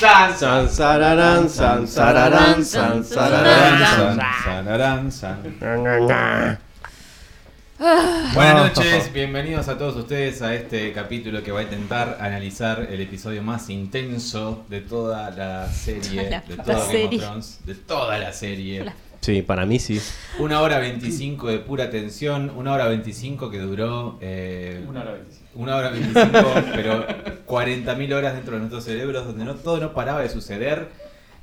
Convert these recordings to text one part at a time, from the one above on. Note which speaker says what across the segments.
Speaker 1: San,
Speaker 2: San, sararán, san, sararán, san, sararán, san.
Speaker 3: Buenas noches, bienvenidos a todos ustedes a este capítulo que va a intentar analizar el episodio más intenso de toda la serie,
Speaker 4: La
Speaker 3: de
Speaker 4: puta
Speaker 3: toda Game
Speaker 4: serie.
Speaker 3: of Thrones, de toda la serie.
Speaker 2: Sí, para mí sí.
Speaker 3: Una hora 25 de pura tensión, una hora 25 que duró eh,
Speaker 1: Una hora veinticinco.
Speaker 3: una hora 25, pero 40.000 horas dentro de nuestros cerebros donde no, todo no paraba de suceder,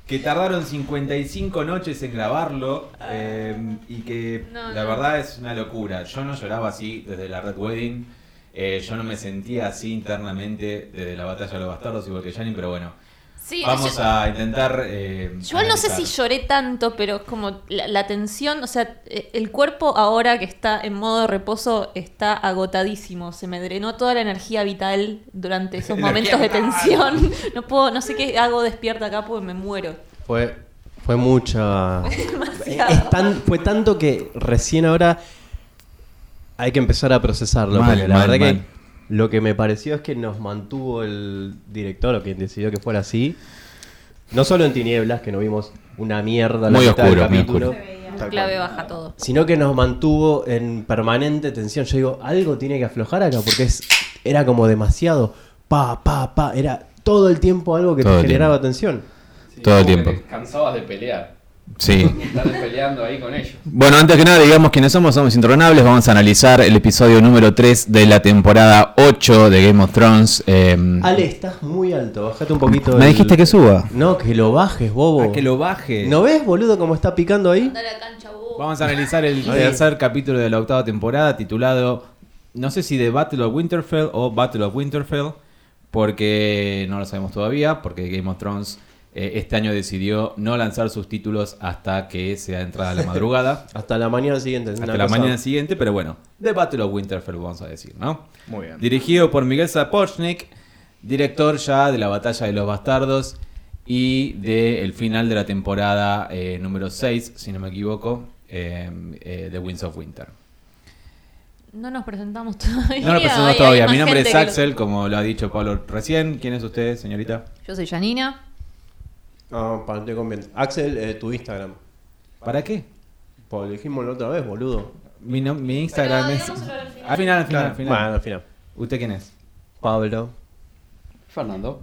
Speaker 3: que tardaron 55 noches en grabarlo eh, y que
Speaker 4: No,
Speaker 3: la
Speaker 4: no.
Speaker 3: verdad es una locura. Yo no lloraba así desde la Red Wedding, eh, yo no me sentía así internamente desde la batalla de los bastardos y Volkejani, pero bueno,
Speaker 4: Sí,
Speaker 3: vamos
Speaker 4: yo,
Speaker 3: a intentar... eh,
Speaker 4: yo no sé
Speaker 3: analizar.
Speaker 4: si lloré tanto, pero es como la, la tensión, o sea, eh, el cuerpo ahora que está en modo reposo está agotadísimo. Se me drenó toda la energía vital durante esos
Speaker 3: Energía
Speaker 4: momentos de
Speaker 3: vital.
Speaker 4: tensión. No puedo, no sé qué hago despierta acá porque me muero.
Speaker 2: Fue, fue mucha.
Speaker 4: Demasiado.
Speaker 2: Es tan- fue tanto que recién ahora hay que empezar a procesarlo.
Speaker 3: Mal,
Speaker 2: porque la
Speaker 3: mal,
Speaker 2: verdad
Speaker 3: mal.
Speaker 2: que lo que me pareció es que nos mantuvo el director o quien decidió que fuera así. No solo en Tinieblas, que no vimos una mierda la
Speaker 3: Muy
Speaker 2: mitad del
Speaker 3: oscuro, muy
Speaker 2: capítulo,
Speaker 3: oscuro.
Speaker 4: Clave baja todo.
Speaker 2: sino que nos mantuvo en permanente tensión. Yo digo, algo tiene que aflojar acá porque es, era como demasiado. Pa, pa, pa. Era todo el tiempo algo que
Speaker 5: Todo
Speaker 2: te
Speaker 5: el
Speaker 2: generaba tensión.
Speaker 1: Sí,
Speaker 5: Todo el
Speaker 1: como que
Speaker 5: tiempo.
Speaker 1: te Cansabas de pelear.
Speaker 5: Sí.
Speaker 1: Estar peleando ahí con ellos.
Speaker 5: Bueno, antes que nada, digamos quiénes somos, somos Intronables, vamos a analizar el episodio número 3 de la temporada 8 de Game of Thrones. eh,
Speaker 2: Ale, estás muy alto. Bájate un poquito.
Speaker 5: me
Speaker 2: el-
Speaker 5: dijiste que suba.
Speaker 2: No, que lo bajes, bobo.
Speaker 3: A que lo baje.
Speaker 2: ¿No ves, boludo, cómo está picando ahí?
Speaker 4: Andar a cancha vos.
Speaker 3: Vamos a analizar el tercer capítulo de la octava temporada titulado, no sé si The Battle of Winterfell o Battle of Winterfell, porque no lo sabemos todavía, porque Game of Thrones eh, este año decidió no lanzar sus títulos hasta que sea entrada la madrugada,
Speaker 2: Hasta la mañana siguiente. es
Speaker 3: hasta
Speaker 2: una
Speaker 3: la
Speaker 2: cosa-
Speaker 3: mañana siguiente, pero bueno, The Battle of Winterfell vamos a decir, ¿no?
Speaker 1: Muy bien.
Speaker 3: Dirigido por Miguel Sapochnik, director ya de La Batalla de los Bastardos y de el final de la temporada eh, número 6, si no me equivoco, eh, eh, de Winds of Winter.
Speaker 4: No nos presentamos todavía.
Speaker 3: No lo
Speaker 4: Hay-
Speaker 3: presento
Speaker 4: hay
Speaker 3: todavía.
Speaker 4: más
Speaker 3: Mi nombre
Speaker 4: gente
Speaker 3: es
Speaker 4: que lo-
Speaker 3: Axel, como lo ha dicho Pablo recién. ¿Quién es usted, señorita?
Speaker 4: Yo soy Janina.
Speaker 2: No, para Ah, te conviene. Axel, eh, tu Instagram.
Speaker 3: ¿Para qué?
Speaker 2: Pues lo dijimos la otra vez, boludo.
Speaker 3: Mi, nom- mi Instagram
Speaker 4: Pero
Speaker 3: es.
Speaker 4: digámoslo al final.
Speaker 3: Al final, al final, al final.
Speaker 2: Bueno, al final.
Speaker 3: ¿Usted quién es?
Speaker 2: Pablo.
Speaker 1: Fernando.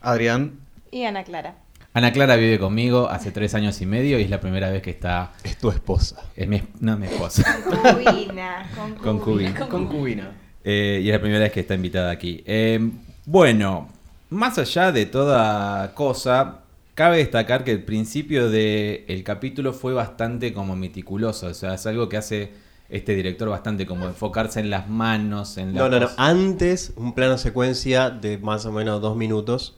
Speaker 6: Adrián.
Speaker 4: Y Ana Clara.
Speaker 3: Ana Clara vive conmigo hace tres años y medio y es la primera vez que está.
Speaker 2: Es tu esposa.
Speaker 3: Es mi, no es mi esposa,
Speaker 7: Concubina,
Speaker 3: concubina.
Speaker 1: Concubina.
Speaker 3: Eh, y es la primera vez que está invitada aquí. Eh, bueno, más allá de toda cosa, cabe destacar que el principio del capítulo fue bastante como meticuloso. O sea, es algo que hace este director bastante como enfocarse en las manos, en las
Speaker 2: No, no, no.
Speaker 3: cosas.
Speaker 2: Antes, un plano secuencia de más o menos dos minutos.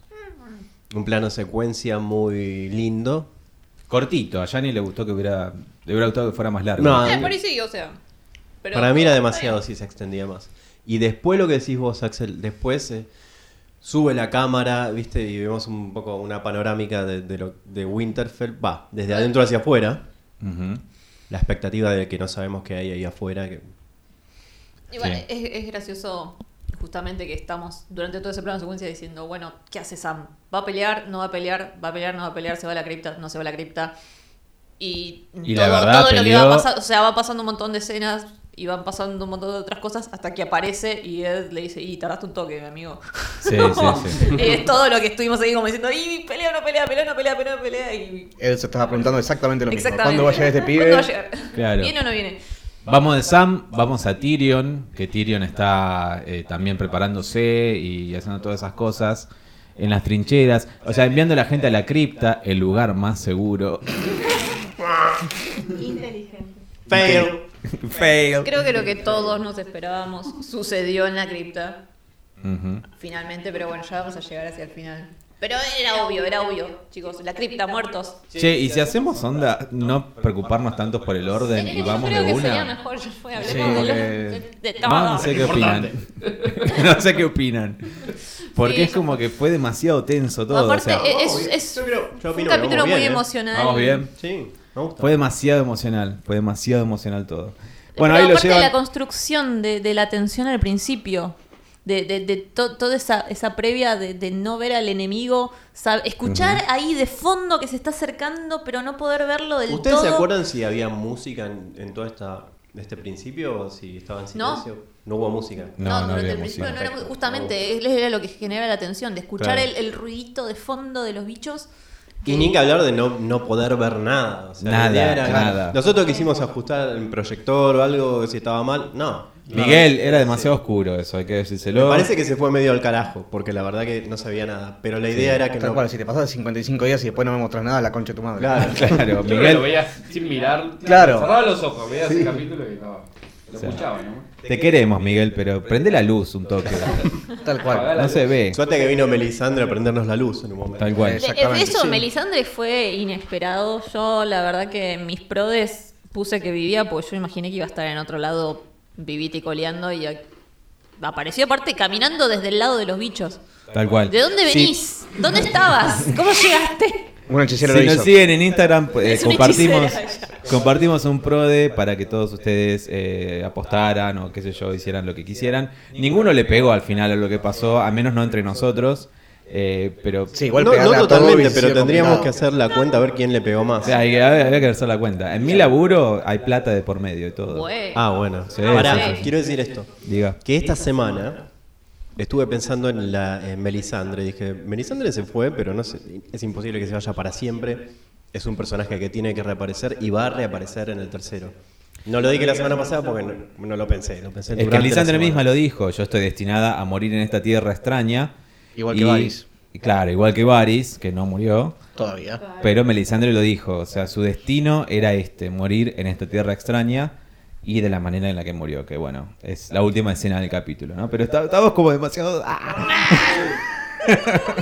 Speaker 2: Un plano secuencia muy lindo.
Speaker 3: Cortito, a Yanni le gustó que hubiera. Le hubiera gustado que fuera más largo.
Speaker 2: No,
Speaker 4: Eh, por ahí sí, o sea. pero-
Speaker 2: Para mí era demasiado si se extendía más. Y después lo que decís vos, Axel, después eh, sube la cámara, viste, y vemos un poco una panorámica de, de lo, de Winterfell. Va, desde adentro hacia afuera.
Speaker 3: Ujú.
Speaker 2: La expectativa de que no sabemos qué hay ahí afuera. Que...
Speaker 4: Igual,
Speaker 3: Sí.
Speaker 4: es, es gracioso justamente que estamos durante todo ese plano de secuencia diciendo, bueno, ¿qué hace Sam? ¿Va a pelear? ¿No va a pelear? ¿Va a pelear? ¿No va a pelear? ¿Se va a la cripta? ¿No se va a la cripta? Y,
Speaker 3: Y la verdad,
Speaker 4: todo lo que va
Speaker 3: peleó-
Speaker 4: pasando, o sea, va pasando un montón de escenas y van pasando un montón de otras cosas hasta que aparece y Ed le dice, y tardaste un toque, mi amigo.
Speaker 3: Sí, sí, sí.
Speaker 4: es todo lo que estuvimos ahí como diciendo, y pelea, no pelea, pelea, no pelea, pelea, no pelea. Y...
Speaker 6: Él se estaba preguntando exactamente lo mismo.
Speaker 4: Exactamente.
Speaker 6: ¿Cuándo va a llegar este pibe?
Speaker 4: ¿Cuándo va a llegar?
Speaker 3: Claro.
Speaker 4: ¿Viene o no viene?
Speaker 3: Vamos de Sam, vamos a Tyrion, que Tyrion está eh, también preparándose y haciendo todas esas cosas en las trincheras, o sea, enviando a la gente a la cripta, el lugar más seguro.
Speaker 7: Inteligente.
Speaker 2: Fail.
Speaker 3: Fail.
Speaker 4: Creo que lo que todos nos esperábamos sucedió en la cripta.
Speaker 3: Ujú.
Speaker 4: Finalmente, pero bueno, ya vamos a llegar hacia el final. Pero era obvio, era obvio, chicos. La cripta, muertos.
Speaker 3: Che, y si hacemos onda, no preocuparnos tanto por el orden y vamos
Speaker 4: creo
Speaker 3: de
Speaker 4: que sería
Speaker 3: una.
Speaker 4: mejor. Yo fui a
Speaker 3: Sí,
Speaker 4: de,
Speaker 3: porque-
Speaker 4: los- de- de todo.
Speaker 3: No, no sé qué opinan. no sé qué opinan. Porque
Speaker 4: Sí,
Speaker 3: es como que fue demasiado tenso todo. o
Speaker 4: Aparte, eh,
Speaker 3: sea,
Speaker 4: es, es-
Speaker 2: yo
Speaker 4: fue un
Speaker 2: opino que
Speaker 4: capítulo
Speaker 2: vamos
Speaker 4: muy
Speaker 2: bien, ¿eh?
Speaker 4: emocional.
Speaker 3: vamos bien.
Speaker 2: Sí, me gusta.
Speaker 3: Fue demasiado emocional, fue demasiado emocional todo.
Speaker 4: Pero
Speaker 3: Bueno, ahí lo
Speaker 4: aparte de
Speaker 3: llevan.
Speaker 4: la construcción de, de la tensión al principio. de, de- de to- toda esa, esa previa de, de no ver al enemigo, sab- escuchar ahí de fondo que se está acercando, pero no poder verlo del
Speaker 2: ¿Ustedes
Speaker 4: todo.
Speaker 2: se acuerdan si había música en, en toda esta de este principio o si estaba en
Speaker 4: No.
Speaker 2: silencio? No, hubo música.
Speaker 3: No,
Speaker 4: No,
Speaker 3: no
Speaker 4: durante
Speaker 3: había
Speaker 4: el principio
Speaker 3: música.
Speaker 4: no era muy-
Speaker 2: Perfecto.
Speaker 4: justamente es- era lo que genera la tensión, de escuchar
Speaker 2: Claro.
Speaker 4: el, el ruidito de fondo de los bichos.
Speaker 2: Y ni que hablar de no, no poder ver nada. o sea, la
Speaker 3: Nada,
Speaker 2: idea era-
Speaker 3: nada.
Speaker 2: Nosotros quisimos ajustar el proyector o algo, si estaba mal. No.
Speaker 3: Miguel, era demasiado oscuro eso, hay que
Speaker 2: Me
Speaker 3: decírselo.
Speaker 2: parece que se fue medio al carajo, porque la verdad que no sabía nada. Pero la idea era que
Speaker 8: Tal
Speaker 2: no.
Speaker 8: cual, si te pasas 55 días y después no me mostras nada, la concha de tu madre.
Speaker 2: Claro.
Speaker 3: Claro,
Speaker 1: Yo creo que
Speaker 3: Miguel,
Speaker 1: lo veía sin mirar.
Speaker 8: Claro.
Speaker 1: Cerraba los ojos, veía ese capítulo y estaba. Lo escuchaba, ¿no?
Speaker 3: te queremos, Miguel, pero prende la luz un toque.
Speaker 8: Tal cual. Eh,
Speaker 1: Apagala.
Speaker 3: No se ve.
Speaker 2: Suerte que vino Melisandre a prendernos la luz en un momento.
Speaker 3: Tal cual.
Speaker 4: De-
Speaker 8: Exactamente.
Speaker 4: Eh, Eso,
Speaker 8: Sí.
Speaker 4: Melisandre fue inesperado. Yo, la verdad, que en mis prodes puse que vivía, porque yo imaginé que iba a estar en otro lado vivita y coleando. Y a- apareció, aparte, caminando desde el lado de los bichos.
Speaker 3: Tal cual.
Speaker 4: ¿De dónde
Speaker 3: Sí,
Speaker 4: venís? ¿Dónde estabas? ¿Cómo llegaste?
Speaker 8: Un hechicero
Speaker 3: Si
Speaker 8: lo
Speaker 3: nos
Speaker 8: hizo.
Speaker 3: siguen en Instagram, eh,
Speaker 4: Es una
Speaker 3: compartimos,
Speaker 4: hechicera
Speaker 3: compartimos un PRODE para que todos ustedes eh, apostaran o qué sé yo, hicieran lo que quisieran. Ninguno le pegó al final a lo que pasó, a menos no entre nosotros. eh, pero
Speaker 8: Sí, igual
Speaker 2: no, no
Speaker 8: pegarle a todo
Speaker 2: totalmente,
Speaker 8: hubiese
Speaker 2: pero
Speaker 8: sido
Speaker 2: tendríamos que
Speaker 8: complicado.
Speaker 2: hacer la cuenta a ver quién le pegó más.
Speaker 3: o sea, hay que, había había que hacer la cuenta. En mi laburo hay plata de por medio y todo.
Speaker 4: Bueno.
Speaker 2: Ah, bueno.
Speaker 3: Sí,
Speaker 2: Pará,
Speaker 3: sí, sí.
Speaker 2: quiero decir esto.
Speaker 3: Diga.
Speaker 2: Que esta semana estuve pensando en, la, en Melisandre. Dije, Melisandre se fue, pero no se- es imposible que se vaya para siempre. Es un personaje que tiene que reaparecer y va a reaparecer en el tercero. No lo dije la semana pasada porque no, no lo pensé. Lo pensé
Speaker 3: Es que Lisandre misma lo dijo, yo estoy destinada a morir en esta tierra extraña.
Speaker 8: Igual que Varys.
Speaker 3: y Claro, igual que Varys, que no murió.
Speaker 8: Todavía.
Speaker 3: Pero Melisandre lo dijo, o sea, su destino era este, morir en esta tierra extraña y de la manera en la que murió, que bueno, es la última escena del capítulo, ¿no? Pero está- estamos como demasiado... ¡Ah!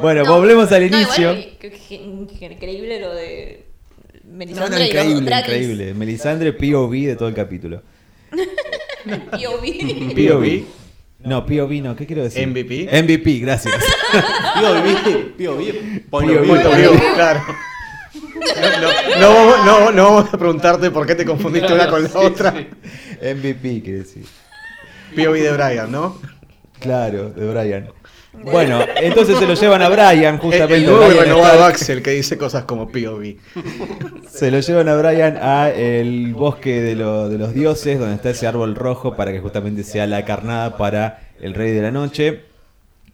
Speaker 3: bueno,
Speaker 4: No,
Speaker 3: volvemos al
Speaker 4: no,
Speaker 3: inicio.
Speaker 4: igual, que- que- que increíble lo de
Speaker 3: No, no,
Speaker 4: Melisandre y los
Speaker 3: increíble,
Speaker 4: Dracarys.
Speaker 3: increíble. Melisandre POV de todo el capítulo.
Speaker 4: POV.
Speaker 3: POV. No, POV no, ¿qué quiero decir?
Speaker 8: MVP.
Speaker 3: MVP, gracias.
Speaker 2: Pío, bien.
Speaker 8: Pío, pío, pío, claro. No, no, no vamos- no- no vamos a preguntarte por qué te confundiste una con la
Speaker 1: Sí,
Speaker 8: otra.
Speaker 1: sí.
Speaker 3: MVP, quiere decir.
Speaker 8: POV de Brian, ¿no?
Speaker 3: Claro, de Brian. Bueno, entonces se lo llevan a Brian,
Speaker 8: El
Speaker 3: justamente.
Speaker 8: nuevo y
Speaker 3: Brian
Speaker 8: renovado
Speaker 3: Stark.
Speaker 8: Axel que dice cosas como POV.
Speaker 3: Se lo llevan a Brian a el bosque de, lo- de los dioses, donde está ese árbol rojo, para que justamente sea la carnada para el rey de la noche.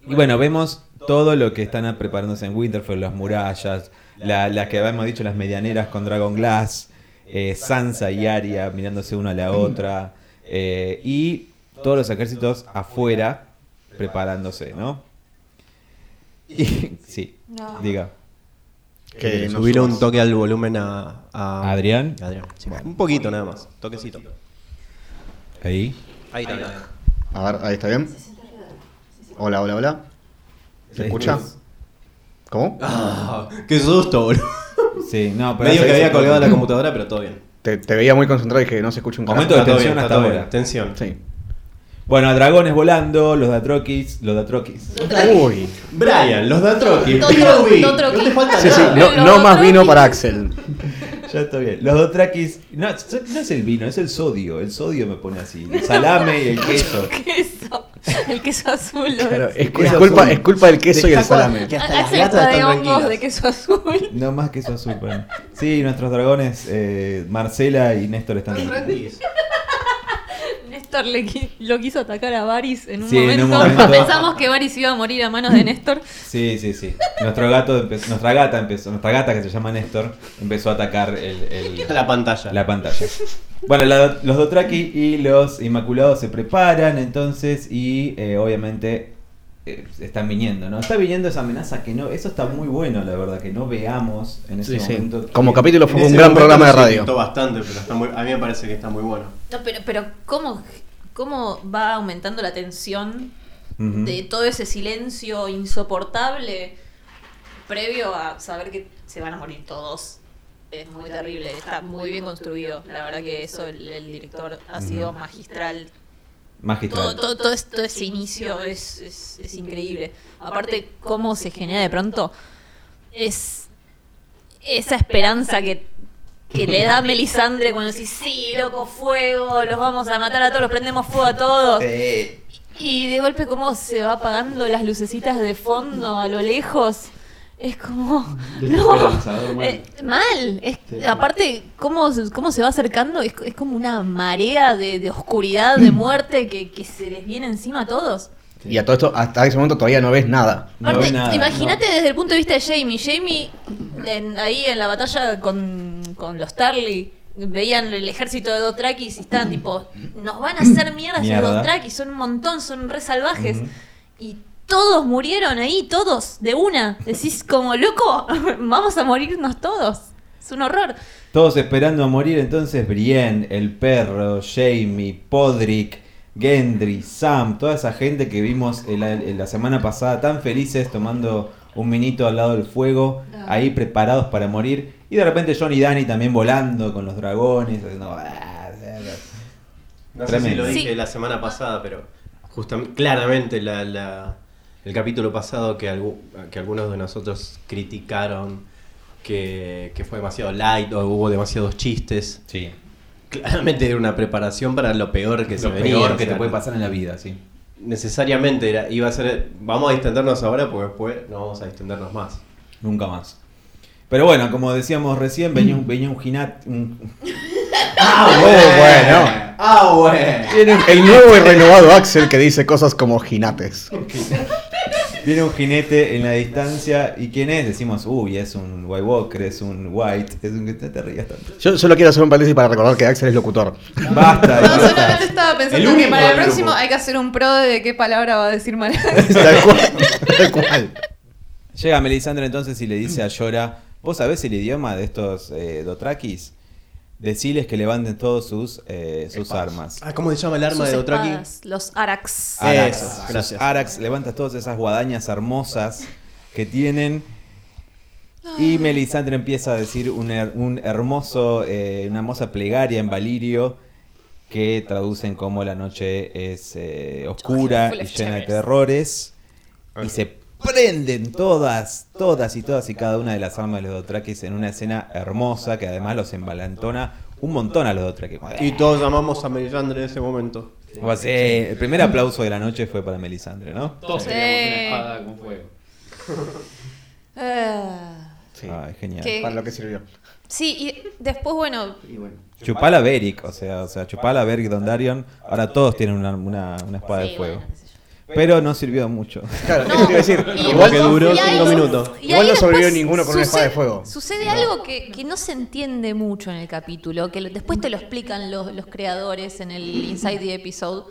Speaker 3: Y bueno, vemos todo lo que están preparándose en Winterfell, las murallas, la- las que habíamos dicho, las medianeras con Dragon Glass, eh, Sansa y Arya mirándose una a la otra, eh, y todos los ejércitos afuera preparándose, ¿no? Y- sí,
Speaker 4: No.
Speaker 3: diga.
Speaker 8: Que no
Speaker 2: Subirle un
Speaker 8: somos-
Speaker 2: toque al volumen a, a-
Speaker 3: ¿Adrián?
Speaker 2: Adrián, sí. Un poquito nada más, toquecito.
Speaker 3: Ahí.
Speaker 2: Ahí está.
Speaker 8: A ver, ahí está bien. Hola, hola, hola. ¿Se escucha? ¿Cómo?
Speaker 2: Ah, qué susto, boludo.
Speaker 3: Sí, no, pero
Speaker 2: Medio
Speaker 3: hace-
Speaker 2: que había colgado la computadora, pero todo bien.
Speaker 8: Te, te veía muy concentrado y que no se escucha un
Speaker 3: Momento de
Speaker 2: Está
Speaker 8: carajo.
Speaker 2: todo
Speaker 3: tensión
Speaker 2: bien,
Speaker 3: hasta
Speaker 2: está todo
Speaker 3: ahora.
Speaker 2: bien. Tensión.
Speaker 8: Sí.
Speaker 3: Bueno, dragones volando, los Datrokis, los Datrokis.
Speaker 8: Uy.
Speaker 2: Brian, los Datroki.
Speaker 4: Dotro-
Speaker 2: POV.
Speaker 4: Dotroki.
Speaker 2: No te falta
Speaker 8: Sí, sí,
Speaker 2: nada.
Speaker 8: no, no más vino para Axel.
Speaker 3: ya está bien. Los Datrokis, no, no es el vino, es el sodio. El sodio me pone así. El salame y el queso.
Speaker 4: queso. El queso azul. lo
Speaker 8: Claro,
Speaker 4: es.
Speaker 8: es, es culpa, es culpa del queso y el salame.
Speaker 2: Que hasta las
Speaker 4: Axel
Speaker 2: gatas
Speaker 4: está de
Speaker 2: están
Speaker 4: hongos
Speaker 2: tranquilas.
Speaker 4: de queso azul.
Speaker 3: No más queso azul, perdón. Sí, nuestros dragones, eh, Marcela y Néstor están.
Speaker 4: Néstor le qui- lo quiso atacar a Varys en un,
Speaker 3: Sí, en
Speaker 4: momento.
Speaker 3: un momento. Mm.
Speaker 4: Pensamos que Varys iba a morir a manos de Néstor.
Speaker 3: Sí, sí, sí. Nuestro gato empezó, nuestra gata empezó, nuestra gata que se llama Néstor empezó a atacar el, el-
Speaker 2: La pantalla.
Speaker 3: la pantalla. Bueno, la- los Dotraki y los Inmaculados se preparan entonces y eh, obviamente eh, están viniendo, ¿no? Está viniendo esa amenaza que no, eso está muy bueno, la verdad, que no veamos en ese
Speaker 8: Sí, sí.
Speaker 3: momento.
Speaker 8: Como
Speaker 3: que-
Speaker 8: capítulo
Speaker 2: En
Speaker 8: fue un
Speaker 2: ese
Speaker 8: gran
Speaker 2: momento
Speaker 8: programa de
Speaker 2: se
Speaker 8: radio.
Speaker 2: gritó bastante, pero está muy- a mí me parece que está muy bueno.
Speaker 4: No, pero, pero ¿cómo, ¿cómo va aumentando la tensión
Speaker 3: Ujú.
Speaker 4: de todo ese silencio insoportable previo a saber que se van a morir todos. Es muy terrible, está muy bien construido. La verdad que eso el, el director ha sido magistral. Todo,
Speaker 3: Magistral.
Speaker 4: todo, todo esto, ese inicio es, es, es increíble. Aparte, cómo se genera de pronto es esa esperanza que, que le da Melisandre cuando dice, sí, loco, fuego, los vamos a matar a todos, los prendemos fuego a todos.
Speaker 9: Y de golpe cómo se va apagando las lucecitas de fondo a lo lejos. Es como... No.
Speaker 1: Desesperanzador, mal.
Speaker 9: Eh, mal. Es,
Speaker 1: Sí.
Speaker 9: Aparte, cómo, se- cómo se va acercando es, es como una marea de, de oscuridad, de muerte que, que se les viene encima a todos.
Speaker 8: Y a todo esto, hasta ese momento todavía no ves nada.
Speaker 3: No
Speaker 9: Aparte,
Speaker 3: ve nada,
Speaker 9: imagínate desde el punto de vista de Jamie. Jamie, en- ahí en la batalla con, con los Tarly, veían el ejército de Dothrakis y estaban tipo, nos van a hacer mierda esos
Speaker 3: Mierda.
Speaker 9: Dothrakis, son un montón, son re salvajes. Y todos murieron ahí, todos, de una. Decís, como loco, vamos a morirnos todos. Es un horror.
Speaker 3: Todos esperando a morir, entonces Brienne, el perro, Jamie, Podrick, Gendry, Sam, toda esa gente que vimos en la, en la semana pasada tan felices tomando un minito al lado del fuego, ahí preparados para morir. Y de repente John y Danny también volando con los dragones, haciendo... "Ah,
Speaker 2: No sé si
Speaker 3: Tremendo.
Speaker 2: lo dije
Speaker 9: Sí.
Speaker 2: la semana pasada, pero justamente, claramente la- la- el capítulo pasado que, algu- que algunos de nosotros criticaron que, que fue demasiado light o hubo demasiados chistes,
Speaker 3: Sí,
Speaker 2: claramente era una preparación para lo peor que se
Speaker 3: lo
Speaker 2: venía.
Speaker 3: peor
Speaker 2: o
Speaker 3: que
Speaker 2: sea,
Speaker 3: te puede pasar en la vida, sí.
Speaker 2: Necesariamente era, iba a ser, vamos a distendernos ahora porque después no vamos a distendernos más.
Speaker 3: Nunca más. Pero bueno, como decíamos recién, venía un, venía un jinat- un-
Speaker 2: ¡Ah,
Speaker 8: bueno.
Speaker 2: ¡Ah, bueno!
Speaker 8: El nuevo y renovado Axel que dice cosas como jinates.
Speaker 3: viene un jinete en la distancia. ¿Y quién es? Decimos, uy, es un White Walker, es un White, es un... No te rías tanto.
Speaker 8: Yo solo quiero hacer un paréntesis para recordar que Axel es locutor.
Speaker 3: Basta, basta.
Speaker 4: No, yo no, no estaba
Speaker 2: El
Speaker 4: pensando
Speaker 2: único
Speaker 4: que para el
Speaker 2: del
Speaker 4: próximo
Speaker 2: grupo.
Speaker 4: hay que hacer un pro de qué palabra va a decir mal.
Speaker 8: Tal cual. Tal cual.
Speaker 3: Llega Melisandre entonces y le dice a Llora, ¿vos sabés el idioma de estos eh, Dothrakis? Deciles que levanten todos sus, eh, sus armas.
Speaker 2: Ah, ¿Cómo se llama el arma
Speaker 9: Sus
Speaker 2: de Dotraki?
Speaker 9: espadas, los Arax.
Speaker 2: Ah.
Speaker 3: Arax,
Speaker 2: Eso,
Speaker 3: sus
Speaker 2: gracias.
Speaker 3: Arax, levanta todas esas guadañas hermosas que tienen. Y Melisandre empieza a decir un, her- un hermoso, eh, una hermosa plegaria en Valirio que traducen como la noche es eh, oscura y llena de terrores. Y se prenden todas, todas y todas y cada una de las armas de los Dothrakis en una escena hermosa que además los embalantona un montón a los Dothrakis.
Speaker 2: Y todos llamamos a Melisandre en ese momento.
Speaker 3: Como así, Pues, eh, el primer aplauso de la noche fue para Melisandre, ¿no?
Speaker 1: Todos
Speaker 4: Sí.
Speaker 1: teníamos una espada con fuego.
Speaker 4: Ah,
Speaker 8: Sí.
Speaker 3: Ah, genial.
Speaker 4: ¿Qué?
Speaker 8: Para lo que sirvió.
Speaker 4: sí, y después, bueno,
Speaker 1: Y bueno.
Speaker 3: Chupala Beric, o sea, o sea, chupala Beric Dondarion. Ahora todos tienen una, una- una espada de
Speaker 9: Sí,
Speaker 3: fuego.
Speaker 9: bueno, qué sé yo.
Speaker 3: Pero no sirvió mucho.
Speaker 8: Claro,
Speaker 4: No,
Speaker 8: eso te iba a decir.
Speaker 4: y
Speaker 2: Igual
Speaker 8: Igual
Speaker 2: que duró
Speaker 4: y ahí-
Speaker 2: cinco minutos.
Speaker 4: y
Speaker 8: Igual
Speaker 4: ahí
Speaker 8: no sobrevivió
Speaker 4: después
Speaker 8: ninguno con una espada de fuego.
Speaker 4: Sucede algo que, que no se entiende mucho en el capítulo, que lo- después te lo explican los, los creadores en el Inside the Episode,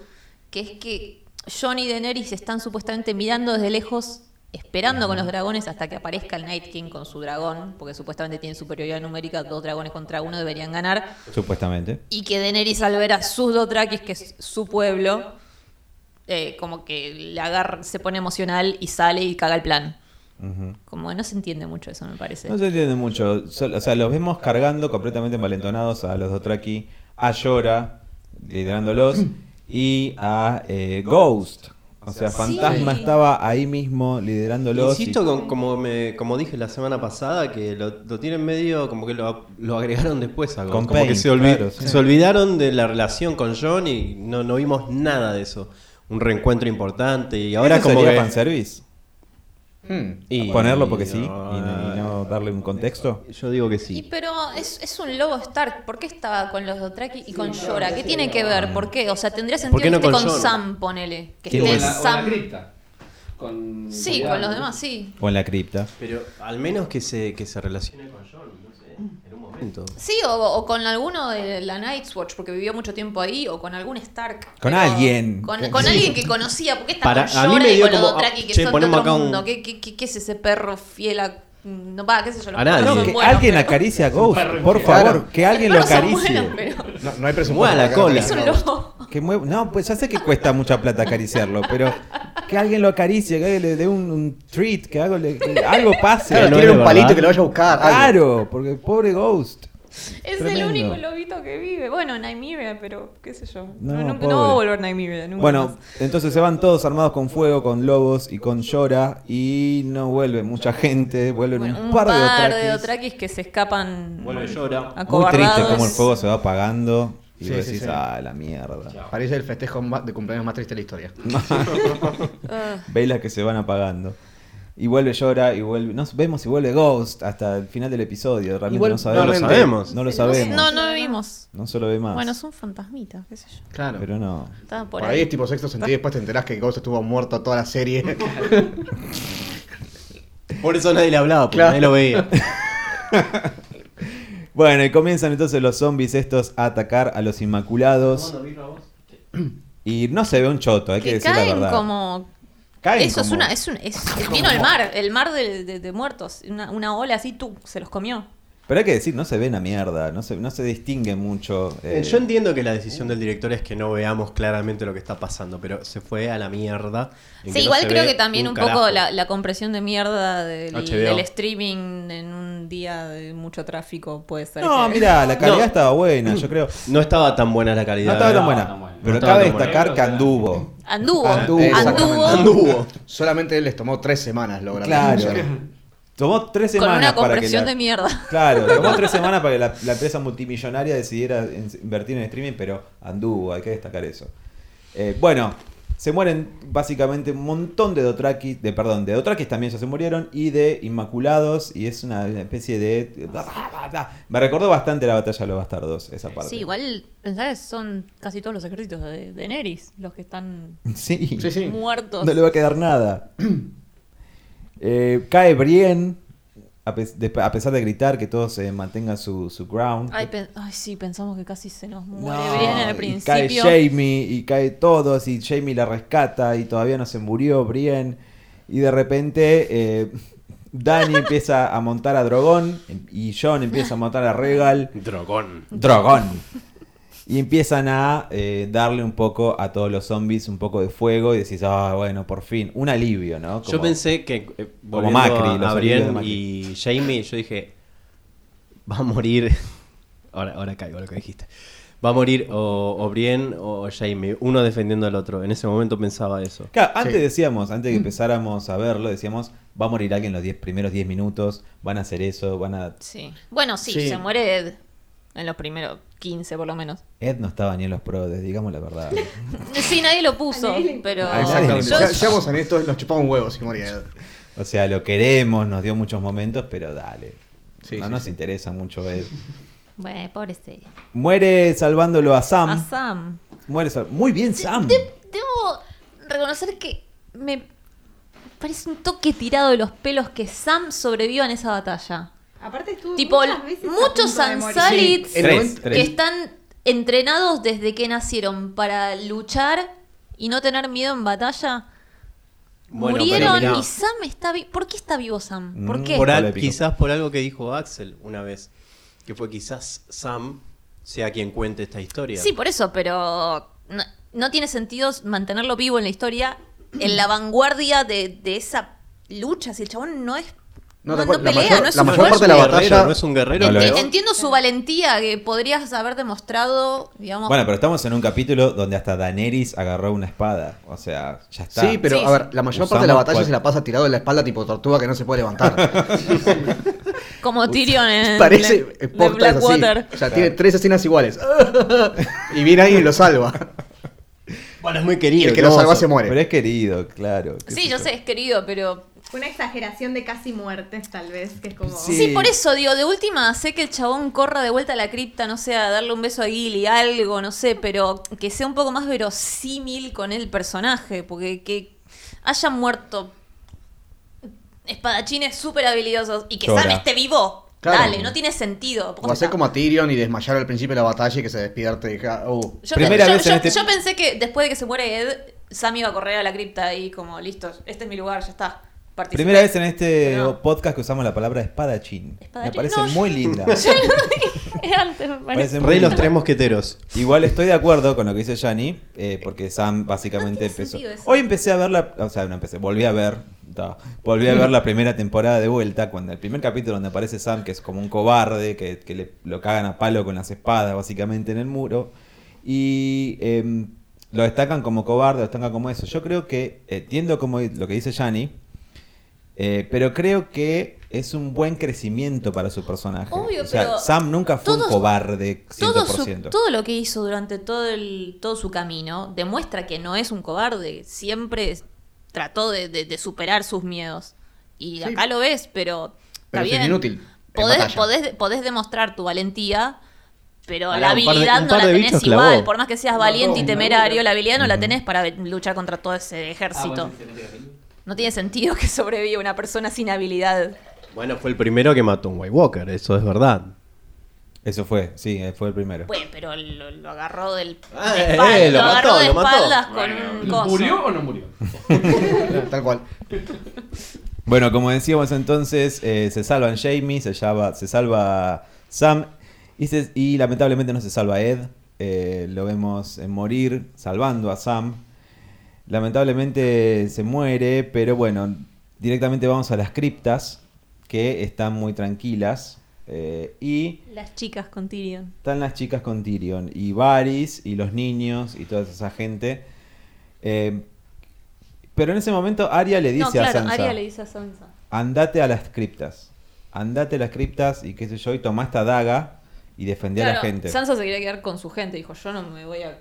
Speaker 4: que es que John y Daenerys están supuestamente mirando desde lejos, esperando con los dragones hasta que aparezca el Night King con su dragón, porque supuestamente tienen superioridad numérica, dos dragones contra uno deberían ganar,
Speaker 3: Supuestamente.
Speaker 4: y que Daenerys al ver a sus Dothrakis, que es su pueblo, eh, como que le agarra, se pone emocional y sale y caga el plan.
Speaker 3: Ujú.
Speaker 4: Como que no se entiende mucho eso, me parece.
Speaker 3: No se entiende mucho. Sol- o sea, los vemos cargando completamente envalentonados a los Dothraki, a Llora, liderándolos, y a eh, Ghost. O sea, Fantasma
Speaker 4: Sí.
Speaker 3: estaba ahí mismo liderándolos. y-
Speaker 2: Insisto, con- como, me, como dije la semana pasada, que lo, lo tienen medio como que lo, lo agregaron después. Algo.
Speaker 3: Con
Speaker 2: como
Speaker 3: Paint,
Speaker 2: que se, olvi-
Speaker 3: claro, sí.
Speaker 2: se olvidaron de la relación con John y no, no vimos nada de eso. Un reencuentro importante y ahora
Speaker 3: ¿Eso
Speaker 2: como
Speaker 3: sería
Speaker 2: que-
Speaker 3: fanservice?
Speaker 8: Hmm.
Speaker 2: y-
Speaker 3: ¿Ponerlo porque sí? Y,
Speaker 2: no,
Speaker 3: y no darle un contexto.
Speaker 2: Ah, Yo digo que
Speaker 4: Y
Speaker 2: sí.
Speaker 4: pero es, es un lobo Stark. ¿Por qué estaba con los Dothraki y con Llora? ¿Qué tiene que ver? ¿Por qué? O sea, tendría sentido
Speaker 2: qué
Speaker 4: que
Speaker 2: no
Speaker 4: esté
Speaker 2: con
Speaker 4: con
Speaker 2: Jorah?
Speaker 4: Sam, ponele. Que
Speaker 3: Sí,
Speaker 1: O
Speaker 3: Tiene
Speaker 4: esté
Speaker 1: en la, o en la
Speaker 4: Sam.
Speaker 1: cripta. Con,
Speaker 4: Sí,
Speaker 1: con
Speaker 4: con los
Speaker 1: Adam.
Speaker 4: demás sí.
Speaker 3: O en la cripta.
Speaker 2: Pero al menos que se, que se relacione con John, no sé, en un momento.
Speaker 4: Sí, o, o con alguno de la Night's Watch, porque vivió mucho tiempo ahí, o con algún Stark.
Speaker 3: Con
Speaker 4: Pero-
Speaker 3: alguien.
Speaker 4: Con, con alguien que conocía, porque está
Speaker 2: Para-
Speaker 4: con
Speaker 2: a mí
Speaker 4: Jorah
Speaker 2: me
Speaker 4: y
Speaker 2: dio
Speaker 4: con los
Speaker 2: como, ah,
Speaker 4: Dothraki que
Speaker 2: che,
Speaker 4: son de
Speaker 2: ponemos
Speaker 4: otro
Speaker 2: acá un-
Speaker 4: mundo. ¿Qué, qué, qué, qué es ese perro fiel a. mm, No va, qué sé yo, los
Speaker 2: A nadie.
Speaker 4: perros son
Speaker 3: Que
Speaker 4: buenos,
Speaker 3: alguien
Speaker 4: pero-
Speaker 3: acaricie a Ghost,
Speaker 1: perro
Speaker 3: por
Speaker 8: infierno.
Speaker 3: favor, que alguien lo
Speaker 4: Los perros son
Speaker 3: acaricie.
Speaker 4: buenos, pero
Speaker 8: No, no hay
Speaker 2: Mueva
Speaker 8: presupuesto.
Speaker 2: la
Speaker 8: para
Speaker 2: cola.
Speaker 8: acá,
Speaker 4: Es
Speaker 8: no,
Speaker 4: un
Speaker 8: no.
Speaker 4: lobo.
Speaker 3: Que mueva- No, pues ya sé que cuesta mucha plata acariciarlo, pero que alguien lo acaricie, que alguien le dé un, un treat, que algo, le- que algo pase.
Speaker 8: Claro,
Speaker 2: No
Speaker 8: tiene
Speaker 2: es
Speaker 8: un
Speaker 2: verdad.
Speaker 8: palito que lo vaya a buscar. algo.
Speaker 3: Claro, porque pobre Ghost.
Speaker 4: Es
Speaker 3: Tremendo.
Speaker 4: el único lobito que vive. Bueno, Nymeria, pero qué sé yo.
Speaker 3: No,
Speaker 4: No, nunca- no,
Speaker 3: pobre.
Speaker 4: va a volver Nymeria. Nunca
Speaker 3: Bueno,
Speaker 4: más.
Speaker 3: entonces se van todos armados con fuego, con lobos y con llora y no vuelve mucha gente, vuelven
Speaker 4: Bueno,
Speaker 3: un par, de
Speaker 4: de
Speaker 3: Dothrakis.
Speaker 4: Dothrakis que se escapan
Speaker 2: Vuelve llora.
Speaker 3: Muy triste
Speaker 4: acobardados.
Speaker 3: como el fuego se va apagando. Y
Speaker 8: Sí,
Speaker 3: vos
Speaker 8: sí,
Speaker 3: decís,
Speaker 8: sí.
Speaker 3: ah, la mierda.
Speaker 8: Parece el festejo ma- de cumpleaños más triste de la historia.
Speaker 4: Ah.
Speaker 3: Velas que se van apagando. Y vuelve llora y vuelve. No vemos si vuelve Ghost hasta el final del episodio. Realmente
Speaker 8: Igual
Speaker 3: no sabemos.
Speaker 2: no lo sabemos.
Speaker 3: No lo sabemos.
Speaker 4: No, no vimos.
Speaker 3: No se lo ve más.
Speaker 4: Bueno, es un fantasmita, qué sé yo.
Speaker 8: Claro.
Speaker 3: Pero no.
Speaker 4: Estaba por,
Speaker 8: por ahí es tipo sexto sentido y después te enterás que Ghost estuvo muerto toda la serie.
Speaker 2: Por eso nadie le hablaba, porque
Speaker 8: Claro.
Speaker 2: nadie lo veía.
Speaker 3: Bueno, y comienzan entonces los zombies estos a atacar a los Inmaculados. Y no se ve un choto, hay que,
Speaker 4: Que
Speaker 3: decir la
Speaker 4: caen
Speaker 3: verdad.
Speaker 4: como.
Speaker 3: Caen
Speaker 4: Eso es
Speaker 3: como-
Speaker 4: una. Es un, es, vino el mar, el mar de, de- de muertos. Una, una ola así, tú, se los comió.
Speaker 3: Pero hay que decir, no se ve una mierda, no se, no se distingue mucho. eh,
Speaker 2: Yo entiendo que la decisión del director es que no veamos claramente lo que está pasando, pero se fue a la mierda. en
Speaker 4: Sí,
Speaker 2: que no
Speaker 4: igual
Speaker 2: se
Speaker 4: creo
Speaker 2: ve
Speaker 4: que también un,
Speaker 2: carajo.
Speaker 4: poco la, la compresión de mierda del,
Speaker 2: HBO.
Speaker 4: del streaming en un día de mucho tráfico puede ser.
Speaker 3: No,
Speaker 4: que-
Speaker 3: mira, la calidad
Speaker 2: No.
Speaker 3: estaba buena, yo creo.
Speaker 2: No estaba tan buena la
Speaker 3: No
Speaker 2: calidad.
Speaker 3: estaba tan
Speaker 1: no,
Speaker 3: buena.
Speaker 1: no, bueno.
Speaker 3: Pero
Speaker 2: No estaba
Speaker 3: cabe
Speaker 2: tan buena.
Speaker 3: destacar que anduvo.
Speaker 4: Anduvo.
Speaker 3: Ah, Anduvo.
Speaker 4: Anduvo.
Speaker 8: Eh, Exactamente.
Speaker 2: Anduvo.
Speaker 8: Solamente les tomó tres semanas lograr
Speaker 3: Claro.
Speaker 8: la serie.
Speaker 3: Tomó tres
Speaker 4: Con
Speaker 3: semanas
Speaker 4: una
Speaker 3: para que
Speaker 4: compresión
Speaker 3: la-
Speaker 4: de mierda.
Speaker 3: Claro, tomó tres semanas para que la, la empresa multimillonaria decidiera en- invertir en streaming, pero anduvo, hay que destacar eso. Eh, bueno, se mueren básicamente un montón de Dothrakis, de perdón, de Dothrakis también ya se murieron, y de Inmaculados, y es una especie de... Me recordó bastante la batalla de los bastardos, esa parte.
Speaker 4: Sí, igual pensar que son casi todos los ejércitos de, de Neris los que están
Speaker 3: Sí.
Speaker 8: Sí, sí.
Speaker 4: muertos.
Speaker 3: No le va a quedar nada. Eh, cae Brienne, a, pes- de- a pesar de gritar que todos eh, mantengan su, su ground.
Speaker 4: Ay, pen- ay, sí, pensamos que casi se nos muere
Speaker 3: No,
Speaker 4: Brienne al
Speaker 3: y
Speaker 4: principio.
Speaker 3: Cae Jamie y cae todos y Jamie la rescata y todavía no se murió Brienne. Y de repente eh, Dani empieza a montar a Drogon y John empieza a montar a Regal.
Speaker 2: Drogón.
Speaker 3: Dragón. Y empiezan a eh, darle un poco a todos los zombies un poco de fuego y decís, ah, bueno, por fin, un alivio, ¿no?
Speaker 2: Yo
Speaker 3: Como-
Speaker 2: pensé que eh,
Speaker 3: como
Speaker 2: volviendo
Speaker 3: Macri, los
Speaker 2: a- a
Speaker 3: amigos de
Speaker 2: Brienne
Speaker 3: Macri.
Speaker 2: y Jamie, yo dije va a morir. Ahora, ahora caigo lo que dijiste. Va a morir o, o Brienne o Jamie, uno defendiendo al otro. En ese momento pensaba eso.
Speaker 3: Claro, antes
Speaker 8: Sí. Mm.
Speaker 3: decíamos, antes de que empezáramos a verlo, decíamos, va a morir alguien los diez, primeros 10 minutos, van a hacer eso, van a...
Speaker 4: Sí. Bueno, sí,
Speaker 8: Sí.
Speaker 4: se muere Ed en los primeros 15 por lo menos.
Speaker 3: Ed no estaba ni en los prodes, digamos la verdad.
Speaker 4: Sí, nadie lo puso, pero
Speaker 3: Ah,
Speaker 8: Exactamente.
Speaker 4: yo-
Speaker 8: Ya- Seamos honestos, nos chupamos huevos si moría Ed.
Speaker 3: O sea, lo queremos, nos dio muchos momentos, pero dale.
Speaker 8: Sí,
Speaker 3: no
Speaker 8: sí,
Speaker 3: nos
Speaker 8: sí.
Speaker 3: interesa mucho Ed.
Speaker 4: Bueno, pobre Seiya.
Speaker 3: Muere salvándolo a Sam.
Speaker 4: A Sam.
Speaker 3: Muere sal- Muy bien, Sam.
Speaker 4: De- debo reconocer que me parece un toque tirado de los pelos que Sam sobrevivió en esa batalla.
Speaker 7: Aparte estuvo
Speaker 4: Tipo,
Speaker 7: muchas veces a
Speaker 4: muchos
Speaker 7: punto de morir.
Speaker 4: Sansalits
Speaker 8: Sí, en
Speaker 3: Tres,
Speaker 8: noventa-
Speaker 3: tres.
Speaker 4: que están entrenados desde que nacieron para luchar y no tener miedo en batalla.
Speaker 2: Bueno, pero
Speaker 4: Murieron
Speaker 2: mirá.
Speaker 4: y Sam está vivo. ¿Por qué está vivo Sam?
Speaker 3: Mm,
Speaker 4: ¿Por qué?
Speaker 2: Por al-
Speaker 3: Polémico.
Speaker 2: quizás por algo que dijo Axel una vez, que fue quizás Sam sea quien cuente esta historia.
Speaker 4: Sí, por eso, pero no, no tiene sentido mantenerlo vivo en la historia, en la vanguardia de, de esa lucha. Si el chabón no es. No,
Speaker 8: No, tal
Speaker 4: no
Speaker 8: cual, la
Speaker 4: pelea,
Speaker 8: mayor-
Speaker 4: no es
Speaker 8: la
Speaker 4: un
Speaker 8: mayor
Speaker 2: no es
Speaker 8: parte
Speaker 2: un
Speaker 8: de la
Speaker 2: guerrero,
Speaker 8: batalla-
Speaker 2: no es un guerrero.
Speaker 3: No lo
Speaker 4: Enti-
Speaker 3: es.
Speaker 4: Entiendo su valentía, que podrías haber demostrado, digamos.
Speaker 3: Bueno, pero estamos en un capítulo donde hasta Daenerys agarró una espada. O sea, ya está.
Speaker 8: Sí, pero
Speaker 4: Sí,
Speaker 8: a
Speaker 4: sí.
Speaker 8: ver, la mayor parte de la
Speaker 3: Usamos
Speaker 8: batalla
Speaker 3: cual-
Speaker 8: se la pasa tirado de la espalda tipo tortuga que no se puede levantar.
Speaker 4: como Tyrion en
Speaker 8: Parece
Speaker 4: de- de
Speaker 8: Porta es así.
Speaker 4: Blackwater.
Speaker 8: O sea, tiene tres escenas iguales. y viene alguien y lo salva.
Speaker 2: Bueno, es muy querido.
Speaker 8: Y el que lo
Speaker 2: ¿no?
Speaker 8: salva se
Speaker 3: Pero
Speaker 8: muere.
Speaker 3: es querido, claro. qué
Speaker 4: Sí, yo sé, es querido, pero.
Speaker 7: Una exageración de casi muertes, tal vez, que es como...
Speaker 3: Sí.
Speaker 4: Sí. por eso, digo, de última sé que el chabón corra de vuelta a la cripta, no sé, a darle un beso a Gilly, algo, no sé, pero que sea un poco más verosímil con el personaje, porque que hayan muerto espadachines súper habilidosos y que
Speaker 3: Llora.
Speaker 4: Sam esté vivo.
Speaker 8: Claro.
Speaker 4: Dale, no tiene sentido.
Speaker 8: O hacer como a Tyrion y desmayar al principio de la batalla y que se despierte y diga, oh.
Speaker 4: Yo,
Speaker 3: Primera
Speaker 4: yo-
Speaker 3: vez en
Speaker 4: yo-
Speaker 3: este-
Speaker 4: yo pensé que después de que se muere Ed, Sam iba a correr a la cripta y como, listo, este es mi lugar, ya está. Participé.
Speaker 3: Primera vez en este
Speaker 4: Pero no.
Speaker 3: podcast que usamos la palabra espadachín.
Speaker 4: Espadachín,
Speaker 3: Me parece
Speaker 4: no,
Speaker 3: muy linda.
Speaker 4: Antes, me parece.
Speaker 3: Parece muy
Speaker 2: Rey los
Speaker 3: linda.
Speaker 2: tres mosqueteros.
Speaker 3: Igual estoy de acuerdo con lo que dice Yanni, eh, porque Sam básicamente
Speaker 4: No tiene
Speaker 3: empezó.
Speaker 4: sentido eso.
Speaker 3: Hoy empecé a ver la. O sea, no empecé, volví a ver. ta, volví a ver la primera temporada de vuelta, cuando el primer capítulo donde aparece Sam, que es como un cobarde, que, que le, lo cagan a palo con las espadas, básicamente en el muro. Y eh, lo destacan como cobarde, lo destacan como eso. Yo creo que, entiendo como lo que dice Yanni, eh, pero creo que es un buen crecimiento para su personaje.
Speaker 4: Obvio,
Speaker 3: o sea,
Speaker 4: pero
Speaker 3: Sam nunca fue
Speaker 4: todos-
Speaker 3: un cobarde 100%.
Speaker 4: Todo, su- todo lo que hizo durante todo, el, todo su camino demuestra que no es un cobarde. Siempre es- trató de, de- de superar sus miedos. Y
Speaker 8: Sí.
Speaker 4: acá lo ves, pero. está
Speaker 8: Pero es
Speaker 4: bien.
Speaker 8: inútil en
Speaker 4: Podés,
Speaker 8: batalla.
Speaker 4: podés, podés demostrar tu valentía, pero
Speaker 2: Pará,
Speaker 4: la
Speaker 2: un par de-
Speaker 4: habilidad
Speaker 2: un
Speaker 4: no
Speaker 2: par
Speaker 4: la
Speaker 2: de
Speaker 4: tenés
Speaker 2: bichos
Speaker 4: igual.
Speaker 2: clavó.
Speaker 4: Por más que seas
Speaker 1: No,
Speaker 4: valiente y
Speaker 1: no,
Speaker 4: temerario,
Speaker 1: no.
Speaker 4: la habilidad no la tenés para luchar contra todo ese
Speaker 1: Ah,
Speaker 4: ejército. No tiene sentido que sobreviva una persona sin habilidad.
Speaker 2: Bueno, fue el primero que mató a un White Walker, eso es verdad.
Speaker 3: Eso fue, sí, eh, fue el primero.
Speaker 4: Bueno, pero lo, lo agarró del.
Speaker 2: Ah,
Speaker 4: de
Speaker 2: eh,
Speaker 4: espal-
Speaker 2: eh,
Speaker 4: lo,
Speaker 2: lo mató,
Speaker 4: agarró de
Speaker 2: lo mató.
Speaker 4: espaldas con un
Speaker 1: Bueno,
Speaker 4: coso.
Speaker 1: ¿Murió o no murió?
Speaker 8: Tal cual.
Speaker 3: Bueno, como decíamos entonces, eh, se salvan Jamie, se, llama- se salva Sam y, se- y lamentablemente no se salva Ed. Eh, lo vemos eh, morir salvando a Sam. Lamentablemente se muere, pero bueno, directamente vamos a las criptas que están muy tranquilas. eh, y
Speaker 4: Las chicas con Tyrion.
Speaker 3: están las chicas con Tyrion y Varys y los niños y toda esa gente. Eh, pero en ese momento Arya le dice
Speaker 4: No, claro,
Speaker 3: a Sansa
Speaker 4: Arya le dice a Sansa.
Speaker 3: andate a las criptas. Andate a las criptas y qué sé yo, y tomá esta daga y defendé a la
Speaker 4: Claro,
Speaker 3: gente.
Speaker 4: Sansa se quería quedar con su gente. Dijo, yo no me voy a.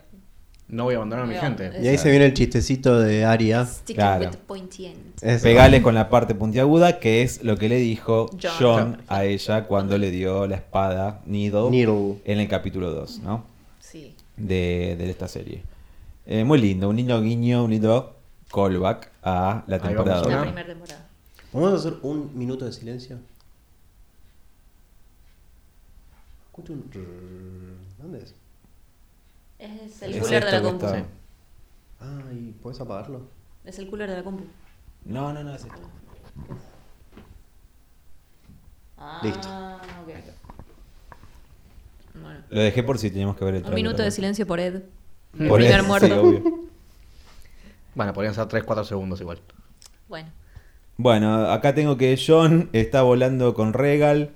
Speaker 8: No voy a abandonar a mi
Speaker 4: No,
Speaker 8: gente.
Speaker 2: Y ahí se viene el chistecito de Aria.
Speaker 4: Stick
Speaker 3: Claro.
Speaker 4: with the pointy end.
Speaker 2: Es-
Speaker 3: Pegale con la parte puntiaguda, que es lo que le dijo
Speaker 4: Jon.
Speaker 3: John, a ella cuando le dio la espada Needle,
Speaker 2: Needle.
Speaker 3: en el capítulo 2, ¿no?
Speaker 4: Sí.
Speaker 3: De, de esta serie. Eh, muy lindo, un lindo guiño, un lindo callback a la
Speaker 8: Ahí
Speaker 3: temporada.
Speaker 8: vamos,
Speaker 3: dos.
Speaker 4: La
Speaker 8: ¿no?
Speaker 4: primera temporada.
Speaker 2: ¿Vamos a hacer un minuto de silencio? Escucho un rrrr. ¿Dónde es?
Speaker 4: Es el
Speaker 3: Es
Speaker 4: cooler de la
Speaker 3: esto que
Speaker 4: compu.
Speaker 3: está-
Speaker 2: Ay, ¿puedes apagarlo?
Speaker 4: Es el cooler de la compu.
Speaker 3: No, no, no, es esto.
Speaker 4: Ah,
Speaker 2: Listo.
Speaker 4: ok. Bueno.
Speaker 3: Lo dejé por si teníamos que ver el
Speaker 4: Un
Speaker 3: trailer
Speaker 4: minuto de
Speaker 3: también.
Speaker 4: silencio por Ed.
Speaker 3: Por
Speaker 4: Por
Speaker 3: eso,
Speaker 4: primer
Speaker 3: sí,
Speaker 4: muerto.
Speaker 3: obvio.
Speaker 8: Bueno, podrían ser 3, 4 segundos igual.
Speaker 4: Bueno.
Speaker 3: Bueno, acá tengo que John está volando con Regal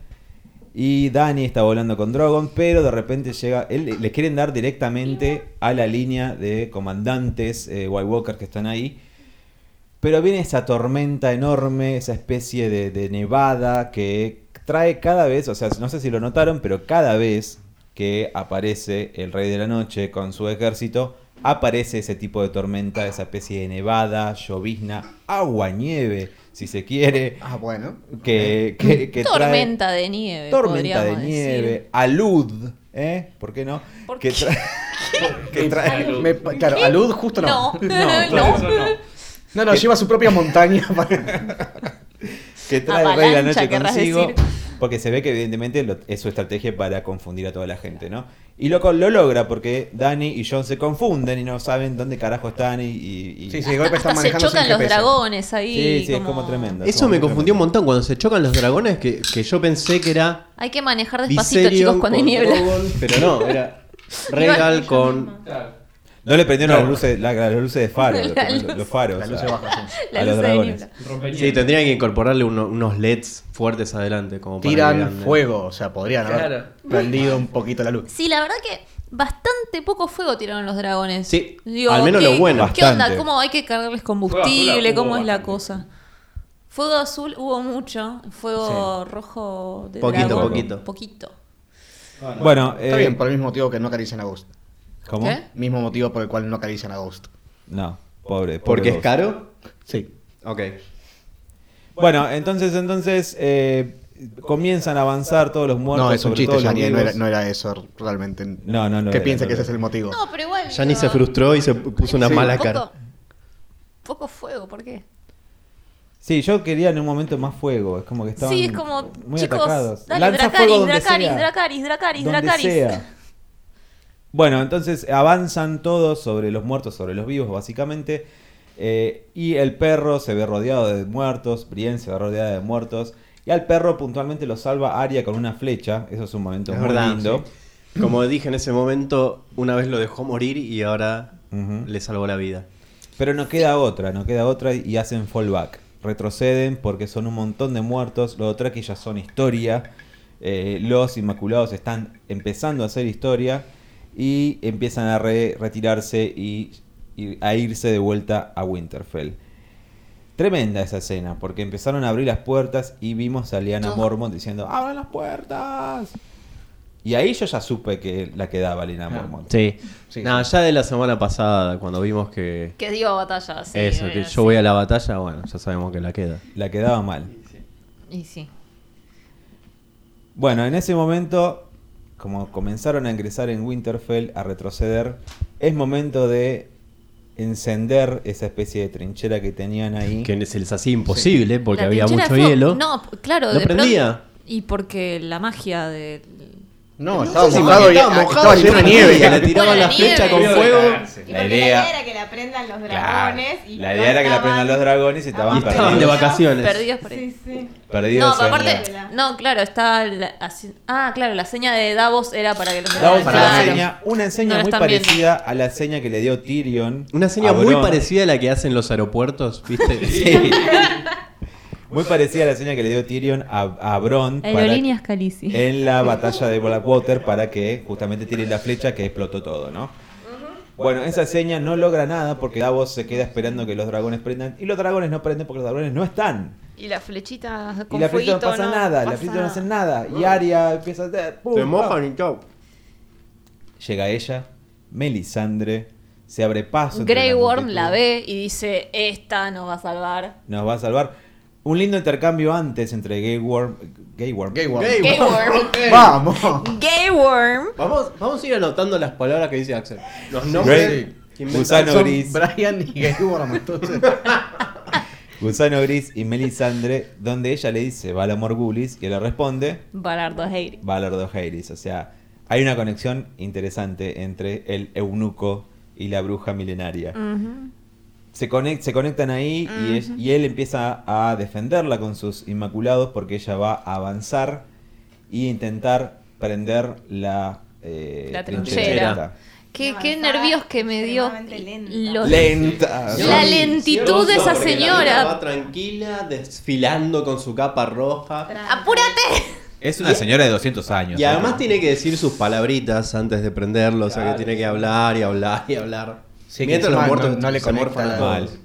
Speaker 3: y Dani está volando con Drogon, pero de repente llega. Él, le quieren dar directamente a la línea de comandantes eh, White Walker que están ahí. Pero viene esa tormenta enorme, esa especie de, de nevada que trae cada vez, o sea, no sé si lo notaron, pero cada vez que aparece el Rey de la Noche con su ejército, aparece ese tipo de tormenta, esa especie de nevada, llovizna, agua, nieve, si se quiere,
Speaker 8: Ah, bueno.
Speaker 3: que, que, que trae-
Speaker 4: tormenta de nieve.
Speaker 3: tormenta de
Speaker 4: Eh, podríamos
Speaker 3: nieve,
Speaker 4: decir.
Speaker 3: alud, ¿eh? ¿por qué no?
Speaker 4: ¿Por
Speaker 3: que
Speaker 4: qué?
Speaker 3: trae- que trae-
Speaker 8: Me- claro, a Lud justo no.
Speaker 4: No,
Speaker 3: No,
Speaker 4: no.
Speaker 1: Eso no.
Speaker 8: No, no, lleva su propia montaña. para-
Speaker 3: que trae el Rey de la
Speaker 4: Avalancha,
Speaker 3: Noche
Speaker 4: querrás
Speaker 3: consigo.
Speaker 4: decir.
Speaker 3: Porque se ve que evidentemente lo- es su estrategia para confundir a toda la gente, ¿no? Y lo, co- lo logra porque Dani y John se confunden y no saben dónde carajo están y... y- y-
Speaker 8: Sí, sí, de golpe están
Speaker 4: Hasta se
Speaker 8: manejando sin
Speaker 4: chocan los
Speaker 8: GPS.
Speaker 4: dragones ahí.
Speaker 3: Sí, sí, es como tremendo.
Speaker 2: Eso me confundió un montón cuando se chocan los dragones que, que yo pensé que era
Speaker 4: Hay que manejar despacito,
Speaker 2: Viserion
Speaker 4: chicos, cuando hay
Speaker 2: con
Speaker 4: niebla.
Speaker 2: Drogon, pero no, era Regal con
Speaker 1: Claro.
Speaker 3: No le prendieron
Speaker 2: No.
Speaker 3: las luces, la- las luces de faro,
Speaker 4: La
Speaker 3: los-
Speaker 4: luz.
Speaker 3: los faros.
Speaker 8: La
Speaker 3: o
Speaker 8: luz
Speaker 3: sea,
Speaker 8: se baja, sí.
Speaker 4: La
Speaker 3: a los
Speaker 4: luz de
Speaker 3: dragones.
Speaker 4: niebla.
Speaker 1: Rompeñiel.
Speaker 2: Sí, tendrían que incorporarle uno- unos LEDs fuertes adelante como para que
Speaker 8: Tiran
Speaker 2: vean, eh.
Speaker 8: fuego, o sea, podrían haber
Speaker 1: Claro.
Speaker 8: prendido un poquito la luz.
Speaker 4: Sí, la verdad que bastante poco fuego tiraron los dragones.
Speaker 2: Sí, al menos lo bueno.
Speaker 4: ¿Qué onda?
Speaker 3: Bastante.
Speaker 4: ¿Cómo hay que cargarles
Speaker 1: Fuego
Speaker 4: combustible?
Speaker 1: azul hubo
Speaker 4: ¿Cómo es la
Speaker 1: bastante.
Speaker 4: cosa? Fuego azul hubo mucho. Fuego rojo de
Speaker 2: Poquito,
Speaker 4: dragón,
Speaker 2: poquito.
Speaker 4: Poquito.
Speaker 1: Ah, no.
Speaker 3: Bueno,
Speaker 8: Está
Speaker 3: eh,
Speaker 8: bien, por el mismo motivo que no acarician a Ghost.
Speaker 3: ¿cómo?
Speaker 4: ¿Qué?
Speaker 8: Mismo motivo por el cual no acarician a Ghost.
Speaker 3: No, pobre. pobre
Speaker 2: Porque es
Speaker 3: Ghost.
Speaker 2: caro.
Speaker 8: Sí.
Speaker 2: Ok.
Speaker 3: Bueno, entonces, entonces eh, comienzan a avanzar todos los muertos.
Speaker 8: No, es un
Speaker 3: sobre
Speaker 8: chiste,
Speaker 3: todos los
Speaker 8: Yanni, no era,
Speaker 3: vivos.
Speaker 8: no era eso realmente.
Speaker 3: No, no, no
Speaker 8: Que
Speaker 3: era,
Speaker 8: piensa
Speaker 3: no
Speaker 8: que ese
Speaker 3: era.
Speaker 8: es el motivo.
Speaker 4: No, pero igual.
Speaker 2: Ya ni
Speaker 4: no.
Speaker 2: se frustró y se puso una
Speaker 8: Sí.
Speaker 2: mala cara.
Speaker 4: Poco, poco fuego, ¿por qué?
Speaker 3: Sí, yo quería en un momento más fuego. Es como que estaban
Speaker 4: Sí, es como.
Speaker 3: muy
Speaker 4: chicos,
Speaker 3: atacados.
Speaker 4: dale,
Speaker 3: Lanza
Speaker 4: Dracaris,
Speaker 3: fuego donde
Speaker 4: Dracaris,
Speaker 3: sea.
Speaker 4: Dracaris, Dracaris,
Speaker 3: Donde
Speaker 4: Dracaris.
Speaker 3: sea. Bueno, entonces avanzan todos sobre los muertos, sobre los vivos, básicamente. eh, y el perro se ve rodeado de muertos. Brienne se ve rodeada de muertos. Y al perro puntualmente lo salva Arya con una flecha. Eso es un momento
Speaker 2: Es
Speaker 3: muy
Speaker 2: verdad,
Speaker 3: lindo.
Speaker 2: sí. Como dije en ese momento, una vez lo dejó morir y ahora
Speaker 3: Ujú.
Speaker 2: le salvó la vida.
Speaker 3: Pero no queda otra, no queda otra y hacen fallback. Retroceden porque son un montón de muertos, los Dothraki ya son historia, eh, los Inmaculados están empezando a hacer historia y empiezan a re- retirarse y, y a irse de vuelta a Winterfell. Tremenda esa escena, porque empezaron a abrir las puertas y vimos a Liana
Speaker 4: Todo.
Speaker 3: Mormont diciendo, ¡abran las puertas! Y ahí yo ya supe que la quedaba Liana Mormont.
Speaker 2: Sí.
Speaker 8: Sí.
Speaker 2: Nada, ya de la semana pasada, cuando vimos que.
Speaker 4: Que dio batalla, sí.
Speaker 2: eso, que
Speaker 4: eh,
Speaker 2: yo
Speaker 4: sí.
Speaker 2: voy a la batalla, bueno, ya sabemos que la queda.
Speaker 3: La quedaba mal.
Speaker 4: Y sí.
Speaker 3: Bueno, en ese momento, como comenzaron a ingresar en Winterfell, a retroceder, es momento de encender esa especie de trinchera que tenían ahí.
Speaker 2: Que se les hacía imposible porque
Speaker 4: La
Speaker 2: había
Speaker 4: trinchera
Speaker 2: mucho
Speaker 4: de fuego-
Speaker 2: hielo.
Speaker 4: No, p- claro.
Speaker 2: No
Speaker 4: de pronto-
Speaker 2: prendía.
Speaker 4: Y porque la magia de...
Speaker 8: No, estaba
Speaker 2: Sí,
Speaker 8: mojado
Speaker 2: porque
Speaker 8: y
Speaker 2: estaba mojado
Speaker 8: Ah, estaba
Speaker 2: y
Speaker 8: lleno de
Speaker 2: no
Speaker 8: nieve.
Speaker 2: prendía, Le tiraban
Speaker 4: Bueno,
Speaker 2: la
Speaker 4: la nieve.
Speaker 2: flecha con
Speaker 1: Miedo de
Speaker 2: fuego.
Speaker 1: cagarse.
Speaker 7: Y
Speaker 3: La
Speaker 7: porque
Speaker 3: idea-
Speaker 7: la idea era que la prendan los
Speaker 3: Claro.
Speaker 7: dragones. y
Speaker 3: La
Speaker 7: no
Speaker 3: idea era que la
Speaker 7: estaban-
Speaker 3: prendan los dragones y estaban
Speaker 2: Y estaban de
Speaker 3: perdidos.
Speaker 2: vacaciones.
Speaker 4: Perdidos por ahí.
Speaker 7: Sí, sí.
Speaker 4: No,
Speaker 3: Perdidos
Speaker 4: pero
Speaker 3: en la-
Speaker 4: aparte, no, claro, está la- así- ah, claro, la seña de Davos era para que los
Speaker 3: Davos
Speaker 4: claro.
Speaker 3: para la seña, una
Speaker 4: No
Speaker 3: enseña
Speaker 4: la
Speaker 3: muy
Speaker 4: están viendo.
Speaker 3: parecida a la seña que le dio Tyrion.
Speaker 2: Una seña
Speaker 3: a
Speaker 2: muy
Speaker 3: Bronn.
Speaker 2: parecida a la que hacen los aeropuertos, ¿viste?
Speaker 3: Sí. Muy parecida a la seña que le dio Tyrion a, a Bronn para- Eh,
Speaker 10: Aerolíneas Calici.
Speaker 3: en la batalla de Blackwater para que justamente tire la flecha que explotó todo, ¿no? Bueno, esa seña no logra nada porque Davos se queda esperando que los dragones prendan y los dragones no prenden porque los dragones no están.
Speaker 11: Y la flechita
Speaker 3: Y
Speaker 11: con
Speaker 3: la flecha no
Speaker 11: fueguito,
Speaker 3: pasa nada, la
Speaker 11: pasa
Speaker 3: flecha no hace
Speaker 11: nada.
Speaker 3: nada y Arya empieza a hacer pum,
Speaker 2: Se
Speaker 3: pam.
Speaker 2: mojan y chau.
Speaker 3: Llega ella, Melisandre, se abre paso. entre
Speaker 4: Grey
Speaker 3: la
Speaker 4: Worm
Speaker 3: multitud.
Speaker 4: la ve y dice, esta nos va a salvar.
Speaker 3: Nos va a salvar. Un lindo intercambio antes entre Gay Worm. Gay Worm.
Speaker 8: Gay Worm.
Speaker 2: Gay
Speaker 4: Gay Worm.
Speaker 8: Vamos.
Speaker 4: Gay Worm.
Speaker 2: Vamos, vamos a ir anotando las palabras que dice Axel. Los
Speaker 3: Grey-
Speaker 2: nombres. que inventa.
Speaker 3: Gusano
Speaker 8: Son
Speaker 3: gris.
Speaker 8: Brian y Gay Worm, entonces.
Speaker 3: Gusano Gris y Melisandre, donde ella le dice Valar Morgulis y él le responde
Speaker 4: Barardo Heiri.
Speaker 3: Valar Doheiris. O sea, hay una conexión interesante entre el eunuco y la bruja milenaria. Se, conec- se conectan ahí y, es- y él empieza a defenderla con sus inmaculados porque ella va a avanzar y intentar prender la, eh,
Speaker 4: La
Speaker 2: trinchera.
Speaker 4: Qué,
Speaker 7: Una
Speaker 4: qué
Speaker 7: avanzada
Speaker 4: nervios que me dio.
Speaker 7: extremadamente lenta.
Speaker 4: Los-
Speaker 3: Lenta.
Speaker 4: La lentitud de esa
Speaker 2: Porque la
Speaker 4: señora.
Speaker 2: mina Va tranquila, desfilando con su capa roja.
Speaker 4: Ah, ¡Apúrate!
Speaker 3: Es una señora de 200 años.
Speaker 2: Y
Speaker 3: ¿eh?
Speaker 2: además tiene que decir sus palabritas antes de prenderlo, o sea que tiene que hablar y hablar y hablar.
Speaker 8: Sí, que
Speaker 2: Mientras
Speaker 8: encima
Speaker 2: los muertos
Speaker 8: no- no le
Speaker 2: se
Speaker 8: conecta
Speaker 2: morfan a
Speaker 8: la-
Speaker 2: todos.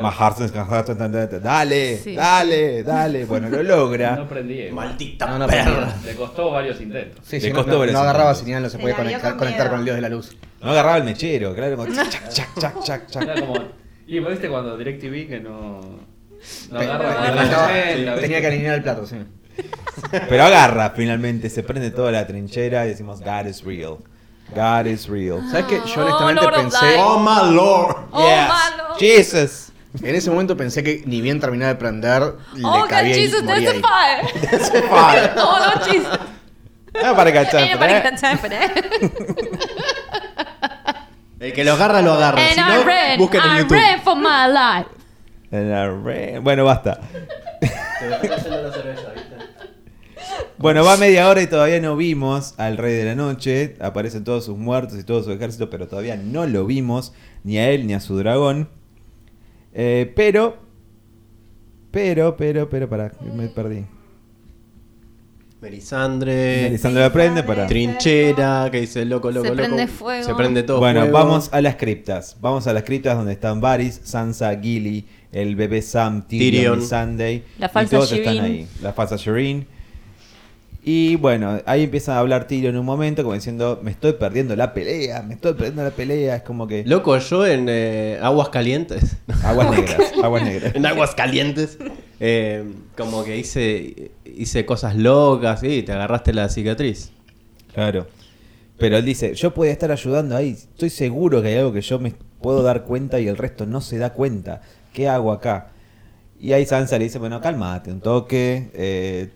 Speaker 3: Majarsen, Majarsen, tan, tan, tan. Dale,
Speaker 4: Sí.
Speaker 3: dale, dale. Bueno, lo
Speaker 1: No
Speaker 3: logra.
Speaker 1: prendí. eh.
Speaker 2: Maldita
Speaker 8: No, no,
Speaker 2: perra.
Speaker 1: Le costó varios intentos.
Speaker 8: Sí,
Speaker 3: Le
Speaker 8: sí, no,
Speaker 3: costó
Speaker 8: no-
Speaker 3: ver
Speaker 8: no
Speaker 3: ese
Speaker 8: agarraba
Speaker 3: momento.
Speaker 8: señal, no se
Speaker 7: Se
Speaker 8: puede
Speaker 7: la vio
Speaker 8: conectar,
Speaker 7: con
Speaker 8: conectar
Speaker 7: miedo.
Speaker 8: con el dios de la luz.
Speaker 3: No agarraba el mechero, claro. como chac, chac, chac, chac, chac,
Speaker 1: Era
Speaker 3: chac.
Speaker 1: como. Y viste cuando DirecTV que no. No
Speaker 8: Pe-
Speaker 1: agarra.
Speaker 8: pe-
Speaker 1: cuando
Speaker 8: estaba-
Speaker 1: la venta,
Speaker 8: tenía que
Speaker 1: ¿viste?
Speaker 8: alinear el plato, sí.
Speaker 3: Pero agarra finalmente, se prende toda la trinchera y decimos, God is real. God is real.
Speaker 8: ¿Sabes qué? Yo
Speaker 4: Oh,
Speaker 8: honestamente
Speaker 4: Lord of
Speaker 8: pensé.
Speaker 4: Light.
Speaker 2: Oh my lord.
Speaker 4: ¡Oh,
Speaker 3: Yes.
Speaker 4: malo!
Speaker 3: Jesus.
Speaker 8: En ese momento pensé que ni bien terminaba de prender, le
Speaker 4: ¡Oh, God,
Speaker 8: cabía y
Speaker 4: Jesus,
Speaker 8: moría
Speaker 4: that's a
Speaker 8: ahí.
Speaker 4: fire!
Speaker 3: Fire.
Speaker 4: ¡Oh, Lord Jesus!
Speaker 3: Era para cachar.
Speaker 4: Ain't nobody
Speaker 3: ¿eh?
Speaker 4: got time for that.
Speaker 2: El que lo agarra, lo agarra.
Speaker 4: And
Speaker 2: Si
Speaker 4: I
Speaker 2: no,
Speaker 4: ran,
Speaker 2: busquen en
Speaker 4: I
Speaker 2: YouTube.
Speaker 4: ran for my life.
Speaker 3: Era re- Bueno, basta.
Speaker 2: Te me está cayendo la cerveza, ¿viste?
Speaker 3: Bueno, va media hora y todavía no vimos al Rey de la Noche. Aparecen todos sus muertos y todo su ejército, pero todavía no lo vimos, ni a él ni a su dragón. Eh, pero, pero, pero, pero, para, me perdí.
Speaker 2: Melisandre.
Speaker 3: Melisandre aprende para.
Speaker 2: Trinchera, que dice loco, loco,
Speaker 4: Se
Speaker 2: loco.
Speaker 4: prende fuego.
Speaker 2: Se prende todo.
Speaker 3: Bueno,
Speaker 2: fuego.
Speaker 3: vamos a las criptas. Vamos a las criptas donde están Varys, Sansa, Gilly, el bebé Sam, Tyrion,
Speaker 2: Tyrion.
Speaker 3: y Sunday.
Speaker 4: La falsa
Speaker 3: y todos están
Speaker 4: Shireen.
Speaker 3: ahí. La falsa Shireen. Y bueno, ahí empieza a hablar Tyrion un momento, como diciendo, me estoy perdiendo la pelea, me estoy perdiendo la pelea. Es como que...
Speaker 2: Loco, yo en eh, aguas calientes.
Speaker 3: Aguas negras, aguas negras.
Speaker 2: en aguas calientes. eh, como que hice, hice cosas locas y te agarraste la cicatriz.
Speaker 3: Claro. Pero él dice, yo podía estar ayudando ahí, estoy seguro que hay algo que yo me puedo dar cuenta y el resto no se da cuenta. ¿Qué hago acá? Y ahí Sansa le dice, bueno, cálmate, un toque. eh,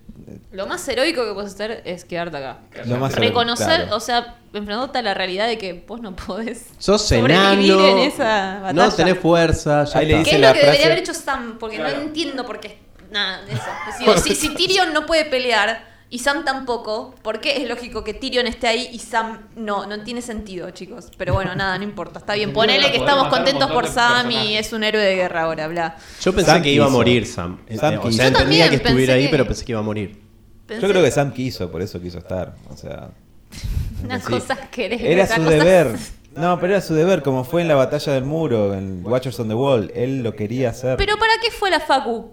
Speaker 4: Lo más heroico que puedes hacer es quedarte acá.
Speaker 3: lo más
Speaker 4: Reconocer,
Speaker 3: claro.
Speaker 4: o sea, enfrentándote a la realidad de que vos no podés.
Speaker 2: Sos
Speaker 4: Sobrevivir
Speaker 2: enano.
Speaker 4: en esa batalla.
Speaker 2: no tenés fuerza. Ya
Speaker 3: Ahí le
Speaker 2: está.
Speaker 3: dice
Speaker 4: ¿Qué es
Speaker 3: la
Speaker 4: lo que debería
Speaker 3: frase-
Speaker 4: haber hecho Sam? Porque
Speaker 1: Claro.
Speaker 4: no entiendo por qué. Nada, eso. Es decir, si, si Tyrion no puede pelear y Sam tampoco, ¿por qué es lógico que Tyrion esté ahí y Sam no? No tiene sentido, chicos. Pero bueno, nada, no importa. Está bien.
Speaker 1: Tyrion
Speaker 4: Ponele
Speaker 1: la
Speaker 4: que
Speaker 1: podés
Speaker 4: estamos
Speaker 1: matar un
Speaker 4: contentos por
Speaker 1: montón de
Speaker 4: Sam y
Speaker 1: personajes.
Speaker 4: es un héroe de guerra ahora, bla.
Speaker 2: Yo pensé
Speaker 3: Sam
Speaker 2: que iba a
Speaker 3: quiso.
Speaker 2: morir Sam.
Speaker 3: Sam
Speaker 2: Eh, o
Speaker 3: quiso.
Speaker 2: sea,
Speaker 4: Yo
Speaker 2: entendía
Speaker 4: también
Speaker 2: que estuviera
Speaker 4: pensé
Speaker 2: ahí,
Speaker 4: que-
Speaker 2: pero pensé que iba a morir.
Speaker 4: Pensé
Speaker 3: Yo creo que Sam quiso, por eso quiso estar. O sea,
Speaker 4: Una
Speaker 3: sí.
Speaker 4: cosa es querer,
Speaker 3: era
Speaker 4: otra
Speaker 3: su
Speaker 4: cosa es-
Speaker 3: deber. No, pero era su deber, como fue en la batalla del muro, en Watchers on the Wall. Él lo quería hacer.
Speaker 4: Pero ¿para qué fue la Facu?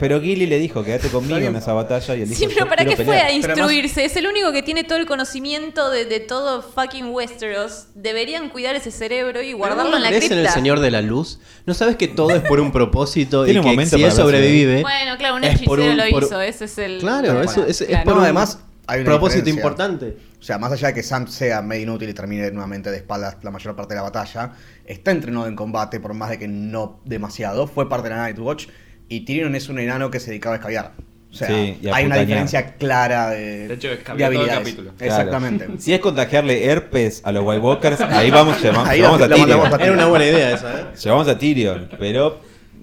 Speaker 3: Pero Gilly le dijo, quédate conmigo en esa batalla. Y él dijo,
Speaker 4: Sí, pero
Speaker 3: "Yo
Speaker 4: ¿para
Speaker 3: quiero
Speaker 4: qué fue
Speaker 3: pelear".
Speaker 4: a
Speaker 8: Pero
Speaker 4: instruirse? Es el único que tiene todo el conocimiento de, de todo fucking Westeros. Deberían cuidar ese cerebro y guardarlo en la
Speaker 2: ¿Crees
Speaker 4: cripta.
Speaker 2: en el Señor de la Luz? ¿No sabes que todo es por un propósito y
Speaker 3: Tiene un
Speaker 2: que
Speaker 3: momento
Speaker 2: si
Speaker 3: para
Speaker 2: él
Speaker 3: ver si-
Speaker 2: sobrevive...
Speaker 4: Bueno, claro, un
Speaker 2: es por
Speaker 4: hechicero
Speaker 2: un-
Speaker 4: lo
Speaker 2: por-
Speaker 4: hizo. Ese es el.
Speaker 2: Claro,
Speaker 4: Tal
Speaker 2: eso-
Speaker 4: cual.
Speaker 2: ese- es
Speaker 4: Claro.
Speaker 2: por
Speaker 8: No,
Speaker 2: un
Speaker 8: además, hay una
Speaker 2: propósito
Speaker 8: diferencia.
Speaker 2: importante.
Speaker 8: O sea, más allá de que Sam sea medio inútil y termine nuevamente de espaldas la mayor parte de la batalla, está entrenado en combate, por más de que no demasiado. Fue parte de la Nightwatch y Tyrion es un enano que se dedicaba a escabiar. O sea,
Speaker 3: Sí, y a
Speaker 8: hay una
Speaker 3: putañar.
Speaker 8: diferencia clara de,
Speaker 1: De hecho, escabió
Speaker 8: de
Speaker 1: todo el
Speaker 8: habilidades.
Speaker 1: capítulo.
Speaker 3: Claro.
Speaker 8: Exactamente.
Speaker 3: Si es contagiarle herpes a los White Walkers, ahí vamos, llevamos,
Speaker 8: Ahí
Speaker 3: llevamos
Speaker 8: lo-
Speaker 3: a
Speaker 8: lo
Speaker 3: Tyrion.
Speaker 8: mandamos a-
Speaker 2: Era una buena idea esa, ¿eh?
Speaker 3: Llevamos a Tyrion, pero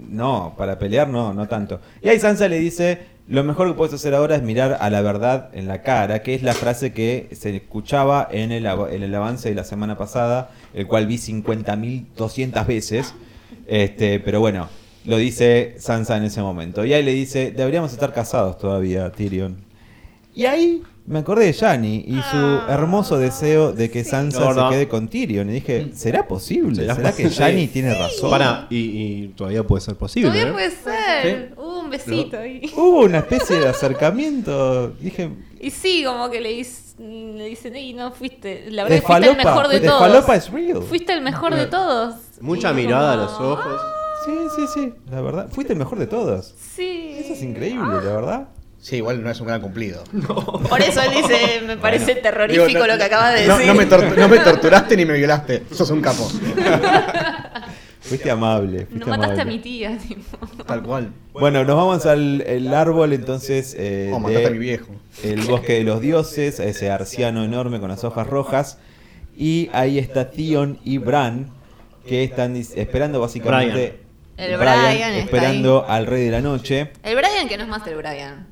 Speaker 3: no, para pelear no, no tanto. Y ahí Sansa le dice, lo mejor que puedes hacer ahora es mirar a la verdad en la cara, que es la frase que se escuchaba en el, av- en el avance de la semana pasada, el cual vi 50.200 veces. Este, pero bueno, lo dice Sansa en ese momento. Y ahí le dice, deberíamos estar casados todavía, Tyrion. Y ahí me acordé de Yanni y su hermoso deseo de que Sansa
Speaker 2: Gorda.
Speaker 3: se quede con Tyrion. Y dije, ¿será posible?
Speaker 2: ¿Será
Speaker 3: ¿Será, que
Speaker 2: posible?
Speaker 3: Yanni tiene razón?
Speaker 2: Pará, y, y todavía puede ser posible.
Speaker 4: Todavía
Speaker 2: ¿eh?
Speaker 4: puede ser. Hubo un besito ahí.
Speaker 3: Hubo una especie de acercamiento. Dije,
Speaker 4: Y sí, como que le, dis- le dicen, y no fuiste. La verdad,
Speaker 3: de
Speaker 4: que fuiste el mejor
Speaker 3: falopa.
Speaker 4: de
Speaker 3: De
Speaker 4: todos.
Speaker 3: falopa es real.
Speaker 4: Fuiste el mejor de todos.
Speaker 2: Mucha
Speaker 4: Y
Speaker 2: mirada a los
Speaker 4: como,
Speaker 2: ojos.
Speaker 3: Sí, sí, sí. La verdad, fuiste el mejor de todos.
Speaker 4: Sí.
Speaker 3: Eso es increíble, la verdad.
Speaker 8: Sí, igual no es un gran cumplido.
Speaker 12: Por eso él dice, me parece terrorífico
Speaker 8: Digo, no-
Speaker 12: lo que acabas de
Speaker 8: No,
Speaker 12: decir.
Speaker 8: no me tor- no me torturaste ni me violaste. Sos un capo.
Speaker 3: Fuiste amable.
Speaker 4: No
Speaker 3: Fuiste
Speaker 4: mataste
Speaker 3: amable.
Speaker 4: a mi tía, tipo.
Speaker 8: Tal cual.
Speaker 3: Bueno, nos vamos al el árbol entonces. eh,
Speaker 8: O
Speaker 3: de-
Speaker 8: Oh, mataste a mi viejo.
Speaker 3: el bosque de los dioses, a ese arciano enorme con las hojas rojas. Y ahí está Theon y Bran, que están dis- esperando básicamente.
Speaker 12: El Brian está
Speaker 3: esperando al rey de la noche.
Speaker 4: El Brian, que no es más el Brian.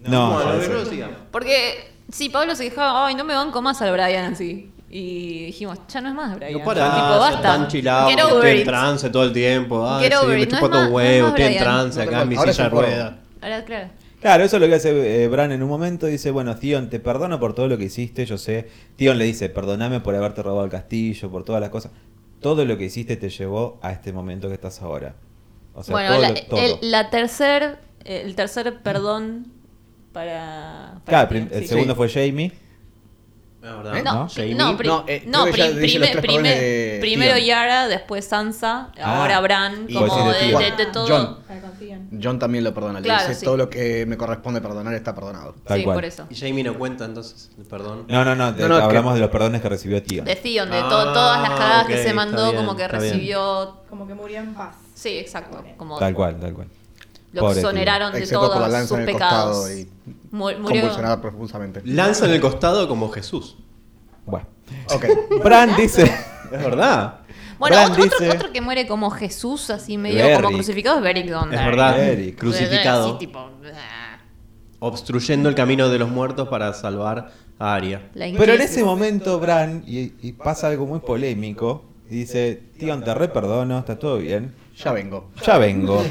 Speaker 3: No, ya sé.
Speaker 4: Porque sí, Pablo se quejaba, ay, no me banco más al Brian así. Y dijimos, ya no es más Brian.
Speaker 2: No pará,
Speaker 4: tipo, basta.
Speaker 2: tan chilado,
Speaker 4: Get over
Speaker 2: estoy en
Speaker 4: it.
Speaker 2: trance todo el tiempo. Ay,
Speaker 4: Get
Speaker 2: sí,
Speaker 4: over
Speaker 2: me
Speaker 4: it, no
Speaker 2: chupa
Speaker 4: es
Speaker 2: todo
Speaker 4: más- no es
Speaker 2: huevo,
Speaker 4: más
Speaker 2: estoy en
Speaker 4: Brian.
Speaker 2: trance
Speaker 8: No,
Speaker 2: acá en mi
Speaker 8: ahora es ¿Eh?
Speaker 2: silla de
Speaker 8: un cuervo.
Speaker 2: rueda.
Speaker 4: Ahora, claro.
Speaker 3: Claro, eso es lo que hace eh, Bran en un momento. Dice, bueno, Theon, te perdono por todo lo que hiciste, yo sé. Theon le dice, perdoname por haberte robado el castillo, por todas las cosas. Todo lo que hiciste te llevó a este momento que estás ahora. O sea,
Speaker 4: bueno,
Speaker 3: todo
Speaker 4: la,
Speaker 3: lo- todo.
Speaker 4: el, la tercer, el tercer perdón para. para
Speaker 3: Claro,
Speaker 4: Tyrion,
Speaker 3: prim- el
Speaker 4: sí.
Speaker 3: segundo fue Jamie.
Speaker 2: No, ¿verdad?
Speaker 8: ¿Eh?
Speaker 4: No,
Speaker 3: ¿no?
Speaker 4: pri- no, pri-
Speaker 8: No, eh,
Speaker 4: no,
Speaker 8: creo que
Speaker 4: pri-
Speaker 8: ya dice los
Speaker 4: prime-
Speaker 8: tres eh,
Speaker 4: prime-
Speaker 8: perdones de
Speaker 4: primero
Speaker 8: Theon.
Speaker 4: Yara, después Sansa,
Speaker 3: Ah,
Speaker 4: ahora Bran,
Speaker 8: y-
Speaker 4: como
Speaker 3: vos
Speaker 4: de,
Speaker 3: decís de
Speaker 4: de-
Speaker 7: Tyrion.
Speaker 4: de todo.
Speaker 8: Jon.
Speaker 7: Para con Tyrion.
Speaker 8: John también lo perdona. Le
Speaker 4: Claro,
Speaker 8: dice
Speaker 4: sí.
Speaker 8: todo lo que me corresponde perdonar está perdonado.
Speaker 3: Tal
Speaker 4: sí,
Speaker 3: cual.
Speaker 4: por eso.
Speaker 2: Y Jamie no cuenta entonces, perdón.
Speaker 3: No, no, no, te-
Speaker 8: No, no,
Speaker 3: hablamos
Speaker 8: que-
Speaker 3: de los perdones que recibió Tío.
Speaker 4: De Theon, de
Speaker 2: Ah,
Speaker 4: to- todas las cagadas
Speaker 2: ok,
Speaker 4: que se
Speaker 2: está
Speaker 4: mandó,
Speaker 2: bien,
Speaker 4: como que
Speaker 2: está bien.
Speaker 4: recibió.
Speaker 7: Como que murió en paz.
Speaker 4: Sí, exacto. Como
Speaker 3: Tal cual, tal cual.
Speaker 4: Lo
Speaker 3: Pobre
Speaker 4: exoneraron de
Speaker 8: Excepto por la
Speaker 4: todos
Speaker 8: lanza
Speaker 4: sus
Speaker 8: en el costado
Speaker 4: pecados.
Speaker 8: y
Speaker 4: Mu- Murió.
Speaker 8: convulsionada profusamente.
Speaker 2: Lanza en el costado como Jesús.
Speaker 3: Tyrion. Bueno.
Speaker 8: Ok.
Speaker 3: Bran dice.
Speaker 2: Es verdad.
Speaker 4: Bueno,
Speaker 3: Bran
Speaker 4: otro, otro-
Speaker 3: dice-
Speaker 4: otro que muere como Jesús, así medio como
Speaker 3: Beric.
Speaker 4: crucificado, es Beric
Speaker 2: Es
Speaker 4: Dondarrion.
Speaker 2: verdad.
Speaker 3: Eric.
Speaker 4: Así,
Speaker 2: Crucificado.
Speaker 4: tipo, ah,
Speaker 2: Obstruyendo el camino de los muertos para salvar a Aria.
Speaker 3: Pero
Speaker 4: la
Speaker 3: en
Speaker 4: injusticia.
Speaker 3: ese momento, Bran, y, y pasa algo muy polémico, y dice: Tío, te re perdono, está todo bien.
Speaker 8: Ya vengo.
Speaker 3: Ya vengo.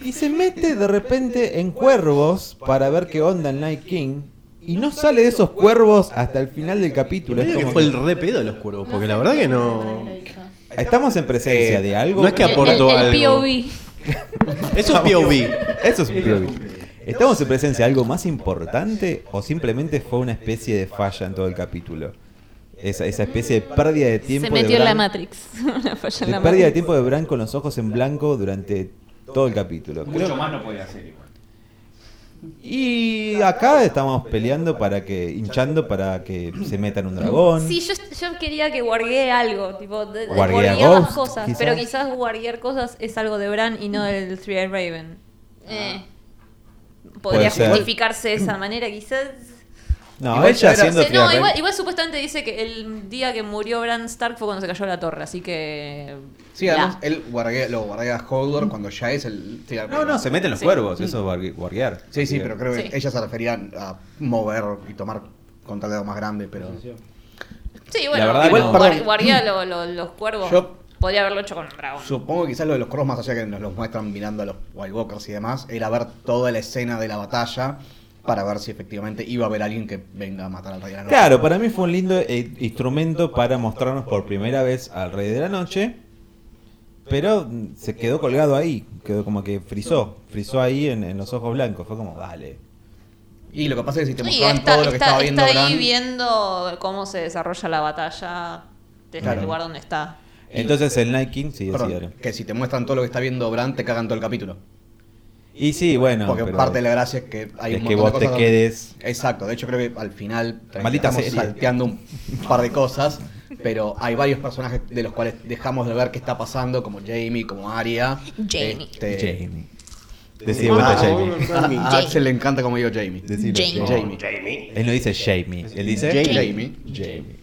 Speaker 3: Y se mete de repente en cuervos para ver qué onda el Night King. Y no sale de esos cuervos hasta el final del capítulo. Es
Speaker 2: Creo que
Speaker 3: como
Speaker 2: fue
Speaker 3: que-
Speaker 2: el re pedo de los cuervos, porque la verdad que no.
Speaker 3: Estamos en presencia de algo.
Speaker 2: Eh, no es que
Speaker 4: El- el-
Speaker 2: aportó
Speaker 4: el,
Speaker 2: algo.
Speaker 4: POV.
Speaker 2: Eso es POV.
Speaker 3: Eso es un POV. ¿Estamos en presencia de algo más importante o simplemente fue una especie de falla en todo el capítulo? Esa, esa especie de pérdida de tiempo.
Speaker 4: Se
Speaker 3: de
Speaker 4: metió en la
Speaker 3: Bran-
Speaker 4: Matrix. Una falla en
Speaker 3: de
Speaker 4: la
Speaker 3: pérdida de
Speaker 4: Matrix.
Speaker 3: tiempo de Bran con los ojos en blanco durante todo el capítulo.
Speaker 1: Mucho más no podía hacer igual.
Speaker 3: Y acá estamos peleando para que, hinchando para que se metan un dragón.
Speaker 4: Sí, yo, yo quería que guarguee algo, tipo, de, de-
Speaker 3: Guarguear
Speaker 4: guarguear las
Speaker 3: Ghost,
Speaker 4: cosas,
Speaker 3: quizás.
Speaker 4: pero quizás guarguear cosas es algo de Bran y no del Three Eyed Raven. Eh,
Speaker 3: Puede
Speaker 4: podría
Speaker 3: ser.
Speaker 4: justificarse de esa manera, quizás.
Speaker 3: No,
Speaker 8: Igual
Speaker 3: ella
Speaker 8: era-
Speaker 3: haciendo
Speaker 4: Sí, no,
Speaker 3: Three
Speaker 4: igual,
Speaker 3: Eyed
Speaker 4: igual supuestamente dice que el día que murió Bran Stark fue cuando se cayó la torre, así que.
Speaker 8: Sí,
Speaker 4: bla.
Speaker 8: además él guardea, lo guardea a Hodor cuando ya es el. sí,
Speaker 3: Raven. No, no, se meten los cuervos, eso es guargue- guarguear.
Speaker 8: Sí, sí, pero creo que
Speaker 4: Sí.
Speaker 8: ella se refería a mover y tomar con tal dedo más grande, pero.
Speaker 4: Sí, bueno,
Speaker 5: verdad,
Speaker 4: igual,
Speaker 8: no.
Speaker 4: guar-
Speaker 8: perdón.
Speaker 4: guarguea lo- lo- los cuervos.
Speaker 8: mm. Yo-
Speaker 4: podría haberlo hecho con un dragón.
Speaker 8: Supongo que quizás lo de los cuervos, más allá que nos los muestran mirando a los White Walkers y demás, era ver toda la escena de la batalla para ver si efectivamente iba a haber alguien que venga a matar al rey de la noche.
Speaker 3: Claro, para mí fue un lindo eh, instrumento para mostrarnos por primera vez al Rey de la Noche, pero mm, se quedó colgado ahí, quedó como que frizó, frizó ahí en, en los ojos blancos, fue como, dale.
Speaker 8: Y lo que pasa es que si te
Speaker 12: Sí,
Speaker 8: mostraban
Speaker 12: está,
Speaker 8: todo lo que
Speaker 12: está-
Speaker 8: estaba
Speaker 12: está
Speaker 8: viendo
Speaker 12: ahí
Speaker 8: Bran,
Speaker 12: viendo cómo se desarrolla la batalla desde
Speaker 8: Claro.
Speaker 12: el lugar donde está.
Speaker 3: Entonces el Night King, sí,
Speaker 8: eh, perdón,
Speaker 3: sí, dale.
Speaker 8: que si te muestran todo lo que está viendo Bran, te cagan todo el capítulo.
Speaker 3: Y sí, bueno,
Speaker 8: Porque
Speaker 3: pero
Speaker 8: parte de la gracia es que hay
Speaker 3: es
Speaker 8: un
Speaker 3: que
Speaker 8: montón de
Speaker 3: vos te
Speaker 8: cosas-
Speaker 3: quedes...
Speaker 8: Exacto, de hecho creo que al final
Speaker 3: Maldita
Speaker 8: estamos
Speaker 3: serie.
Speaker 8: salteando un par de cosas, pero hay varios personajes de los cuales dejamos de ver qué está pasando, como Jamie, como Arya.
Speaker 4: Jaime.
Speaker 8: este,
Speaker 3: Jamie. Decí de
Speaker 1: Ah,
Speaker 3: vuelta
Speaker 1: bueno,
Speaker 3: Jamie.
Speaker 1: está bien.
Speaker 8: A Axel le encanta como digo Jamie.
Speaker 4: Jamie.
Speaker 8: Jamie.
Speaker 3: Él no dice Jamie, él dice
Speaker 8: Jamie.
Speaker 3: Jamie.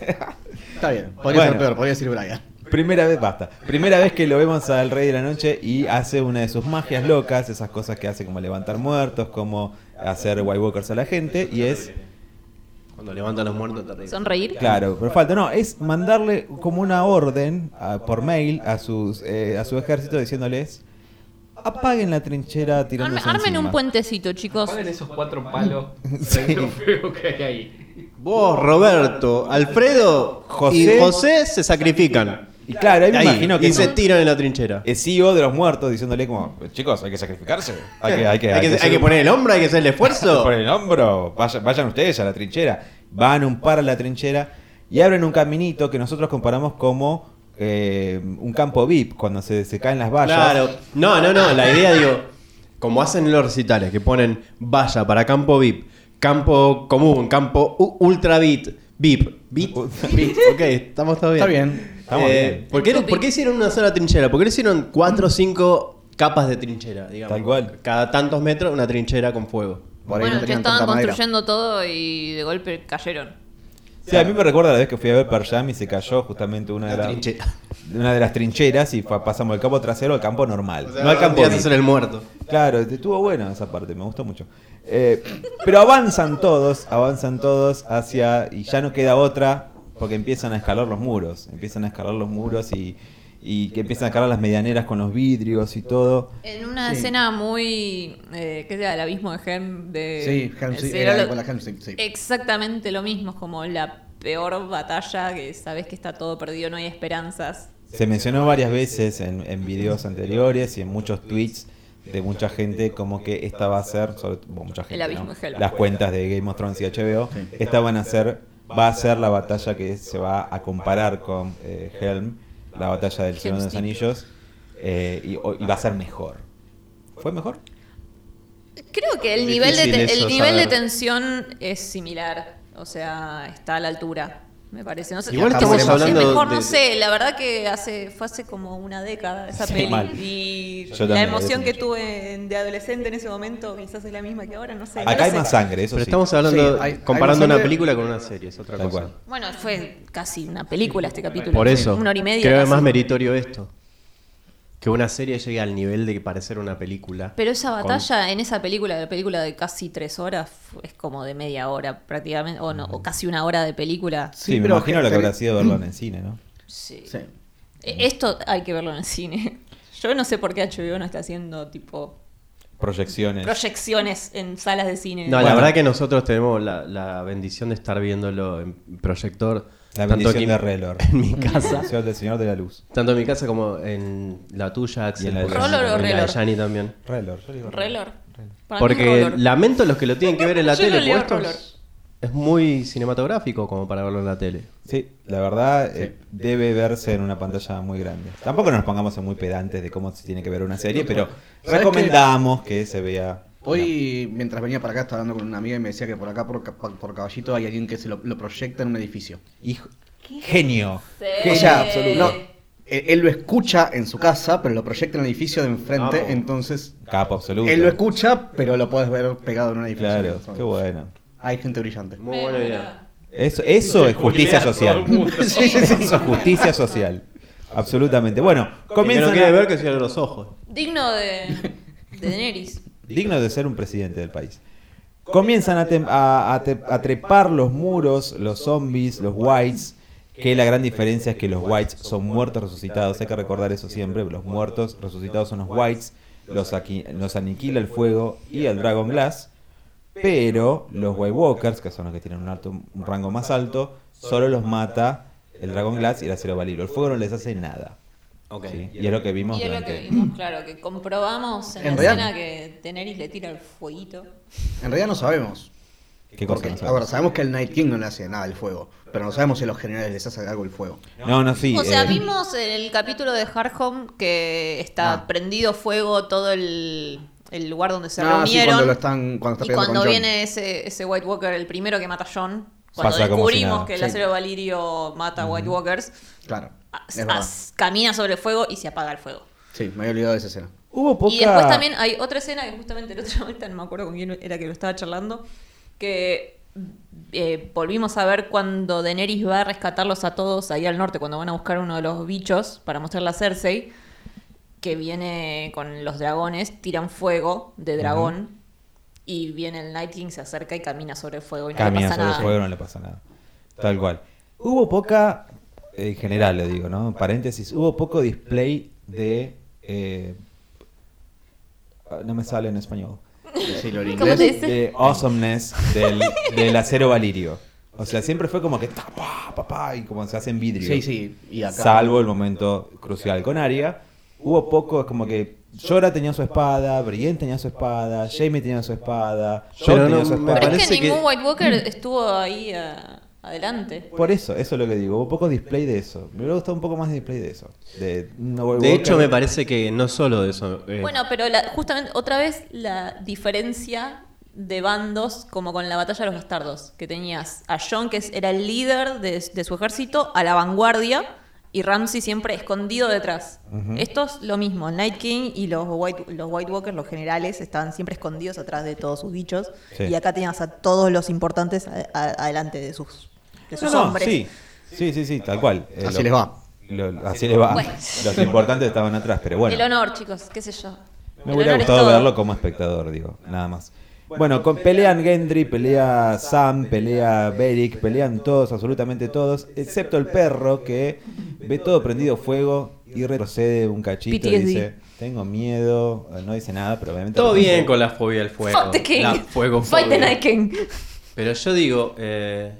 Speaker 8: Está bien. Podría
Speaker 3: Bueno.
Speaker 8: ser peor, podría decir Brian.
Speaker 3: Primera vez, basta. Primera vez que lo vemos al Rey de la Noche y hace una de sus magias locas, esas cosas que hace como levantar muertos, como hacer White Walkers a la gente, y es,
Speaker 2: Cuando levantan los muertos, terrible.
Speaker 12: Sonreír.
Speaker 3: claro, pero falta, no, es mandarle como una orden a- por mail a, sus, eh, a su ejército diciéndoles, apaguen la trinchera
Speaker 4: Arme-
Speaker 3: tirándose
Speaker 4: Armen
Speaker 3: encima".
Speaker 4: un puentecito, chicos.
Speaker 1: Apaguen esos cuatro palos tan feos que hay ahí.
Speaker 2: Vos, Roberto, Alfredo
Speaker 3: José-
Speaker 2: y José se sacrifican.
Speaker 3: Y claro, ahí me
Speaker 2: Ahí,
Speaker 3: imagino que
Speaker 2: y
Speaker 3: es
Speaker 2: se tiran en la trinchera.
Speaker 3: el CEO de los muertos diciéndole como, chicos, hay que sacrificarse, hay que, hay que,
Speaker 2: hay que,
Speaker 3: hacer
Speaker 2: hay que
Speaker 3: un-
Speaker 2: poner el hombro, hay que hacer el esfuerzo.
Speaker 3: Por el hombro, vaya- vayan ustedes a la trinchera. Van un par a la trinchera y abren un caminito que nosotros comparamos como eh, un campo VIP, cuando se, se caen las vallas.
Speaker 2: Claro. No, no, no. La idea, digo, como hacen en los recitales, que ponen valla para campo VIP, campo común, campo u- ultra VIP, VIP, VIP. Ok, estamos todo bien.
Speaker 8: Está bien.
Speaker 3: Estamos
Speaker 2: Eh,
Speaker 3: bien.
Speaker 2: ¿por, qué, por qué hicieron una sola trinchera? ¿Por qué no hicieron cuatro o cinco capas de trinchera? Digamos?
Speaker 3: Tal cual.
Speaker 2: Cada tantos metros una trinchera con fuego.
Speaker 8: Por ahí
Speaker 4: bueno, que
Speaker 8: no tenían
Speaker 4: estaban
Speaker 8: tanta madera.
Speaker 4: construyendo todo y de golpe cayeron.
Speaker 3: Sí, a mí me recuerda la vez que fui a ver Pearl Jam y se cayó justamente una de,
Speaker 2: La
Speaker 3: las-
Speaker 2: trinchera.
Speaker 3: de una de las trincheras y fa- pasamos del campo trasero al campo normal. no al
Speaker 2: hay
Speaker 3: campo VIP.
Speaker 2: hacer el muerto.
Speaker 3: Claro, estuvo buena esa parte, me gustó mucho. Eh, pero avanzan todos, avanzan todos hacia. Y ya no queda otra, porque empiezan a escalar los muros. Empiezan a escalar los muros y, y que empiezan a escalar las medianeras con los vidrios y todo.
Speaker 4: En una escena muy. Eh, ¿Qué sea? El abismo de Helm. De,
Speaker 8: Sí, Helm's Deep,
Speaker 4: Sí,
Speaker 8: era
Speaker 4: lo-
Speaker 8: igual a Helm's Deep, sí.
Speaker 4: Eh, Exactamente lo mismo, es como la peor batalla que sabes que está todo perdido, no hay esperanzas.
Speaker 3: Se mencionó varias veces en, en videos anteriores y en muchos tweets de mucha gente como que esta va a ser, sobre, bueno, mucha gente,
Speaker 4: El abismo
Speaker 3: ¿no?
Speaker 4: de Helm.
Speaker 3: las cuentas de Game of Thrones y HBO, esta van a ser, va a ser la batalla que se va a comparar con eh, Helm, la batalla del Señor de los
Speaker 4: Helm's Deep.
Speaker 3: Anillos, eh, y, o- y va a ser mejor. ¿Fue mejor?
Speaker 4: Creo que el
Speaker 2: Es
Speaker 4: nivel, de,
Speaker 2: difícil
Speaker 4: te-
Speaker 2: eso,
Speaker 4: el nivel de
Speaker 2: saber.
Speaker 4: tensión es similar, o sea, está a la altura, me parece. No sé,
Speaker 2: Igual
Speaker 4: no
Speaker 8: estamos
Speaker 4: sé si
Speaker 8: hablando
Speaker 4: es mejor,
Speaker 2: de-
Speaker 4: no sé, la verdad que hace fue hace como una década esa
Speaker 3: Sí,
Speaker 4: peli
Speaker 3: mal.
Speaker 4: y
Speaker 3: Yo
Speaker 4: la
Speaker 3: también,
Speaker 4: emoción que
Speaker 3: definitivamente.
Speaker 4: tuve en- de adolescente en ese momento quizás es la misma que ahora, no sé. no
Speaker 3: Acá hay
Speaker 4: sé.
Speaker 3: más sangre, eso
Speaker 2: Pero
Speaker 3: sí.
Speaker 2: estamos hablando,
Speaker 8: Sí, hay- hay
Speaker 2: comparando una
Speaker 8: bastante-
Speaker 2: película con una serie, es otra
Speaker 3: Tal
Speaker 2: cosa.
Speaker 3: cual.
Speaker 4: Bueno, fue casi una película este capítulo.
Speaker 2: Por eso,
Speaker 4: Una hora y media.
Speaker 2: creo que es
Speaker 4: casi.
Speaker 2: más meritorio esto. Que una serie llegue al nivel de parecer una película.
Speaker 4: Pero esa batalla en esa película, la película de casi tres horas, fu- es como de media hora prácticamente, o, no, o casi una hora de película.
Speaker 3: Sí,
Speaker 8: Sí,
Speaker 3: me
Speaker 8: pero
Speaker 3: imagino lo que
Speaker 8: gente-
Speaker 3: habrá sido verlo en el cine, ¿no?
Speaker 4: Sí.
Speaker 8: Sí.
Speaker 4: E- Esto hay que verlo en el cine. Yo no sé por qué HBO no está haciendo tipo
Speaker 3: Proyecciones.
Speaker 4: proyecciones en salas de cine.
Speaker 2: No, la
Speaker 3: Bueno.
Speaker 2: verdad que nosotros tenemos la, la bendición de estar viéndolo en proyector.
Speaker 3: La
Speaker 2: tanto
Speaker 3: bendición
Speaker 2: aquí
Speaker 3: de Relor.
Speaker 2: En mi casa.
Speaker 3: Proyección del Señor de la Luz.
Speaker 2: tanto en mi casa como en la tuya, Axel.
Speaker 3: Y en la de
Speaker 2: porque-
Speaker 4: Relor. ¿Rolor o
Speaker 2: y en la de
Speaker 4: Relor?
Speaker 2: Yanni también.
Speaker 3: Relor, yo digo
Speaker 4: Relor. Para mí es
Speaker 2: Porque
Speaker 4: Rolor.
Speaker 2: lamento los que lo tienen que ver en la
Speaker 4: Yo lo
Speaker 2: tele,
Speaker 4: leo
Speaker 2: porque esto
Speaker 4: Relor.
Speaker 2: es- es muy cinematográfico como para verlo en la tele.
Speaker 3: Sí, la verdad eh, debe verse en una pantalla muy grande. Tampoco nos pongamos en muy pedantes de cómo se tiene que ver una serie, pero
Speaker 8: ¿Sabes
Speaker 3: recomendamos que se vea.
Speaker 8: Hoy, mientras venía para acá, estaba hablando con una amiga y me decía que por acá, por, ca- por caballito, hay alguien que se lo, lo proyecta en un edificio.
Speaker 3: Hijo- genio.
Speaker 8: O sea,
Speaker 4: absoluto.
Speaker 8: no, él, él lo escucha en su casa, pero lo proyecta en el edificio de enfrente,
Speaker 2: Vamos.
Speaker 8: entonces
Speaker 3: Capo absoluto.
Speaker 8: él lo escucha, pero lo puedes ver pegado en un edificio.
Speaker 3: Claro,
Speaker 8: Entonces,
Speaker 3: qué bueno.
Speaker 8: Hay gente brillante.
Speaker 2: Muy buena idea.
Speaker 3: Eso, eso es justicia
Speaker 1: Todo el
Speaker 3: social.
Speaker 1: mundo.
Speaker 3: Eso es justicia social. Absolutamente. Bueno,
Speaker 2: Comienza
Speaker 3: comienzan
Speaker 2: quiere
Speaker 3: a-
Speaker 2: ver que cierre los ojos.
Speaker 4: Digno de, de Daenerys.
Speaker 3: digno de ser un presidente del país. Comienzan a, tem- a- a te- a trepar los muros, los zombies, los whites, que la gran diferencia es que los whites son muertos resucitados, hay que recordar eso siempre, los muertos resucitados son los whites, los, aquí- los aniquila el fuego y el dragon glass, Pero los White Walkers, que son los que tienen un, alto- un rango más alto, solo los mata el Dragon Glass y el acero balilo. El fuego no les hace nada.
Speaker 2: Ok.
Speaker 3: ¿sí? Y es lo que vimos
Speaker 4: Y es lo
Speaker 3: durante.
Speaker 4: que vimos, claro, que comprobamos en,
Speaker 8: En
Speaker 4: la
Speaker 8: realidad-
Speaker 4: escena que Daenerys le tira el fueguito.
Speaker 8: En realidad no sabemos.
Speaker 3: ¿Qué cosa
Speaker 8: Porque,
Speaker 3: no
Speaker 8: ahora, sabemos que el Night King no le hace nada el fuego, pero no sabemos si a los generales les hace algo el fuego.
Speaker 3: No, no, sí.
Speaker 4: o sea,
Speaker 3: eh,
Speaker 4: vimos el capítulo de Hardhome que está
Speaker 8: Ah.
Speaker 4: prendido fuego todo el, el lugar donde se
Speaker 8: Ah, sí,
Speaker 4: reunieron.
Speaker 8: cuando lo están, cuando está
Speaker 4: y
Speaker 8: peleando
Speaker 4: cuando
Speaker 8: con Jon.
Speaker 4: viene ese, ese White Walker, el primero que mata a John, cuando
Speaker 3: Pasa como si
Speaker 4: descubrimos
Speaker 3: nada.
Speaker 4: que el
Speaker 8: Sí.
Speaker 4: acero valirio mata a White Walkers,
Speaker 8: Claro.
Speaker 4: as-
Speaker 8: Es verdad.
Speaker 4: as- camina sobre el fuego y se apaga el fuego.
Speaker 8: Sí, me había olvidado de esa escena.
Speaker 3: Hubo poca.
Speaker 4: Y después también hay otra escena que justamente el otro ahorita no me acuerdo con quién era que lo estaba charlando, que eh, volvimos a ver cuando Daenerys va a rescatarlos a todos ahí al norte, cuando van a buscar uno de los bichos para mostrarle a Cersei, que viene con los dragones, tiran fuego de dragón, y viene el Night King, se acerca y camina sobre el fuego y no le
Speaker 3: Camina
Speaker 4: pasa
Speaker 3: sobre el
Speaker 4: nada.
Speaker 3: fuego, no le pasa nada. Tal cual. Hubo poca, en general lo digo, ¿no? Paréntesis, hubo poco display de... eh, ah, no me sale en español.
Speaker 8: Sí, lo
Speaker 4: ¿Cómo te
Speaker 8: inglés.
Speaker 4: dice?
Speaker 3: De awesomeness del, del acero valirio. O sea, siempre fue como que papá, papá, y como se hace en vidrio.
Speaker 8: Sí, sí. Y acá.
Speaker 3: Salvo el momento crucial con Aria. Hubo poco, es como que Jorah tenía su espada, Brienne tenía su espada, Jaime tenía su espada, Jon
Speaker 2: Pero
Speaker 3: tenía
Speaker 2: no,
Speaker 3: su
Speaker 2: me
Speaker 3: espada.
Speaker 4: Pero es
Speaker 2: parece
Speaker 4: que
Speaker 2: que-
Speaker 4: ningún White Walker estuvo ahí ah, adelante.
Speaker 3: Por eso, eso es lo que digo. Un poco display de eso. Me hubiera gustado un poco más de display de eso. De, no voy-
Speaker 2: De
Speaker 3: voy-
Speaker 2: hecho, me parece que no solo de eso. eh,
Speaker 4: Bueno, pero la- justamente otra vez la diferencia de bandos como con la batalla de los bastardos, que tenías a John, que es- era el líder de, de su ejército, a la vanguardia, y Ramsey siempre escondido detrás. Esto es lo mismo, el Night King y los White, los White Walkers, los generales, estaban siempre escondidos atrás de todos sus bichos,
Speaker 3: Sí.
Speaker 4: y acá tenías a todos los importantes a- a- adelante de sus, de
Speaker 3: No,
Speaker 4: sus
Speaker 3: no,
Speaker 4: hombres.
Speaker 3: sí. sí, sí, sí, tal cual. Eh,
Speaker 8: Así
Speaker 3: lo-
Speaker 8: les va.
Speaker 3: lo- así les va.
Speaker 4: Bueno.
Speaker 3: Los importantes estaban atrás, pero bueno.
Speaker 4: El honor, chicos, qué sé yo.
Speaker 3: Me
Speaker 4: El
Speaker 3: hubiera
Speaker 4: honor es
Speaker 3: gustado
Speaker 4: todo.
Speaker 3: verlo como espectador, digo, nada más. Bueno, con, pelean Gendry, pelea Sam, pelea Beric, pelean todos, absolutamente todos, excepto el perro que ve todo prendido fuego y retrocede un cachito y
Speaker 4: PTSD.
Speaker 3: dice, tengo miedo, no dice nada, pero obviamente...
Speaker 2: todo bien con la fobia del fuego.
Speaker 4: Fuck the King.
Speaker 2: La fuego
Speaker 4: Fight the
Speaker 2: fobia.
Speaker 4: Night King.
Speaker 2: Pero yo digo, eh,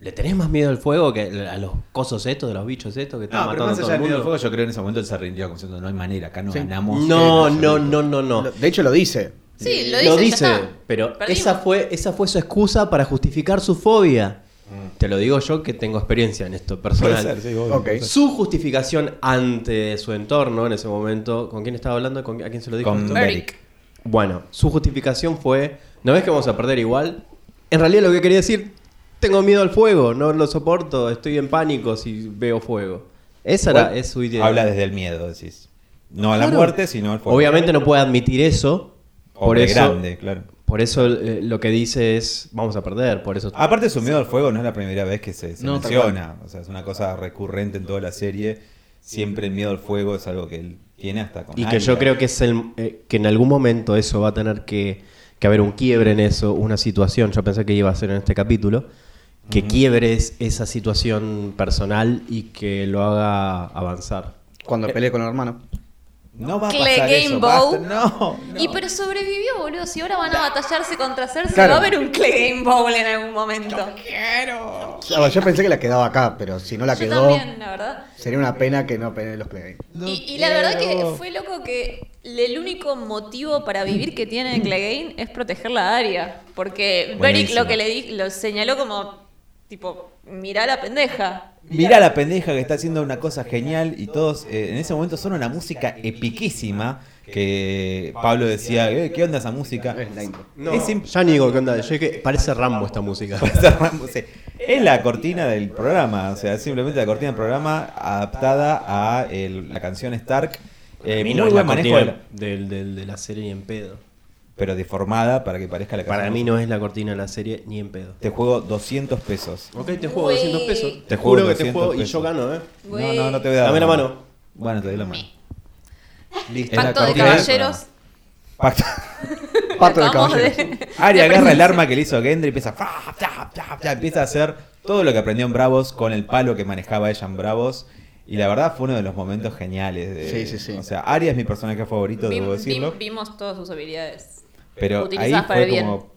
Speaker 2: ¿le tenés más miedo al fuego que a los cosos estos, de los bichos estos que están
Speaker 3: No, Ah, pero
Speaker 2: matando
Speaker 3: más
Speaker 2: a todo
Speaker 3: allá del
Speaker 2: el
Speaker 3: miedo
Speaker 2: mundo?
Speaker 3: del fuego, yo creo en ese momento él se rindió como diciendo, no hay manera, acá no
Speaker 8: Sí.
Speaker 3: ganamos.
Speaker 2: No,
Speaker 3: en
Speaker 2: no,
Speaker 3: absoluto".
Speaker 2: no, no, no.
Speaker 8: Lo- De hecho, lo dice.
Speaker 4: Sí, lo dice.
Speaker 2: Lo
Speaker 4: ya
Speaker 2: dice,
Speaker 4: está.
Speaker 2: pero
Speaker 4: Perdimos.
Speaker 2: esa fue, esa fue su excusa para justificar su fobia. Te lo digo yo que tengo experiencia en esto
Speaker 3: Mm. Puede
Speaker 2: personal.
Speaker 3: ser, sí, obvio.
Speaker 8: Ok.
Speaker 2: Su justificación ante su entorno en ese momento, ¿con quién estaba hablando? ¿Con, qui- ¿A quién se lo dijo?
Speaker 3: Con
Speaker 2: esto?
Speaker 3: Beric.
Speaker 2: Bueno, su justificación fue, ¿no ves que vamos a perder igual? En realidad lo que quería decir, tengo miedo al fuego, no lo soporto, estoy en pánico si veo fuego. Esa era, es su idea.
Speaker 3: Habla desde el miedo, decís. No a la
Speaker 2: Claro.
Speaker 3: muerte, sino al fuego.
Speaker 2: Obviamente no puede admitir eso. Por
Speaker 3: Hombre
Speaker 2: eso,
Speaker 3: grande, claro.
Speaker 2: por eso eh, lo que dice es, vamos a perder, por eso...
Speaker 3: Aparte, su miedo al fuego no es la primera vez que se, se
Speaker 8: No, tal
Speaker 3: menciona. O sea, es una cosa recurrente en toda la serie. Siempre el miedo al fuego es algo que él tiene hasta con
Speaker 2: Y que yo creo que es el eh, que en algún momento eso va a tener que, que haber un quiebre en eso, una situación. Yo pensé que iba a ser en este capítulo. Que quiebre es- esa situación personal y que lo haga avanzar.
Speaker 8: Cuando pelea con el hermano.
Speaker 3: No va a
Speaker 4: Clay
Speaker 3: pasar eso,
Speaker 4: Gamebow.
Speaker 3: basta, No,
Speaker 4: Y pero sobrevivió, boludo. Si ahora van a batallarse contra Cersei,
Speaker 8: Claro.
Speaker 4: va a haber un Clay Game Bowl en algún momento.
Speaker 8: Ahora, Ah, yo pensé que la quedaba acá, pero si no la
Speaker 4: Yo
Speaker 8: quedó,
Speaker 4: también, la verdad.
Speaker 8: sería una pena que no peleen los Play.
Speaker 4: y, y la verdad que fue loco que el único motivo para vivir que tiene Clegane es proteger la área. Porque Beric
Speaker 3: Buenísimo.
Speaker 4: lo que le di, lo señaló como tipo, mirá la pendeja.
Speaker 3: Mirá la pendeja que está haciendo una cosa genial y todos eh, en ese momento son una música epiquísima que Pablo decía, "Eh, ¿qué onda esa música?
Speaker 8: Es la intro.
Speaker 2: Es im- ya ni digo qué onda. Yo que parece Rambo esta música.
Speaker 3: Esa Rambo, sí. Es la cortina del programa, o sea, simplemente la cortina del programa adaptada a el- la canción Stark. Eh,
Speaker 2: mí
Speaker 3: muy
Speaker 2: es
Speaker 3: buen
Speaker 2: la
Speaker 3: manejo, de
Speaker 2: cortina
Speaker 3: la-
Speaker 2: del- del- de la serie ni en pedo.
Speaker 3: pero deformada para que parezca la canción.
Speaker 2: Para mí no es la cortina de la serie ni en pedo.
Speaker 3: Te juego 200 pesos.
Speaker 2: Ok, te juego
Speaker 4: Uy.
Speaker 2: 200 pesos.
Speaker 3: Te
Speaker 2: Te
Speaker 3: juego
Speaker 2: juro que
Speaker 3: 200
Speaker 2: te juego y
Speaker 3: pesos.
Speaker 2: yo gano, ¿eh?
Speaker 4: Güey.
Speaker 3: No, no, no te voy a dar.
Speaker 2: Dame la mano.
Speaker 3: Bueno, te doy la mano. Listo. Es la
Speaker 4: Pacto de
Speaker 3: cortina del
Speaker 4: caballeros.
Speaker 3: programa. Pacto.
Speaker 8: Pato de
Speaker 4: Acabamos
Speaker 8: caballero.
Speaker 4: de-
Speaker 3: Aria agarra el arma que le hizo Gendry y empieza, fa, fa, fa, fa, empieza a hacer todo lo que aprendió en Bravos con el palo que manejaba ella en Bravos. Y la verdad fue uno de los momentos geniales. de-
Speaker 8: Sí, sí, sí.
Speaker 3: O sea, Aria es mi personaje favorito,
Speaker 4: Vi-
Speaker 3: debo
Speaker 4: vi-
Speaker 3: decirlo.
Speaker 4: vimos todas sus habilidades.
Speaker 3: Pero ahí
Speaker 4: utilizadas para
Speaker 3: fue
Speaker 4: el bien.
Speaker 3: como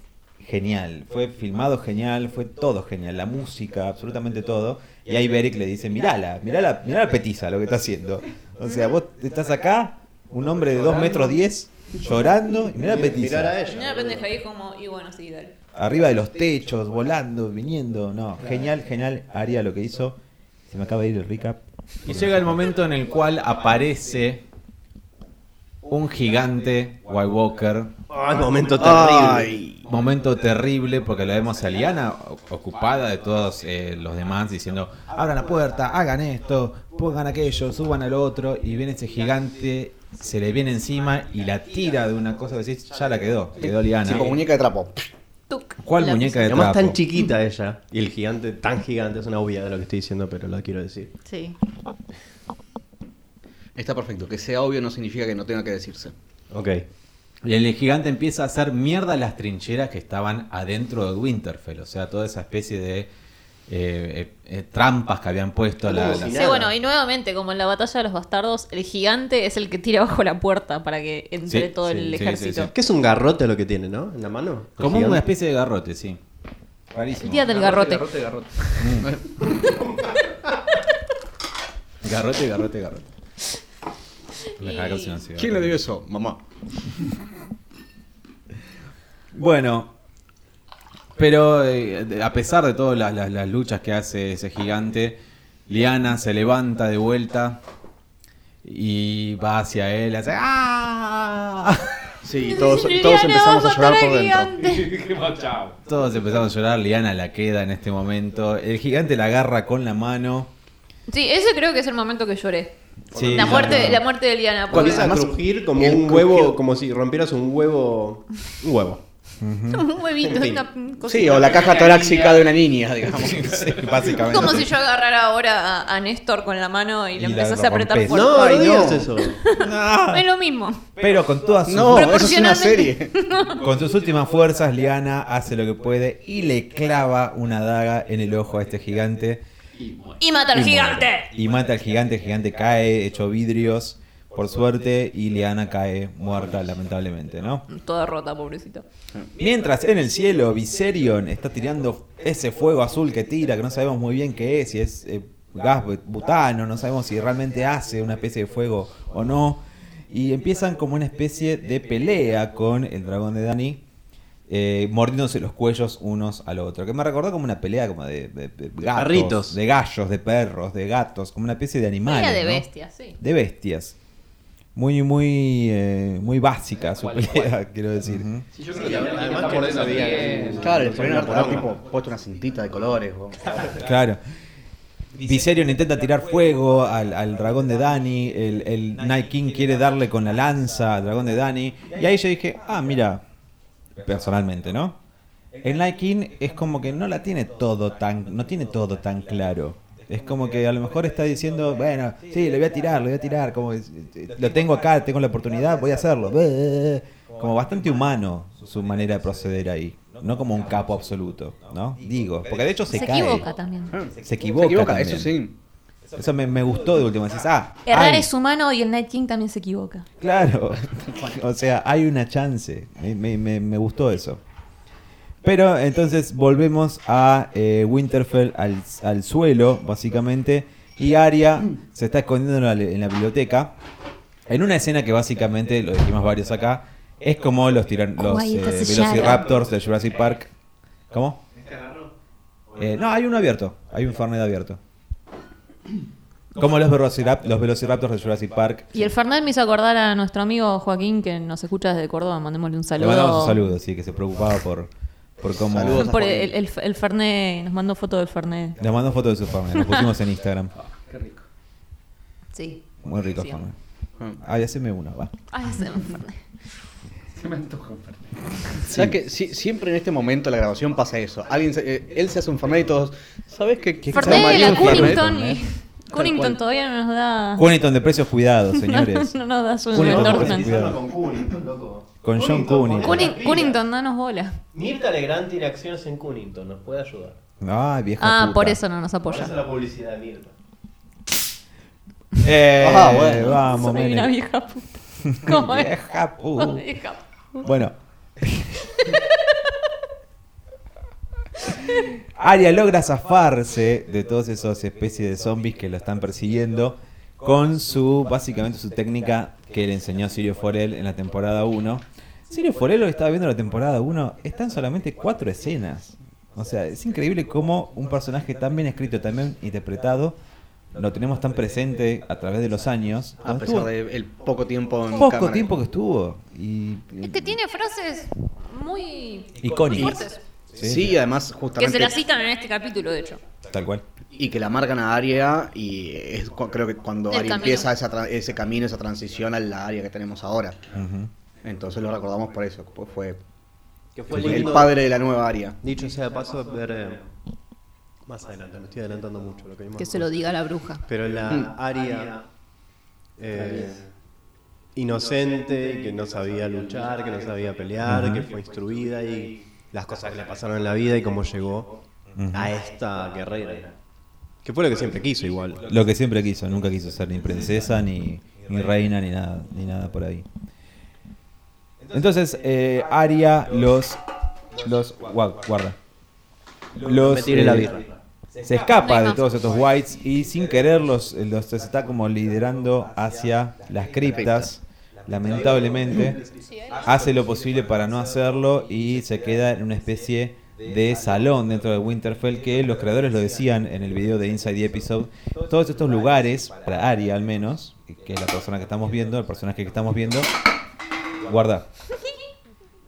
Speaker 13: genial. Fue filmado genial, fue todo genial. La música, absolutamente todo. Y ahí Beric le dice, mirala, mirala, mirá la petiza lo que está haciendo. O sea, vos estás acá, un hombre de 2 metros 10, llorando, y mirá la
Speaker 2: Mirar
Speaker 13: petiza.
Speaker 2: a
Speaker 14: Y una
Speaker 2: ella.
Speaker 14: pendeja ahí como, y bueno, sí, dale.
Speaker 13: Arriba de los techos, volando, viniendo. No, genial, genial. Haría lo que hizo. Se me acaba de ir el recap.
Speaker 3: Y llega el momento en el cual aparece un gigante White Walker.
Speaker 2: Ah, momento terrible.
Speaker 8: Ay,
Speaker 3: Momento terrible porque la vemos a Liana o- ocupada de todos eh, los demás diciendo, abran la puerta, hagan esto, pongan aquello, suban al otro. Y viene ese gigante, se le viene encima y la tira de una cosa que decís, ya la quedó, quedó Liana.
Speaker 8: tipo muñeca de trapo.
Speaker 14: Tuc.
Speaker 3: ¿Cuál
Speaker 14: La-
Speaker 3: muñeca de
Speaker 2: Además,
Speaker 3: trapo?
Speaker 2: tan chiquita ella. Y el gigante, tan gigante, es una obviedad lo que estoy diciendo, pero lo quiero decir.
Speaker 4: Sí.
Speaker 8: Está perfecto. Que sea obvio no significa que no tenga que decirse.
Speaker 2: Ok.
Speaker 3: Y el gigante empieza a hacer mierda las trincheras que estaban adentro de Winterfell. O sea, toda esa especie de eh, eh, eh, trampas que habían puesto. La,
Speaker 2: Como si
Speaker 3: la-
Speaker 2: nada.
Speaker 4: Sí, bueno, y nuevamente, como en la batalla de los bastardos, el gigante es el que tira bajo la puerta para que entre
Speaker 3: Sí,
Speaker 4: todo
Speaker 3: sí,
Speaker 4: el
Speaker 3: sí, sí,
Speaker 4: ejército.
Speaker 3: sí.
Speaker 2: Que es un garrote lo que tiene, ¿no? En la mano. El
Speaker 3: Como una
Speaker 2: gigante.
Speaker 3: especie de garrote, sí. Rarísimo.
Speaker 4: El día del garrote.
Speaker 1: Garrote, garrote.
Speaker 8: Mm.
Speaker 3: Garrote, garrote, garrote. Me
Speaker 4: Y-
Speaker 3: cago en silencio.
Speaker 8: ¿Quién le dio eso? Mamá.
Speaker 3: Bueno, pero eh, de- a pesar de todas las, las- las luchas que hace ese gigante, Liana se levanta de vuelta y va hacia él, hace ¡Ah!
Speaker 8: Sí,
Speaker 4: todos-
Speaker 8: todos,
Speaker 4: Liliana, todos empezamos
Speaker 8: empezamos
Speaker 4: a
Speaker 8: a
Speaker 4: vas a llorar matar
Speaker 8: llorar por
Speaker 4: por al dentro.
Speaker 8: dentro.
Speaker 4: gigante.
Speaker 1: Qué mal, chao.
Speaker 3: Todos empezaron a llorar, Liana la queda en este momento. El gigante la agarra con la mano.
Speaker 4: Sí, ese creo que es el momento que lloré.
Speaker 3: Sí,
Speaker 4: la, muerte,
Speaker 3: claro.
Speaker 4: la muerte de Liana. porque-
Speaker 2: Comienza a crujir como
Speaker 8: el
Speaker 2: un huevo,
Speaker 8: crujido-
Speaker 2: como si rompieras un huevo. Un huevo.
Speaker 4: un huevito,
Speaker 2: En fin.
Speaker 4: una cosita.
Speaker 8: Sí, o la caja torácica de una niña, digamos.
Speaker 3: Sí,
Speaker 4: Es
Speaker 3: básicamente.
Speaker 4: como si yo agarrara ahora a, a Néstor con la mano y le
Speaker 3: Y la
Speaker 4: empezás a apretar
Speaker 3: rompés.
Speaker 4: fuerte.
Speaker 2: No,
Speaker 8: Ay,
Speaker 2: no
Speaker 8: no.
Speaker 2: digas eso.
Speaker 3: Ah,
Speaker 4: Es lo mismo.
Speaker 3: Pero con todas sus
Speaker 8: No, eso es una
Speaker 4: Proporcionalmente.
Speaker 8: serie.
Speaker 3: Con sus últimas fuerzas, Liana hace lo que puede y le clava una daga en el ojo a este gigante.
Speaker 4: Y mata al
Speaker 3: Y
Speaker 4: gigante.
Speaker 3: muere. Y mata al gigante, el gigante cae hecho vidrios, por suerte, y Liana cae muerta, lamentablemente, ¿no?
Speaker 4: Toda rota, pobrecito.
Speaker 3: Mientras en el cielo, Viserion está tirando ese fuego azul que tira, que no sabemos muy bien qué es, si es eh, gas but- butano, no sabemos si realmente hace una especie de fuego o no. Y empiezan como una especie de pelea con el dragón de Dani, eh, mordiéndose los cuellos unos al otro. Que me recordó como una pelea como de, de- de gatos,
Speaker 2: Perritos.
Speaker 3: de gallos, de perros, de gatos, como una especie de animales.
Speaker 4: Pelea de
Speaker 3: ¿no?
Speaker 4: bestia, sí.
Speaker 3: de bestias. Muy, muy, eh, muy básica su
Speaker 1: Cual,
Speaker 3: pelea, quiero decir.
Speaker 1: Sí, yo creo que además por eso bien.
Speaker 8: Claro, el Serena habrá tipo puesto una cintita de colores. o-
Speaker 3: Claro. Viserion intenta tirar fuego al, al dragón de Dani. El, el Night King quiere darle con la lanza al dragón de Dani. Y ahí yo dije, ah, mira, personalmente, ¿no? El Night King es como que no la tiene todo tan, no tiene todo tan claro. Es como que a lo mejor está diciendo, bueno, sí, le voy a tirar, le voy a tirar, como es- lo tengo acá, tengo la oportunidad, voy a hacerlo. Como bastante humano su manera de proceder ahí, no como un capo absoluto, ¿no? Digo, porque de hecho se,
Speaker 4: Se,
Speaker 3: cae.
Speaker 4: equivoca también.
Speaker 3: Se equivoca.
Speaker 8: eso sí.
Speaker 3: Eso me, me gustó de última. Dices, ah,
Speaker 4: Errar
Speaker 3: ay,
Speaker 4: es humano y el Night King también se equivoca.
Speaker 3: Claro. o sea, hay una chance. Me, me- me- me gustó eso. Pero entonces volvemos a eh, Winterfell al, al suelo, básicamente. Y Arya se está escondiendo en la, en la biblioteca. En una escena que básicamente, lo dijimos varios acá, es como los, tiran, los
Speaker 4: Quiet
Speaker 3: eh,
Speaker 4: as a shadow.
Speaker 3: Velociraptors de Jurassic Park. ¿Cómo? Eh, no, hay uno abierto. Hay un Fernet abierto. Como los, velocirap- los Velociraptors de Jurassic Park.
Speaker 4: Y el Fernández me hizo acordar a nuestro amigo Joaquín, que nos escucha desde Córdoba. Mandémosle un
Speaker 3: Le
Speaker 4: saludo.
Speaker 3: mandamos un saludo, sí, que se preocupaba por, por cómo.
Speaker 8: Saludos.
Speaker 4: Por el, el, el Fernet, nos mandó foto del Fernet.
Speaker 3: Le mandó fotos de su Fernet, lo pusimos en Instagram.
Speaker 4: Sí.
Speaker 3: Muy rico
Speaker 4: Sí.
Speaker 3: Fernet.
Speaker 8: Ah.
Speaker 3: Ay, haceme uno, va.
Speaker 4: Ay, ese Fernet.
Speaker 1: Se me antoja un Fernet.
Speaker 8: ¿Sabes que sí, siempre en este momento de la grabación pasa eso? Alguien se- eh, él se hace un Fernet y todos. ¿Sabes qué?
Speaker 3: ¿Qué
Speaker 4: Fernet de
Speaker 3: María
Speaker 4: la
Speaker 3: del Fernet,
Speaker 4: Cunnington.
Speaker 3: Fernet.
Speaker 4: y- Cunnington
Speaker 8: cual.
Speaker 4: todavía no nos da.
Speaker 3: Cunnington de precios cuidados, señores.
Speaker 4: Ah. no nos da su
Speaker 3: Cunnington de precios cuidados.
Speaker 2: Con
Speaker 4: endorsement.
Speaker 2: Cunnington, loco.
Speaker 3: Con John Cunnington.
Speaker 4: Cunning- Cunnington, danos bola.
Speaker 2: Mirta Legrand tiene acciones en Cunnington, nos puede ayudar.
Speaker 3: Ay, vieja
Speaker 4: Ah,
Speaker 3: puta.
Speaker 4: por eso no nos
Speaker 2: Por eso
Speaker 4: apoya.
Speaker 2: la publicidad de Mirta.
Speaker 3: Eh,
Speaker 8: Ah, bueno.
Speaker 3: vamos,
Speaker 4: Soy una
Speaker 3: nene.
Speaker 4: vieja puta. ¿Cómo es?
Speaker 3: Vieja puta.
Speaker 4: Vieja puta.
Speaker 3: Bueno. Arya logra zafarse de todas esas especies de zombies que la están persiguiendo con su, básicamente su técnica que le enseñó Sirio Forel en la temporada 1. Sirio Forel lo que estaba viendo en la temporada 1, están solamente cuatro escenas. O sea, es increíble cómo un personaje tan bien escrito, tan bien interpretado, lo tenemos tan presente a través de los años.
Speaker 8: A
Speaker 3: Estuvo
Speaker 8: pesar del poco tiempo en
Speaker 3: poco
Speaker 8: cámara.
Speaker 3: tiempo que estuvo. Y,
Speaker 4: Es que tiene frases muy
Speaker 3: icónicas.
Speaker 4: fuertes.
Speaker 8: Sí, y además
Speaker 4: Que
Speaker 8: justamente...
Speaker 4: se las citan en este capítulo, de hecho.
Speaker 3: Tal cual.
Speaker 8: Y que la marcan a Aria y es cu- creo que cuando
Speaker 4: El
Speaker 8: Aria
Speaker 4: camino.
Speaker 8: empieza esa tra- ese camino, esa transición a la Aria que tenemos ahora.
Speaker 3: Ujú.
Speaker 8: Entonces lo recordamos por eso, pues fue
Speaker 2: Que fue
Speaker 8: el
Speaker 2: lindo,
Speaker 8: padre de la nueva Aria.
Speaker 2: Dicho sea de paso, ver. eh, más adelante, me estoy adelantando mucho. Lo que, hay más
Speaker 4: Que se lo diga la bruja.
Speaker 2: Pero la Hmm. área eh, inocente, que no sabía luchar, que no sabía pelear, que fue instruida y las cosas que le pasaron en la vida y cómo llegó a esta guerrera. Que fue lo que siempre quiso igual.
Speaker 3: Lo que siempre quiso, nunca quiso ser ni princesa, ni, ni reina, ni nada, ni nada por ahí. Entonces, eh, Aria los. los guau, guarda. Los.
Speaker 2: Me tiré la
Speaker 3: eh,
Speaker 2: birra.
Speaker 3: se escapa de todos estos whites y sin querer los, los los está como liderando hacia las criptas. Lamentablemente, hace lo posible para no hacerlo y se queda en una especie de salón dentro de Winterfell que los creadores lo decían en el video de Inside the Episode. Todos estos lugares, para Aria al menos, que es la persona que estamos viendo, el personaje que estamos viendo, guarda.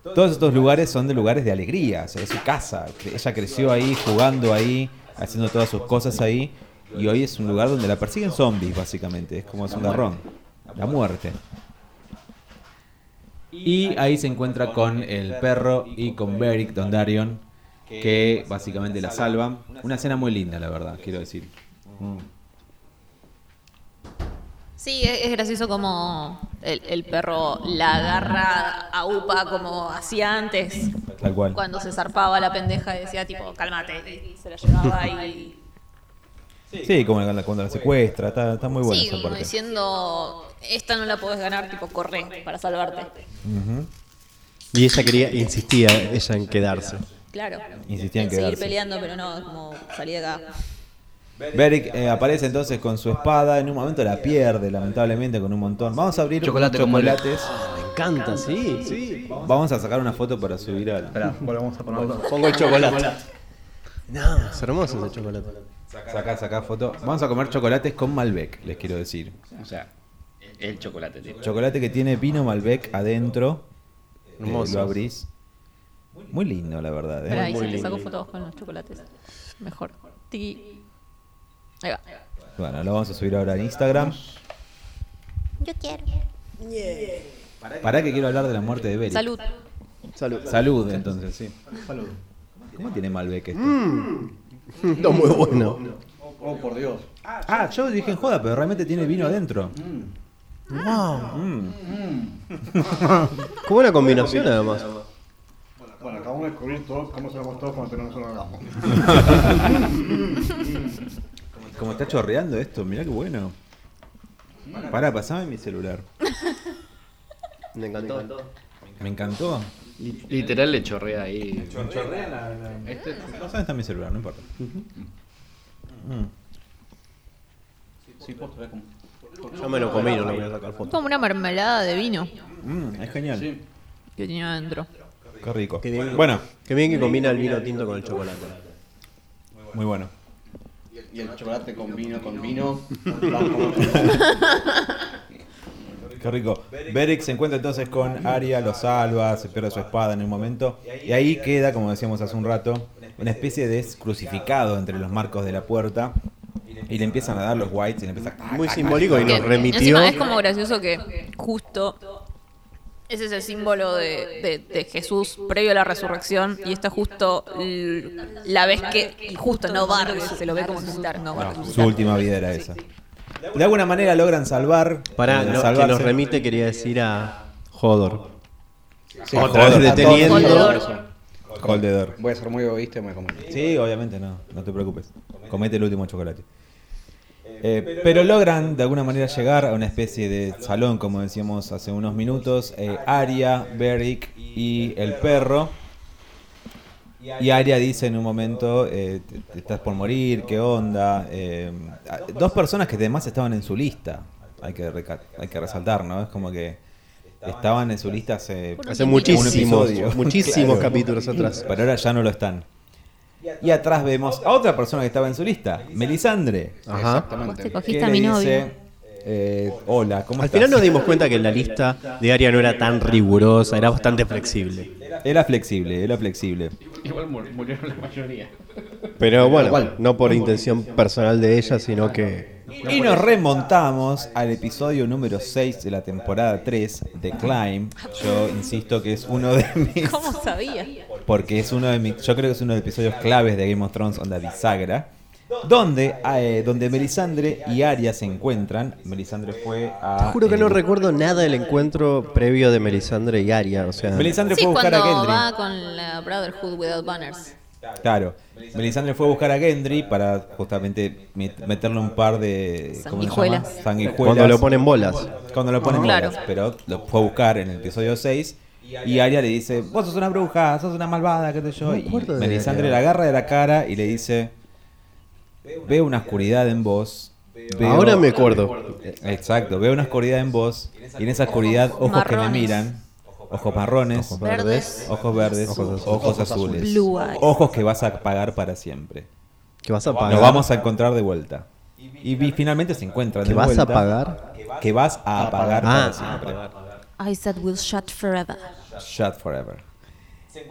Speaker 3: Todos estos lugares son de lugares de alegría, o sea, es su casa. Cre- Ella creció ahí, jugando ahí, haciendo todas sus cosas ahí. Y hoy es un lugar donde la persiguen zombies, básicamente. Es como es un garrón. La muerte.
Speaker 5: Y ahí se encuentra con el perro y con Beric Dondarrion, que básicamente la salvan. Una escena muy linda, la verdad, quiero decir.
Speaker 3: Mm,
Speaker 4: Sí, es, es gracioso como el, el perro la agarra a Upa como hacía antes,
Speaker 3: Tal cual.
Speaker 4: cuando se zarpaba la pendeja y decía tipo, cálmate, y se la llevaba y...
Speaker 3: Sí, como la- cuando la secuestra. Está, está muy buena
Speaker 4: Sí,
Speaker 3: esa
Speaker 4: como
Speaker 3: parte.
Speaker 4: diciendo, esta no la podés ganar, tipo, corre para salvarte.
Speaker 3: Ujú.
Speaker 2: Y ella quería, insistía ella en quedarse.
Speaker 4: Claro.
Speaker 3: Insistía en
Speaker 4: En seguir
Speaker 3: quedarse.
Speaker 4: peleando, pero no, como salí de acá.
Speaker 3: Beric eh, aparece entonces con su espada. En un momento la pierde, lamentablemente, con un montón. Vamos a abrir
Speaker 8: Chocolate
Speaker 3: unos
Speaker 8: con mole.
Speaker 3: chocolates.
Speaker 2: Me encanta, sí, sí.
Speaker 3: Vamos a sacar una foto para subir al.
Speaker 8: Espera, volvemos a ponerlo.
Speaker 2: Pongo el chocolate. No, es hermoso ese chocolate.
Speaker 3: Sacá, sacá foto. Vamos a comer chocolates con Malbec, les quiero decir.
Speaker 1: O sea, el chocolate, tío.
Speaker 3: Chocolate que tiene vino Malbec adentro. Eh,
Speaker 2: Hermoso.
Speaker 3: Lo abrís. Muy lindo, la verdad. ¿eh?
Speaker 4: Pero ahí
Speaker 2: muy
Speaker 4: se le saco
Speaker 2: lindo.
Speaker 4: fotos con los chocolates. Mejor. Tiki. Ahí va.
Speaker 3: Bueno, lo vamos a subir ahora en Instagram.
Speaker 4: Yo quiero.
Speaker 3: Pará que quiero hablar de la muerte de Beric.
Speaker 4: Salud.
Speaker 2: Salud.
Speaker 3: Salud, entonces, sí. ¿Cómo tiene Malbec este? esto?
Speaker 2: No, muy bueno.
Speaker 8: Oh, por Dios.
Speaker 3: Ah, yo dije en joda, pero realmente tiene vino adentro. Mm,
Speaker 2: Qué buena combinación además.
Speaker 15: Bueno, acabamos de descubrir todos cómo somos todos cuando tenemos un orgasmo.
Speaker 3: Como está chorreando esto, mirá qué bueno. Pará, pasame mi celular.
Speaker 2: Me encantó.
Speaker 3: Me encantó.
Speaker 1: Literal le chorrea ahí. Este-
Speaker 3: No saben está mi celular, no importa. Mm.
Speaker 2: Yo me lo comí, no lo voy a sacar foto.
Speaker 4: Como una mermelada de vino
Speaker 3: Mm, es genial.
Speaker 4: que tenía adentro.
Speaker 3: Qué rico.
Speaker 2: Qué bien.
Speaker 3: Bueno,
Speaker 2: Qué bien que combina el vino tinto con el chocolate.
Speaker 3: muy bueno.
Speaker 8: Y el chocolate con vino, con vino.
Speaker 3: Qué rico. Beric se encuentra entonces con Arya, lo salva, se pierde su espada en un momento. Y ahí queda, como decíamos hace un rato, una especie de crucificado entre los marcos de la puerta. Y le empiezan a dar los whites y le empieza a...
Speaker 2: Muy simbólico y nos
Speaker 4: Que
Speaker 2: remitió.
Speaker 4: Encima es como gracioso que justo ese es el símbolo de, de- de Jesús previo a la resurrección y está justo l- la vez que y justo no va a resucitar, se lo ve como resucitar, no va a
Speaker 3: Su
Speaker 4: resucitar.
Speaker 3: última vida era esa. De alguna manera logran salvar.
Speaker 2: Para
Speaker 3: eh,
Speaker 2: no, que
Speaker 3: salvarse.
Speaker 2: nos remite, quería decir a Jodor.
Speaker 8: Sí,
Speaker 2: Otra
Speaker 8: joder,
Speaker 2: vez
Speaker 8: a todos
Speaker 2: deteniendo.
Speaker 8: nos pasa eso.
Speaker 3: Hold the door.
Speaker 8: Voy a ser muy egoísta y me voy a comer.
Speaker 3: Sí, obviamente no, no te preocupes. Comete el último chocolate. Eh, pero logran de alguna manera llegar a una especie de salón, como decíamos hace unos minutos. eh, Aria, Beric y el perro. Y Arya dice en un momento, eh, te- te estás por morir, qué onda. Eh, a- dos personas que además estaban en su lista, hay que, reca- hay que resaltar, ¿no? Es como que estaban en su lista hace,
Speaker 2: Hace muchísimos, muchísimos capítulos atrás.
Speaker 3: Pero ahora ya no lo están. Y atrás vemos a otra persona que estaba en su lista, Melisandre.
Speaker 2: Ajá.
Speaker 4: Vos te
Speaker 3: Exactamente.
Speaker 4: cogiste a mi novio.
Speaker 3: eh, hola, ¿cómo
Speaker 2: Al
Speaker 3: estás?
Speaker 2: final nos dimos cuenta que la lista de Aria no era tan rigurosa, era bastante flexible.
Speaker 3: Era flexible, era flexible.
Speaker 1: Igual mur- murieron la mayoría.
Speaker 2: Pero bueno, no por intención personal de ella, sino que...
Speaker 3: Y nos remontamos al episodio número 6 de la temporada 3 de Climb. Yo insisto que es uno de mis.
Speaker 4: ¿Cómo sabía?
Speaker 3: Porque es uno de mis. Yo creo que es uno de los episodios claves de Game of Thrones, onda bisagra. Donde, eh, donde Melisandre y Arya se encuentran. Melisandre fue a.
Speaker 2: Te juro que no
Speaker 3: eh,
Speaker 2: recuerdo nada del encuentro previo de Melisandre y Aria, o sea...
Speaker 3: Melisandre
Speaker 4: Sí,
Speaker 3: fue a buscar a
Speaker 4: cuando
Speaker 3: Gendry.
Speaker 4: va con la Brotherhood Without Banners.
Speaker 3: Claro. Melisandre fue a buscar a Gendry para justamente met- meterle un par de. ¿cómo se llama?
Speaker 4: Sanguijuelas.
Speaker 3: Sanguijuelas.
Speaker 2: Cuando lo ponen bolas.
Speaker 3: Cuando lo ponen
Speaker 4: Claro.
Speaker 3: bolas, pero lo fue a buscar en el episodio 6 y Arya le dice, vos sos una bruja, sos una malvada, qué sé yo.
Speaker 2: No
Speaker 3: y
Speaker 2: acuerdo de
Speaker 3: Melisandre
Speaker 2: Arya.
Speaker 3: la agarra de la cara y le dice, veo una oscuridad en vos. veo-
Speaker 2: Ahora me acuerdo.
Speaker 3: Eh, Exacto, veo una oscuridad en vos y en esa oscuridad ojos que me
Speaker 4: Marrones.
Speaker 3: miran, ojos marrones,
Speaker 2: Ojos
Speaker 4: Verdes.
Speaker 2: verdes.
Speaker 3: ojos verdes, ojos, azules,
Speaker 4: Blue eyes.
Speaker 3: ojos que vas a pagar para siempre.
Speaker 2: Que vas a pagar.
Speaker 3: Nos vamos a encontrar de vuelta. Y vi- finalmente se encuentran
Speaker 2: Que
Speaker 3: de
Speaker 2: vas a
Speaker 3: vuelta.
Speaker 2: pagar.
Speaker 3: Que vas a pagar para
Speaker 2: Ah.
Speaker 3: siempre.
Speaker 4: Eyes that will shut forever.
Speaker 3: Shut Forever.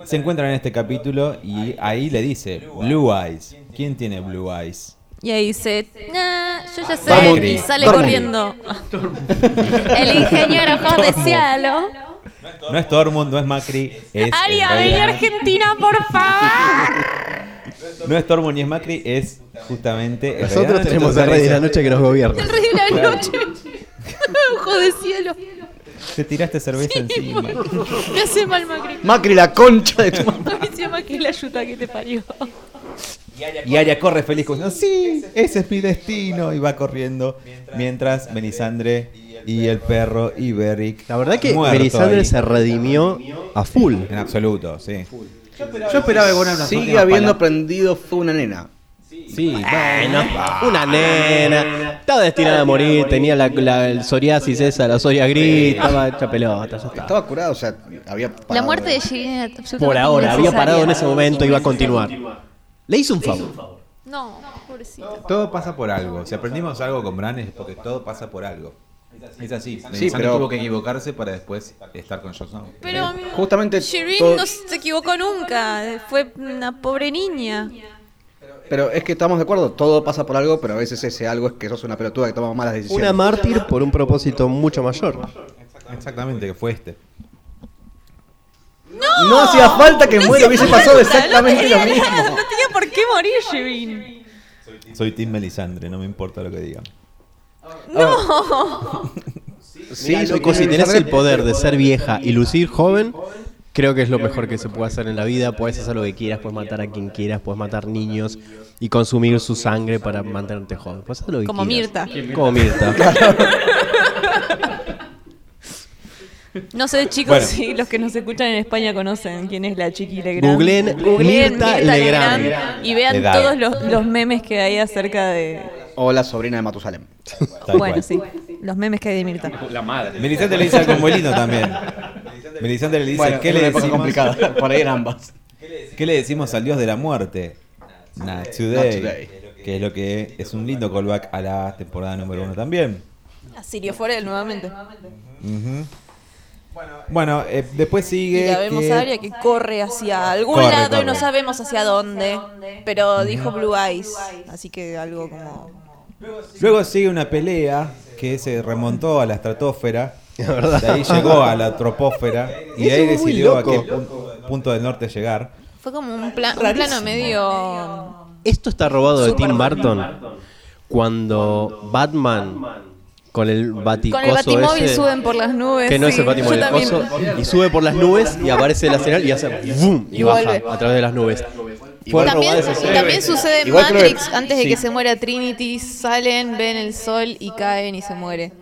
Speaker 3: Se encuentran en este capítulo y ahí le dice Blue Eyes. ¿Quién tiene Blue Eyes?
Speaker 4: Y ahí dice, nah, yo ya sé,
Speaker 2: Vamos,
Speaker 4: y sale
Speaker 2: vamos.
Speaker 4: corriendo. El ingeniero Ojos de Cielo.
Speaker 3: No es Tormund, no es Macri, es
Speaker 4: Aria,
Speaker 3: en
Speaker 4: vení a
Speaker 3: realidad-
Speaker 4: Argentina, por favor.
Speaker 3: No es Tormund ni es Macri, es justamente en realidad
Speaker 2: Nosotros tenemos el
Speaker 3: nuestro
Speaker 2: rey de la
Speaker 3: cerveza.
Speaker 2: noche que nos gobierna.
Speaker 4: El rey de la noche. Ojos de Cielo.
Speaker 3: Te tiraste cerveza encima.
Speaker 4: Me hace mal Macri.
Speaker 8: Macri, la concha de tu mamá.
Speaker 4: Me hace Macri la yuta que te parió.
Speaker 3: Y Aria corre feliz como diciendo, sí, ese es mi destino. Y va corriendo mientras Melisandre y el perro y Beric.
Speaker 2: La verdad que
Speaker 3: muerto
Speaker 2: Melisandre
Speaker 3: ahí.
Speaker 2: se redimió a full.
Speaker 3: En absoluto, sí.
Speaker 8: Yo esperaba que una Sigue
Speaker 3: últimas
Speaker 8: habiendo
Speaker 3: palabras.
Speaker 8: aprendido, fue una nena.
Speaker 3: Sí,
Speaker 2: Bueno, una nena, estaba destinada a morir, tenía la, la- el psoriasis esa, la psoria gris, estaba hecha pelota, ya está.
Speaker 8: Estaba curada, o sea, había
Speaker 4: La
Speaker 8: parado
Speaker 4: muerte
Speaker 8: de-
Speaker 4: de Jirin era absolutamente
Speaker 2: Por ahora, había
Speaker 4: innecesaria.
Speaker 2: parado en ese momento, iba a continuar. Le hizo un favor.
Speaker 4: No, pobrecito.
Speaker 3: Todo pasa por algo. Si aprendimos algo con Bran es porque todo pasa por algo. Es así.
Speaker 8: Sí,
Speaker 3: Sí,
Speaker 8: pero-
Speaker 3: tuvo que equivocarse para después estar con Jon Snow.
Speaker 4: Pero mm,
Speaker 8: Justamente
Speaker 4: Shirin
Speaker 8: todo-
Speaker 4: no se equivocó nunca. Fue una pobre niña.
Speaker 8: Pero es que estamos de acuerdo, todo pasa por algo, pero a veces ese algo es que sos una pelotuda que toma malas decisiones.
Speaker 2: Una mártir por un propósito mucho mayor.
Speaker 3: Exactamente, que fue este.
Speaker 8: no, hacía falta que muera, hubiese pasado exactamente lo
Speaker 4: No tenía nada,
Speaker 8: mismo.
Speaker 4: No tenía por qué morir Shirin.
Speaker 3: Soy Tim Melisandre, no me importa lo que digan.
Speaker 8: Ah.
Speaker 2: Sí, loco, si tenés el poder de ser vieja y lucir joven, creo que es lo mejor que se puede hacer en la vida. Puedes hacer lo que quieras, puedes matar a quien quieras, puedes matar niños y consumir su sangre para mantenerte joven. Puedes hacer lo que
Speaker 4: Como
Speaker 2: quieras.
Speaker 4: Mirta.
Speaker 2: Como Mirta.
Speaker 4: No sé, chicos,
Speaker 3: Bueno.
Speaker 4: si los que nos escuchan en España conocen quién es la chiqui Legrand.
Speaker 2: Googleen Mirta Legrand.
Speaker 4: y vean
Speaker 3: Legrand.
Speaker 4: todos los, los memes que hay acerca de.
Speaker 8: O la sobrina de Matusalem.
Speaker 3: Tal
Speaker 4: bueno,
Speaker 3: cual.
Speaker 4: sí, los memes que hay de Mirta.
Speaker 1: La madre.
Speaker 3: Melisandre le dice al convolino también. Melisandre le dice, ¿qué,
Speaker 8: es
Speaker 3: le
Speaker 8: una época
Speaker 3: decimos,
Speaker 8: complicada, por ahí eran ambas.
Speaker 3: ¿qué le decimos al dios de la muerte? Not
Speaker 8: Not
Speaker 3: today.
Speaker 8: today.
Speaker 3: Que es lo que es un lindo callback a la temporada número uno también.
Speaker 4: A Sirio Forel nuevamente.
Speaker 3: Ujú. Bueno, eh, después sigue.
Speaker 4: Y la vemos
Speaker 3: que-
Speaker 4: a Aria que corre hacia algún
Speaker 3: Corre,
Speaker 4: lado
Speaker 3: corre.
Speaker 4: y no sabemos hacia dónde. Pero dijo Blue Eyes, así que algo como.
Speaker 3: Luego sigue una pelea que se remontó a la estratosfera.
Speaker 2: La verdad.
Speaker 3: De ahí llegó a la tropósfera. Y de
Speaker 2: Eso
Speaker 3: ahí
Speaker 2: fue muy
Speaker 3: decidió a
Speaker 2: loco.
Speaker 3: qué pun- punto del norte llegar.
Speaker 4: Fue como un, plan, un plano medio.
Speaker 2: Esto está robado de Tim Burton. Cuando Batman con el baticoso
Speaker 4: Con el batimóvil
Speaker 2: ese,
Speaker 4: suben por las nubes.
Speaker 2: que no es
Speaker 4: sí.
Speaker 2: el batimóvil,
Speaker 4: Yo
Speaker 2: el
Speaker 4: también-
Speaker 2: coso, y sube por las nubes y aparece la señal y hace boom y,
Speaker 4: Y
Speaker 2: baja
Speaker 4: vuelve.
Speaker 2: a través de las nubes. Fue
Speaker 4: También,
Speaker 2: robada esa escena.
Speaker 4: también sucede en
Speaker 8: Igual creo que-
Speaker 4: Matrix, antes de
Speaker 8: sí.
Speaker 4: que se muera Trinity, salen, ven el sol y caen y se muere.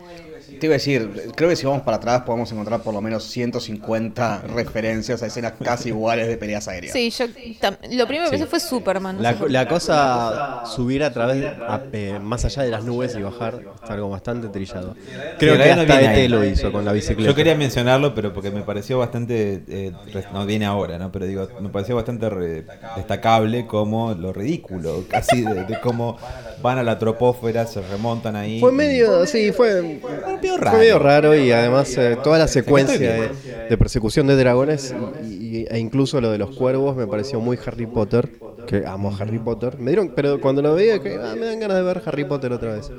Speaker 8: Te iba a decir, creo que si vamos para atrás podemos encontrar por lo menos 150 referencias a escenas casi iguales de peleas aéreas.
Speaker 4: Sí, yo tam- lo primero que
Speaker 2: Sí.
Speaker 4: pensé fue Superman. no
Speaker 2: La,
Speaker 4: sé por
Speaker 2: la
Speaker 4: qué.
Speaker 2: cosa subir a través, a- eh, más allá de las nubes y bajar, es algo bastante trillado.
Speaker 3: Sí,
Speaker 2: Creo que
Speaker 3: acá no viene
Speaker 2: hasta
Speaker 3: ahí.
Speaker 2: ET lo hizo con la bicicleta.
Speaker 3: Yo quería mencionarlo, pero porque me pareció bastante. eh, res- no viene ahora, ¿no? Pero digo, me pareció bastante re- destacable como lo ridículo, casi de, de cómo van a la tropósfera, se remontan ahí.
Speaker 2: Fue medio, sí, fue,
Speaker 3: raro.
Speaker 2: fue medio raro y además eh, toda la secuencia
Speaker 3: estoy
Speaker 2: de,
Speaker 3: bien.
Speaker 2: de persecución de dragones y- y- e incluso lo de los cuervos me pareció muy Harry Potter, que amo Harry Potter. Me dieron, pero cuando lo veía que ah, me dan ganas de ver Harry Potter otra vez,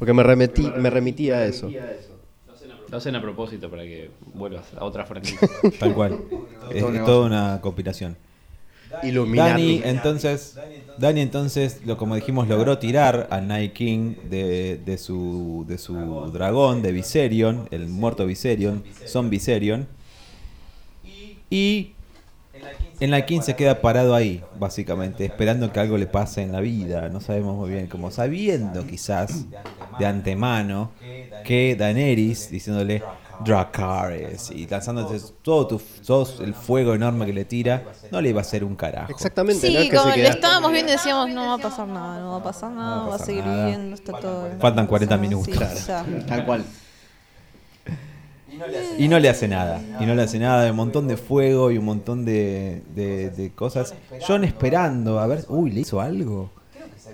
Speaker 2: porque me remití, me remití a eso.
Speaker 1: Lo hacen a propósito para que vuelvas a otra franquicia.
Speaker 3: Tal cual. es, es toda una compilación.
Speaker 2: Illuminati.
Speaker 3: Dani entonces, Dani entonces, lo como dijimos, logró tirar al Night King de, de su de su dragón de Viserion, el muerto Viserion, son Viserion. Y en la 15 queda parado ahí, básicamente, esperando que algo le pase en la vida, no sabemos muy bien, como sabiendo quizás de antemano que Daenerys diciéndole Dracarys y lanzándose todo, tu- todo el fuego enorme que le tira, no le iba a hacer un carajo.
Speaker 2: Exactamente, no es que
Speaker 4: Sí,
Speaker 2: se
Speaker 4: como lo
Speaker 2: queda-
Speaker 4: estábamos viendo y decíamos, no va a pasar nada, no va a pasar nada, va a
Speaker 3: pasar
Speaker 4: seguir
Speaker 3: nada.
Speaker 4: viviendo, está todo.
Speaker 3: Faltan 40
Speaker 4: Sí,
Speaker 3: minutos. Claro.
Speaker 4: ya.
Speaker 8: Tal cual.
Speaker 3: Y no le hace nada. Y no le hace nada. Un montón de fuego y un montón de, de- de cosas. John esperando a ver. Uy, ¿le hizo algo?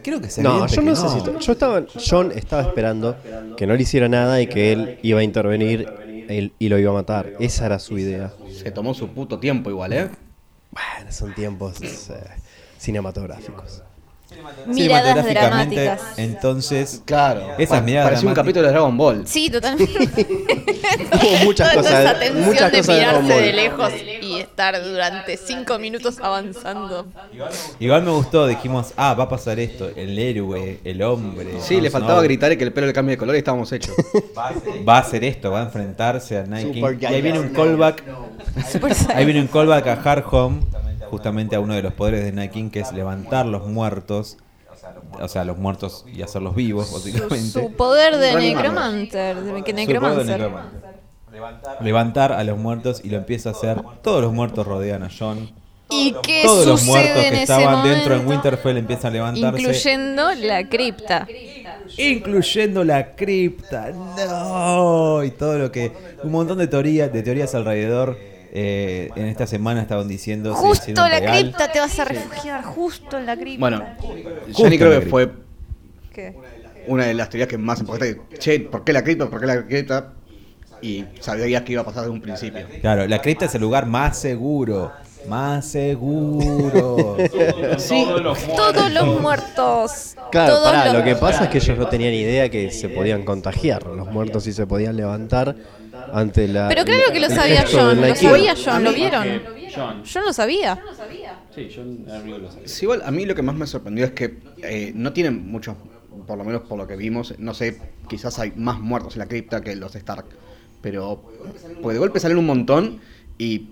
Speaker 3: Creo que se
Speaker 2: No,
Speaker 3: avienta
Speaker 2: yo
Speaker 3: que
Speaker 2: no sé si esto- yo estaba, John estaba esperando que no le hiciera nada y que él iba a intervenir él- y lo iba a matar. Esa era su idea.
Speaker 8: Se tomó su puto tiempo igual, ¿eh?
Speaker 2: Bueno, son tiempos eh, cinematográficos.
Speaker 4: Miradas
Speaker 3: Cinematográficamente,
Speaker 4: dramáticas.
Speaker 3: Entonces,
Speaker 8: Claro.
Speaker 3: Esas miradas
Speaker 8: Parecía
Speaker 3: dramáticas.
Speaker 8: un capítulo de Dragon Ball.
Speaker 4: Sí, totalmente.
Speaker 2: Hubo muchas
Speaker 4: Toda esa
Speaker 2: cosas,
Speaker 4: tensión
Speaker 2: muchas
Speaker 4: de
Speaker 2: cosas de Dragon
Speaker 4: mirarse de,
Speaker 2: Ball.
Speaker 4: lejos y estar durante 5 minutos avanzando.
Speaker 3: igual me gustó. Dijimos, ah, va a pasar esto. El héroe, el hombre.
Speaker 8: Sí,
Speaker 3: Jon
Speaker 8: le faltaba
Speaker 3: Snow,
Speaker 8: gritar y que el pelo le cambie de color y estábamos hechos.
Speaker 3: Va a hacer esto, va a enfrentarse a Nike.
Speaker 8: Super
Speaker 3: Y ahí viene un
Speaker 8: Giant.
Speaker 3: callback.
Speaker 4: Super
Speaker 3: Ahí viene un callback a Hard Home, justamente a uno de los poderes de Night King, que es levantar los muertos, o sea, los muertos y hacerlos vivos,
Speaker 4: Su,
Speaker 3: básicamente.
Speaker 4: su poder de
Speaker 8: Reanimarlos.
Speaker 4: necromancer, de que
Speaker 3: Su poder de
Speaker 4: necromancer.
Speaker 3: necromancer. Levantar a los muertos y lo empieza a hacer. Todos los muertos rodean a John.
Speaker 4: ¿Y qué
Speaker 3: Todos los muertos
Speaker 4: sucede en
Speaker 3: que
Speaker 4: ese
Speaker 3: estaban
Speaker 4: momento?
Speaker 3: dentro en Winterfell empiezan a levantarse.
Speaker 4: Incluyendo la cripta.
Speaker 3: incluyendo la cripta. No, y todo lo que un montón de teorías, de teorías alrededor. eh, en esta semana estaban diciendo se
Speaker 4: Justo
Speaker 3: hicieron
Speaker 4: la
Speaker 3: real.
Speaker 4: cripta te vas a refugiar, justo en la cripta.
Speaker 8: Bueno,
Speaker 3: Justo la
Speaker 8: Jenny creo que
Speaker 3: gripe.
Speaker 8: fue
Speaker 4: ¿Qué?
Speaker 8: una de las teorías que más importante. Che, ¿por qué la cripta? ¿Por qué la cripta? Y sabías que iba a pasar desde un principio.
Speaker 3: Claro, la cripta es el lugar más seguro. Más seguro.
Speaker 8: Sí,
Speaker 4: Todos los muertos.
Speaker 2: Claro,
Speaker 4: todos
Speaker 2: pará,
Speaker 4: los-
Speaker 2: lo que pasa es que ellos no tenían idea que se podían contagiar los muertos y se podían levantar ante la.
Speaker 4: Pero claro que lo
Speaker 2: el
Speaker 4: sabía
Speaker 2: gesto
Speaker 4: John,
Speaker 2: del
Speaker 4: lo
Speaker 2: Nike.
Speaker 4: sabía John, ¿lo vieron?
Speaker 1: Que John.
Speaker 4: Yo no lo sabía.
Speaker 1: Sí, John Armigo lo sabe.
Speaker 8: Sí, igual a mí lo que más me sorprendió es que eh, no tienen muchos, por lo menos por lo que vimos, no sé, quizás hay más muertos en la cripta que los Stark, pero pues de golpe salen un montón y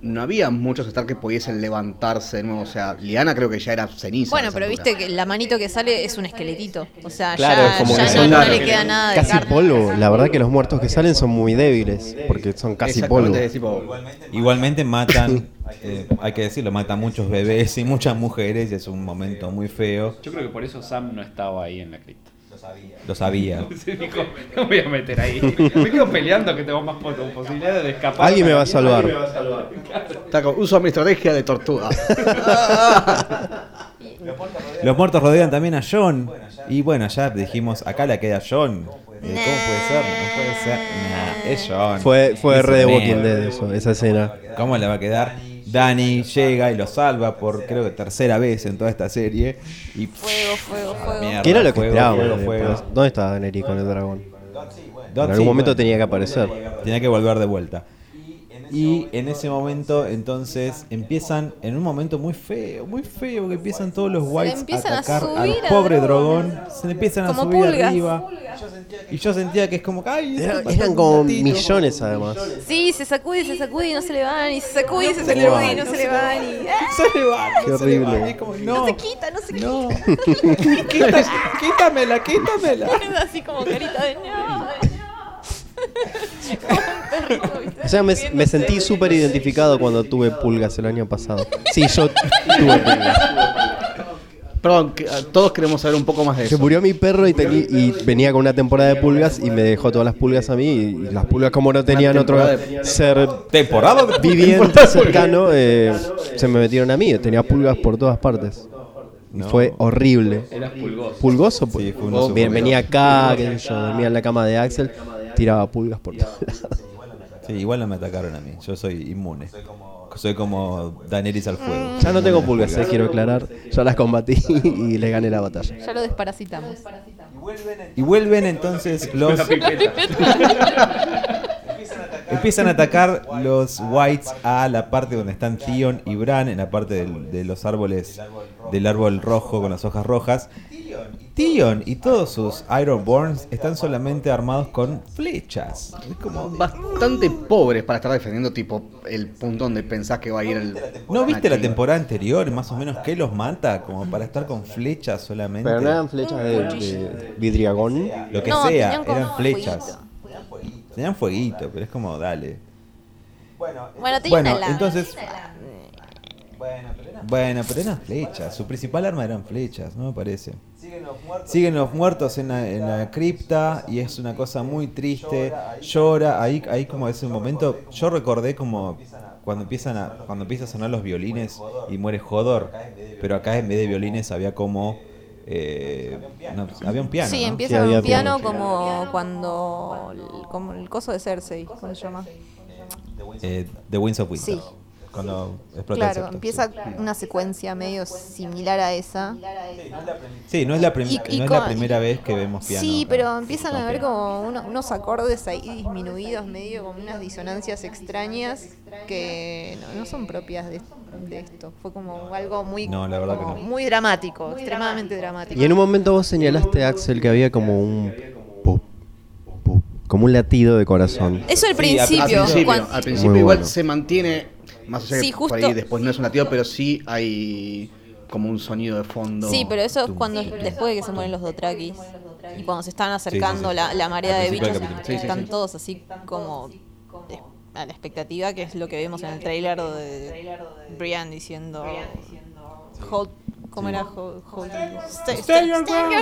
Speaker 8: no había muchos Stark que pudiesen levantarse de nuevo, o sea, Liana creo que ya era ceniza.
Speaker 4: Bueno,
Speaker 8: a esa
Speaker 4: pero
Speaker 8: altura.
Speaker 4: viste que la manito que sale es un esqueletito. O sea,
Speaker 2: Claro,
Speaker 4: ya,
Speaker 2: es como
Speaker 4: ya
Speaker 2: que
Speaker 4: no,
Speaker 2: son
Speaker 4: no
Speaker 2: largos.
Speaker 4: le queda nada de
Speaker 2: Casi
Speaker 4: carne.
Speaker 2: polvo. La verdad que los muertos que salen son muy débiles porque son casi
Speaker 8: Exactamente,
Speaker 2: polvo.
Speaker 8: es tipo,
Speaker 3: Igualmente matan, eh, hay que decirlo, matan muchos bebés y muchas mujeres. y Es un momento muy feo.
Speaker 1: Yo creo que por eso Sam no estaba ahí en la cripta.
Speaker 3: Lo sabía.
Speaker 1: Se dijo, no me voy a meter ahí. Me quedo peleando que tengo más pos- posibilidades de escapar.
Speaker 2: Alguien me va a salvar.
Speaker 8: está como, uso mi estrategia de tortuga.
Speaker 3: Los muertos rodean también a John. Y bueno, ya dijimos, acá la queda John. Eh, ¿Cómo puede ser? No puede ser. Nah, es John.
Speaker 2: Fue, fue
Speaker 3: Es
Speaker 2: re de
Speaker 3: un
Speaker 2: Walking
Speaker 3: nene.
Speaker 2: Dead eso, esa escena.
Speaker 3: ¿Cómo le va a quedar? Dani llega y lo salva por creo que tercera vez en toda esta serie. Y
Speaker 4: Fuego, fuego, fuego.
Speaker 3: mierda,
Speaker 2: Que era lo que
Speaker 3: fuego,
Speaker 2: esperábamos.
Speaker 3: fuego, fuego.
Speaker 2: después. ¿Dónde estaba Daenerys con el dragón?
Speaker 3: Dotsie,
Speaker 2: En algún momento tenía que aparecer.
Speaker 3: Tenía que volver de vuelta. Y en ese momento, entonces, empiezan en un momento muy feo, muy feo, que empiezan todos los whites
Speaker 4: empiezan
Speaker 3: a
Speaker 4: a
Speaker 3: atacar al
Speaker 4: subir a
Speaker 3: pobre
Speaker 4: dragón.
Speaker 3: dragón. Se le empiezan a
Speaker 4: Como
Speaker 3: subir
Speaker 4: pulgas.
Speaker 3: arriba. Y yo sentía que es como, ay, esto
Speaker 2: Eran,
Speaker 3: pasó hace
Speaker 2: eran
Speaker 3: un
Speaker 2: como
Speaker 3: ratito.
Speaker 2: millones además.
Speaker 4: Sí, se sacude, se sacude y no se le van, y se sacude y se sacude y no se le van, y ¡ah!
Speaker 3: Se le va,
Speaker 2: Qué
Speaker 3: no se le va.
Speaker 2: horrible.
Speaker 3: Y es como, no,
Speaker 4: se quita, no se quita.
Speaker 3: no. Quítame- quítamela, quítamela.
Speaker 4: Así como carita de no.
Speaker 2: O sea, me, me sentí súper identificado cuando tuve pulgas el año pasado. Sí, yo tuve pulgas.
Speaker 8: Perdón, que, ah, todos queremos saber un poco más de
Speaker 2: Se
Speaker 8: eso.
Speaker 2: murió mi perro y, tení- y venía con una temporada de pulgas y me dejó todas las pulgas a mí. Y las pulgas, como no tenían otro ser
Speaker 3: Temporada de-
Speaker 2: viviente cercano, eh, se me metieron a mí. Tenía pulgas por todas partes. Y Fue horrible.
Speaker 1: Eras pulgoso.
Speaker 2: ¿Pulgoso? Pues.
Speaker 3: fue un oso
Speaker 2: Bien,
Speaker 3: pulgoso.
Speaker 2: venía acá, qué sé yo, dormía en la cama de Axel, tiraba pulgas por todos lados.
Speaker 3: Sí, igual no me atacaron a mí. Yo soy inmune. Soy como, Daenerys al fuego.
Speaker 2: Ya no tengo pulgas, eh, quiero aclarar. Ya las combatí y le gané la batalla.
Speaker 4: Ya lo desparasitamos.
Speaker 3: Y vuelven entonces los. Empiezan a atacar los Whites a la parte donde están Theon y Bran, en la parte del- de los árboles, del árbol rojo con las hojas rojas. Theon y todos sus Ironborns están solamente armados con flechas. Es como,
Speaker 8: Bastante pobres para estar defendiendo, tipo, el punto donde pensás que va a ir el.
Speaker 3: ¿No viste la
Speaker 8: Aquí.
Speaker 3: temporada anterior, más o menos, que los mata? Como para estar con flechas solamente.
Speaker 2: Pero no eran flechas de, de vidriagón.
Speaker 3: Lo que
Speaker 4: No,
Speaker 3: sea,
Speaker 4: tenían como
Speaker 3: eran
Speaker 4: un
Speaker 3: flechas.
Speaker 4: fueguito.
Speaker 3: Tenían fueguito, pero es como, dale.
Speaker 4: Bueno, tenía
Speaker 3: Bueno,
Speaker 4: una lana.
Speaker 3: entonces... Bueno, pero eran flechas. Su principal arma eran flechas, ¿no me parece? Siguen los muertos en la, en la cripta y es una cosa muy triste. Llora, ahí, ahí como es un momento. Yo recordé como cuando empiezan a, cuando empiezan a sonar los violines y muere Jodor, pero acá en vez de violines había como eh, no, había un piano.
Speaker 4: sí,
Speaker 3: ¿no?
Speaker 2: Sí,
Speaker 4: empieza con
Speaker 2: había
Speaker 4: un piano,
Speaker 2: piano.
Speaker 4: como cuando el, como el coso de Cersei, ¿cómo se llama?
Speaker 3: Eh, The Winds of Winter.
Speaker 4: Sí.
Speaker 3: Cuando explota el
Speaker 4: Claro,
Speaker 3: septo,
Speaker 4: empieza
Speaker 3: sí.
Speaker 4: una secuencia medio similar a esa.
Speaker 3: Sí, no es la, prim-
Speaker 4: Y- y
Speaker 3: no es la
Speaker 4: con-
Speaker 3: primera vez que vemos piano.
Speaker 4: Sí,
Speaker 3: ¿no?
Speaker 4: pero empiezan a ver
Speaker 3: piano.
Speaker 4: como uno- unos acordes ahí disminuidos, medio como unas disonancias extrañas que no, no son propias de, de esto. Fue como algo muy,
Speaker 3: No, la verdad que
Speaker 4: como
Speaker 3: no.
Speaker 4: muy dramático, extremadamente dramático.
Speaker 2: Y en un momento vos señalaste, Axel, que había como un. pop, pop, como un latido de corazón.
Speaker 4: Eso al
Speaker 8: Sí, al-
Speaker 4: principio.
Speaker 8: Al principio,
Speaker 4: cuando-
Speaker 8: al principio
Speaker 2: Muy
Speaker 8: igual
Speaker 2: bueno.
Speaker 8: se mantiene. Más allá de
Speaker 4: Sí,
Speaker 8: que por
Speaker 4: justo-
Speaker 8: ahí después no es un latido, pero sí hay como un sonido de fondo.
Speaker 4: Sí, pero eso es cuando después de que se mueren los Dothrakis y cuando se están acercando
Speaker 3: sí.
Speaker 4: La, la marea
Speaker 3: Al
Speaker 4: de
Speaker 3: principio
Speaker 4: bichos,
Speaker 3: del capítulo.
Speaker 8: Sí, sí,
Speaker 4: están
Speaker 8: sí.
Speaker 4: todos así como eh, a la expectativa, que es lo que vemos en el tráiler de Brian diciendo Hold, ¿cómo era? Hold, hold- stay, stay- stay your ground.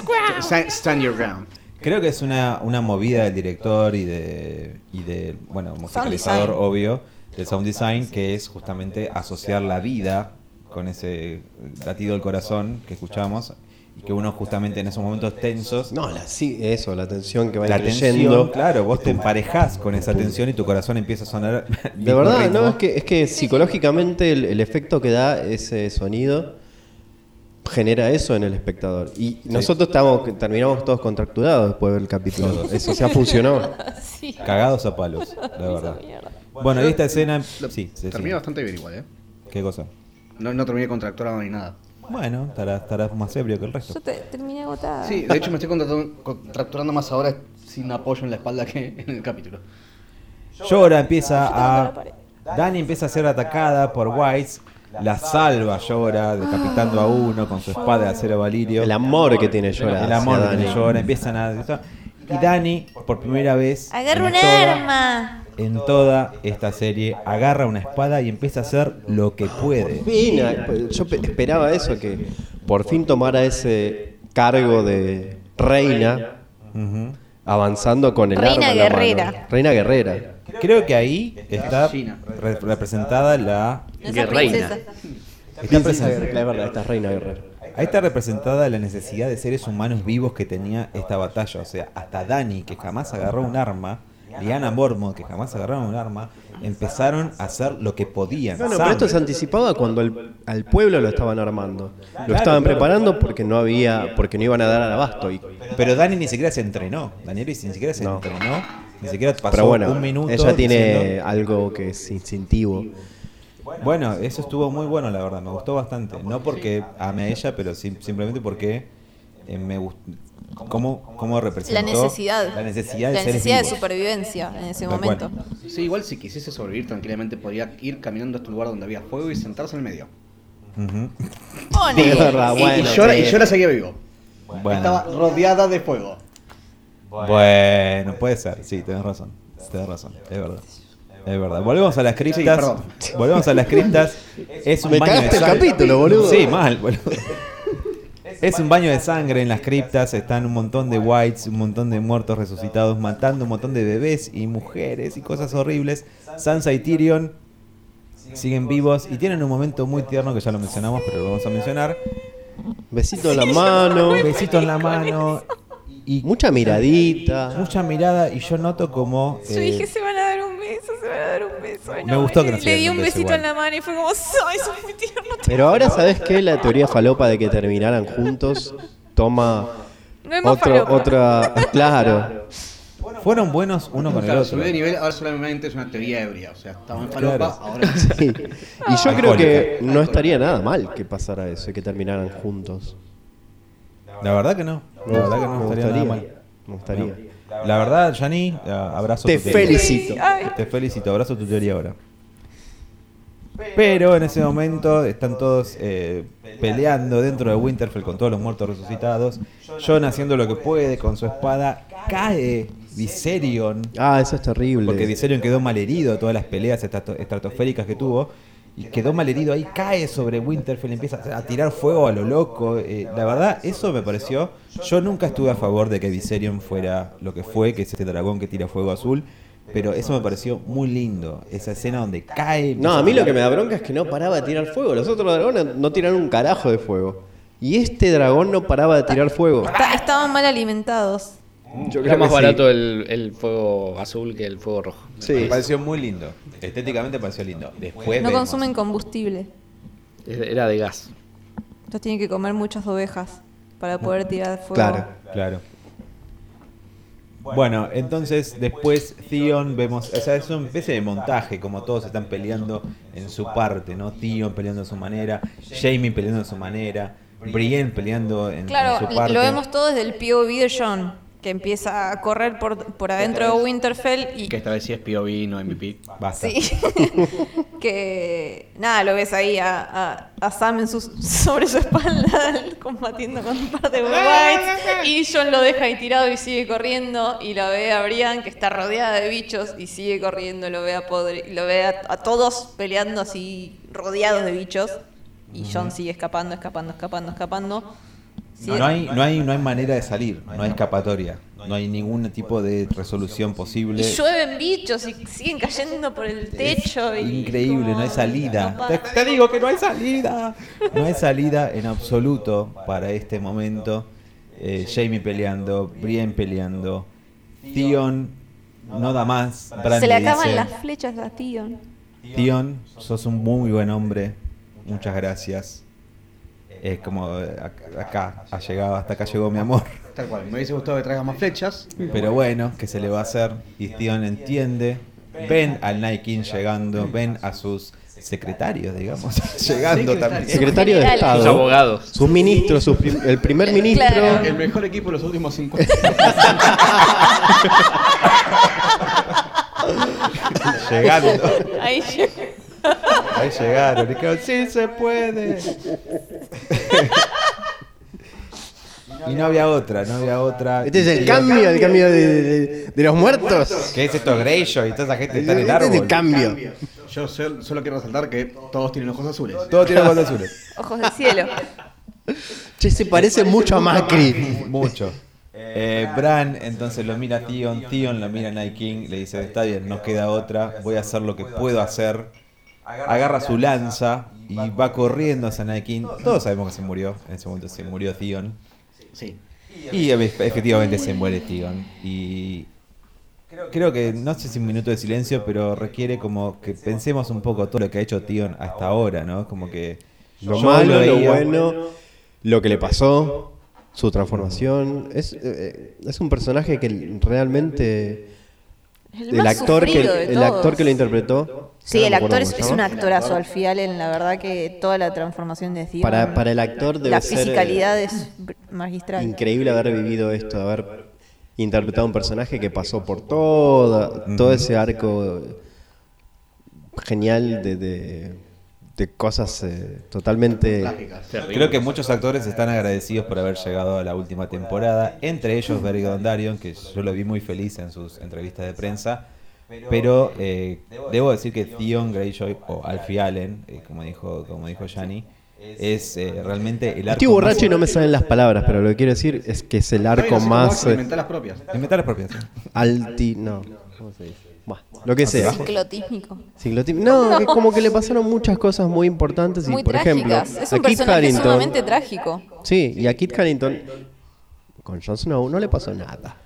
Speaker 8: Stand, stand your ground.
Speaker 3: Creo que es una, una movida del director y de, y de bueno, musicalizador,
Speaker 4: design.
Speaker 3: obvio, del sound design, que es justamente asociar la vida con ese latido del corazón que escuchamos y que uno justamente en esos momentos tensos,
Speaker 2: No, la, sí, eso, la tensión que va
Speaker 3: la tensión,
Speaker 2: increyendo.
Speaker 3: claro, vos te emparejás con esa tensión y tu corazón empieza a sonar. al
Speaker 2: este De
Speaker 3: mismo
Speaker 2: verdad,
Speaker 3: ritmo.
Speaker 2: no, es que, es que psicológicamente el, el efecto que da ese sonido genera eso en el espectador. Y nosotros estamos, terminamos todos contracturados después del capítulo. Eso, o sea, funcionó.
Speaker 3: Cagados a palos, la verdad. Bueno, y esta escena... Sí, sí, sí.
Speaker 8: Terminé bastante bien igual, ¿eh?
Speaker 3: ¿Qué cosa?
Speaker 8: No, no terminé contracturado ni nada.
Speaker 3: Bueno, estarás, estarás más ebrio que el resto.
Speaker 4: Yo te- terminé agotada.
Speaker 8: Sí, de hecho me estoy contratando- contracturando más ahora sin apoyo en la espalda que en el capítulo.
Speaker 3: Llora, empieza a. Dani empieza a ser atacada por Whites. La salva Llora, decapitando a uno con su espada de acero valirio.
Speaker 2: El amor que tiene Llora.
Speaker 3: El amor
Speaker 2: hacia
Speaker 3: que tiene
Speaker 2: Dani.
Speaker 3: Llora. Empiezan a. Y Dani, por primera vez.
Speaker 4: Agarra
Speaker 3: en
Speaker 4: un
Speaker 3: toda-
Speaker 4: arma.
Speaker 3: En toda esta serie, agarra una espada y empieza a hacer lo que puede.
Speaker 2: fin, a- pues, yo pe- esperaba eso, que por fin tomara ese cargo de reina,
Speaker 3: Ujú.
Speaker 2: avanzando con el
Speaker 4: Reina
Speaker 2: arma en la mano.
Speaker 4: guerrera.
Speaker 2: Reina guerrera.
Speaker 3: Creo que ahí está re- representada la.
Speaker 4: No es princesa.
Speaker 2: Está es verdad, esta es reina guerrera.
Speaker 3: Ahí está representada la necesidad de seres humanos vivos que tenía esta batalla. O sea, hasta Dani, que jamás agarró un arma, Liana Mormont, que jamás agarraron un arma, empezaron a hacer lo que podían.
Speaker 2: No, no,
Speaker 3: Sam,
Speaker 2: pero esto se anticipaba cuando al- al pueblo lo estaban armando. Lo
Speaker 3: Claro,
Speaker 2: estaban
Speaker 3: claro.
Speaker 2: preparando porque no había, porque no iban a dar al abasto. Y,
Speaker 3: pero Dani ni siquiera se entrenó. Daniel ni siquiera se
Speaker 2: No.
Speaker 3: entrenó. Ni siquiera pasó
Speaker 2: pero bueno,
Speaker 3: un minuto.
Speaker 2: ella tiene
Speaker 3: diciendo-
Speaker 2: algo que es instintivo.
Speaker 3: Bueno, eso estuvo muy bueno, la verdad. Me gustó bastante. No porque ame a ella, pero sim- simplemente porque eh, me gustó. ¿Cómo, cómo
Speaker 4: La
Speaker 3: representó
Speaker 4: necesidad.
Speaker 3: la necesidad de
Speaker 4: La
Speaker 3: seres
Speaker 4: necesidad de
Speaker 3: vivos.
Speaker 4: supervivencia en ese
Speaker 3: Tal cual.
Speaker 4: momento.
Speaker 8: Sí, igual si quisiese sobrevivir tranquilamente podría ir caminando a este lugar donde había fuego y sentarse en el medio.
Speaker 3: Ujú.
Speaker 2: Es
Speaker 4: Ponele.
Speaker 2: verdad,
Speaker 8: Y-
Speaker 2: bueno,
Speaker 8: y, yo,
Speaker 2: sí.
Speaker 8: y yo la seguía vivo.
Speaker 3: Bueno.
Speaker 8: Estaba rodeada de fuego.
Speaker 3: Bueno, puede ser, sí, tenés razón. Tienes razón, es verdad. Es verdad. Volvemos a las criptas.
Speaker 8: perdón.
Speaker 3: volvemos a las criptas. Es un
Speaker 16: Me
Speaker 3: baño
Speaker 16: cagaste
Speaker 3: de
Speaker 16: el
Speaker 3: sangre.
Speaker 16: capítulo, boludo.
Speaker 3: Sí, mal, boludo. Es un baño de sangre en las criptas, están un montón de whites, un montón de muertos resucitados, matando un montón de bebés y mujeres y cosas horribles. Sansa y Tyrion siguen vivos y tienen un momento muy tierno que ya lo mencionamos, pero lo vamos a mencionar.
Speaker 16: Besito en la mano.
Speaker 3: Besito en la mano,
Speaker 16: Mucha miradita.
Speaker 3: mucha mirada y yo noto como...
Speaker 12: Yo
Speaker 3: eh,
Speaker 12: dije, se van a dar un beso, se van a dar un beso.
Speaker 3: Me gustó que nos
Speaker 12: Le di
Speaker 3: dieran
Speaker 12: un
Speaker 3: un beso
Speaker 12: besito
Speaker 3: igual.
Speaker 12: en la mano y fue como, soy eso es muy tierno".
Speaker 2: Pero ahora, ¿sabes qué? La teoría falopa de que terminaran juntos toma
Speaker 12: No es más
Speaker 2: otro,
Speaker 12: falopa.
Speaker 2: otra. Claro.
Speaker 3: fueron buenos uno con el
Speaker 8: Claro,
Speaker 3: otro.
Speaker 8: subí de nivel, ahora solamente es una teoría ebria. O sea, estamos en falopa,
Speaker 3: Claro.
Speaker 8: ahora
Speaker 2: Sí. Y yo creo que no estaría nada mal que pasara eso y que terminaran juntos.
Speaker 3: La verdad que no. La verdad que no
Speaker 2: me
Speaker 3: estaría nada
Speaker 2: gustaría.
Speaker 3: mal.
Speaker 2: Me gustaría.
Speaker 3: La verdad, Yanni, a- abrazo
Speaker 2: Te
Speaker 3: tu teoría.
Speaker 2: felicito.
Speaker 3: Te felicito, abrazo tu teoría ahora. Pero en ese momento están todos eh, peleando dentro de Winterfell con todos los muertos resucitados. Jon haciendo lo que puede con su espada. Cae Viserion.
Speaker 2: Ah, eso es terrible.
Speaker 3: Porque Viserion quedó malherido de todas las peleas estrato- estratosféricas que tuvo. Y quedó malherido ahí, cae sobre Winterfell, empieza a tirar fuego a lo loco. eh, la verdad, eso me pareció. Yo nunca estuve a favor de que Viserion fuera lo que fue, que es este dragón que tira fuego azul. Pero eso me pareció muy lindo. Esa escena donde cae.
Speaker 2: No, a mí lo que me da bronca es que no paraba de tirar fuego. Los otros dragones no tiraron un carajo de fuego. Y este dragón no paraba de tirar fuego.
Speaker 4: Está- estaban mal alimentados.
Speaker 2: Yo
Speaker 17: Era
Speaker 2: creo
Speaker 17: más
Speaker 2: que sí.
Speaker 17: barato el, el fuego azul que el fuego rojo.
Speaker 2: Sí.
Speaker 3: Me pareció muy lindo. Estéticamente me pareció lindo. Después.
Speaker 4: No
Speaker 3: vemos.
Speaker 4: consumen combustible.
Speaker 17: Era de gas.
Speaker 4: Entonces tienen que comer muchas ovejas para poder tirar fuego.
Speaker 2: Claro.
Speaker 3: Claro. Bueno, entonces después Theon vemos, o sea, es una especie de montaje, como todos están peleando en su parte, ¿no? Theon peleando a su manera, Jamie peleando a su manera, Brienne peleando en, en
Speaker 4: Claro,
Speaker 3: su parte.
Speaker 4: lo vemos todo desde el POV de John, que empieza a correr por, por adentro de Winterfell y
Speaker 17: Que esta vez sí es POV, no MVP.
Speaker 3: Basta.
Speaker 4: Sí. que nada, lo ves ahí a, a- a Sam en su- sobre su espalda combatiendo con un par de whites y John lo deja ahí tirado y sigue corriendo y lo ve a Brian que está rodeada de bichos y sigue corriendo, lo ve a Podri- lo ve a, a todos peleando así rodeados de bichos y John sigue escapando, escapando, escapando, escapando.
Speaker 3: No, no hay, no, hay, no hay manera de salir, no hay escapatoria, no hay ningún tipo de resolución posible.
Speaker 4: Y llueven bichos y siguen cayendo por el techo. y
Speaker 3: Este, Increíble,
Speaker 4: como-
Speaker 3: no hay salida.
Speaker 4: no para.
Speaker 3: Te, te digo que no hay salida. No hay salida en absoluto para este momento. Eh, Jamie peleando, Brienne peleando, Theon no da más. Bran
Speaker 4: Se le acaban
Speaker 3: dice,
Speaker 4: las flechas a Tion.
Speaker 3: Theon, sos un muy buen hombre. Muchas gracias. Es como eh, ac- acá ha llegado, hasta acá llegó mi amor.
Speaker 8: Tal cual, me hubiese gustado que traigas más flechas.
Speaker 3: Pero bueno, ¿qué se le va a hacer? Y Theon entiende. Ven al Night King llegando, ven a sus secretarios, digamos, llegando también.
Speaker 2: Secretario de
Speaker 4: General.
Speaker 17: Los
Speaker 2: Estado.
Speaker 17: abogados.
Speaker 2: Sus ministros, sus prim- el primer ministro.
Speaker 4: Claro.
Speaker 8: El mejor equipo de los últimos 50.
Speaker 3: llegando.
Speaker 4: Ahí llega.
Speaker 3: Ahí llegaron. Y dijeron, sí se puede. y no había otra, no había otra.
Speaker 2: Este es
Speaker 3: Y
Speaker 2: el
Speaker 3: digo,
Speaker 2: cambio, el cambio de, de- de los muertos.
Speaker 3: ¿Qué es esto, Greyjoy? Y toda esa gente está en el
Speaker 2: Este es el
Speaker 3: árbol.
Speaker 2: cambio.
Speaker 8: Yo sol- solo quiero resaltar que todos tienen ojos azules.
Speaker 3: Todo tiene ojos azules.
Speaker 4: Ojos del cielo.
Speaker 2: Che, se parece mucho a Macri.
Speaker 3: Mucho. Eh, Bran entonces lo mira a Theon, Theon lo mira a Night King, le dice, está bien, no queda otra, voy a hacer lo que puedo hacer. Agarra su lanza y va corriendo hacia Night King. Todos sabemos que se murió, en ese momento se murió Theon.
Speaker 8: Sí.
Speaker 3: Y efe- efectivamente se muere Theon. Y creo que, no sé si un minuto de silencio, pero requiere como que pensemos un poco todo lo que ha hecho Theon hasta ahora, ¿no? Como que...
Speaker 2: Lo
Speaker 3: yo
Speaker 2: malo, lo
Speaker 3: veía-
Speaker 2: bueno, lo que le pasó, su transformación. Es, eh, es un personaje que realmente.
Speaker 4: El,
Speaker 2: El
Speaker 4: más
Speaker 2: actor que,
Speaker 4: sufrido de
Speaker 2: el
Speaker 4: todos.
Speaker 2: actor que lo interpretó.
Speaker 4: Sí,
Speaker 2: que
Speaker 4: el
Speaker 2: no me acuerdo
Speaker 4: actor es,
Speaker 2: cómo se
Speaker 4: es un
Speaker 2: llama.
Speaker 4: actorazo al final. En la verdad que toda la transformación de Tion.
Speaker 2: Para, para el actor debe
Speaker 4: La
Speaker 2: ser, eh,
Speaker 4: fisicalidad es br- magistral.
Speaker 2: increíble haber vivido esto, de haber interpretado a un personaje que pasó por toda, todo ese arco genial de, de- de cosas eh, totalmente...
Speaker 17: Terrible.
Speaker 3: Creo que muchos actores están agradecidos por haber llegado a la última temporada, entre ellos Barry Dondarion, que yo lo vi muy feliz en sus entrevistas de prensa, Pero eh, debo decir que Theon Greyjoy o Alfie Allen, eh, como dijo como dijo Gianni, es eh, realmente el arco.
Speaker 2: Estoy borracho
Speaker 3: más-
Speaker 2: y no me salen las palabras, pero lo que quiero decir es que es el arco más. eh,
Speaker 8: Inventar las propias.
Speaker 3: Inventar las propias.
Speaker 2: Alti. No. ¿Cómo se dice? Buah, lo que sea.
Speaker 4: Ciclotísmico.
Speaker 2: Ciclotim- No,
Speaker 4: No.
Speaker 2: que como que le pasaron muchas cosas muy importantes. Y
Speaker 4: Muy
Speaker 2: por ejemplo,
Speaker 4: trágicas. es
Speaker 2: a
Speaker 4: un
Speaker 2: Kit
Speaker 4: personaje
Speaker 2: Harrington.
Speaker 4: sumamente trágico.
Speaker 2: Sí, y a Kit Harrington. Con Jon Snow no le pasó nada.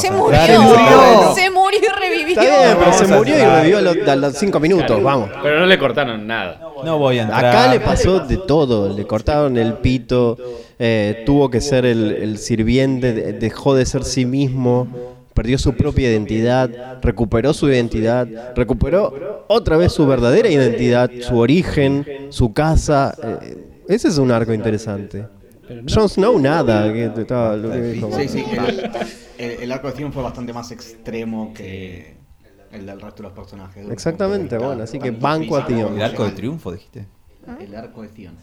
Speaker 4: Se murió.
Speaker 2: Se murió.
Speaker 4: Se murió y revivió.
Speaker 2: Está bien, pero se
Speaker 1: Vamos a
Speaker 2: murió y
Speaker 1: entrar.
Speaker 2: revivió a los, a los cinco minutos. Vamos.
Speaker 1: Pero no le cortaron nada.
Speaker 3: No voy a entrar.
Speaker 2: Acá le pasó de todo, le cortaron el pito, eh, tuvo que ser el, el sirviente, de- dejó de ser sí mismo, perdió su propia identidad, recuperó su identidad, recuperó otra vez su verdadera identidad, su origen, su casa. eh, ese es un arco interesante. Jon Snow nada, que estaba- lo que dijo.
Speaker 8: Sí, sí, el, el- el arco de Steven fue bastante más extremo que el del resto de los personajes.
Speaker 2: Exactamente, bueno, así que banco a Theon.
Speaker 3: El arco de triunfo, dijiste.
Speaker 8: El arco de Steven.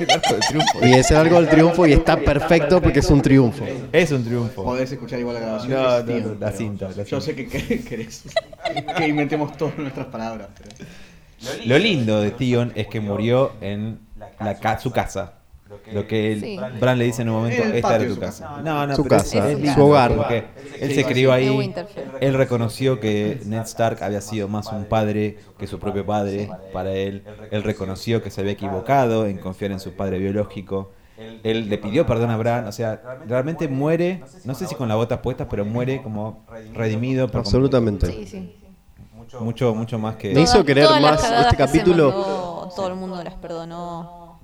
Speaker 3: El arco de triunfo.
Speaker 2: Y es el arco del triunfo y está perfecto porque es un triunfo.
Speaker 3: Es un triunfo.
Speaker 8: Podés escuchar igual la grabación.
Speaker 3: No,
Speaker 8: que
Speaker 3: no,
Speaker 8: Steven,
Speaker 3: no, la
Speaker 8: pero
Speaker 3: cinta, la cinta.
Speaker 8: Yo sé que que- querés que inventemos todas nuestras palabras. pero-
Speaker 3: Lo lindo de Theon es que murió en la ca- su casa. Lo que el-
Speaker 8: Sí.
Speaker 3: Bran le dice en un momento,
Speaker 8: El
Speaker 3: esta
Speaker 8: patio
Speaker 3: era
Speaker 8: de
Speaker 3: tu
Speaker 8: su
Speaker 3: casa.
Speaker 8: casa.
Speaker 3: No, no,
Speaker 2: Su
Speaker 3: pero es-
Speaker 2: casa,
Speaker 3: es
Speaker 2: su
Speaker 3: lindo,
Speaker 2: hogar.
Speaker 3: como que Él se crió
Speaker 2: De
Speaker 3: ahí,
Speaker 4: Winterfell.
Speaker 3: él reconoció que Ned Stark había sido más un padre que su propio padre para él. Él reconoció que se había equivocado en confiar en su padre biológico. Él le pidió perdón a Bran, o sea, realmente muere, no sé si con las botas puestas, pero muere como redimido. por completo.
Speaker 2: Absolutamente.
Speaker 4: Sí, sí.
Speaker 3: Mucho, mucho más que...
Speaker 2: Me hizo
Speaker 4: Todas-
Speaker 2: querer
Speaker 4: todas las
Speaker 2: más
Speaker 4: cagadas
Speaker 2: este
Speaker 4: que se
Speaker 2: capítulo.
Speaker 4: mandó, todo el mundo las perdonó.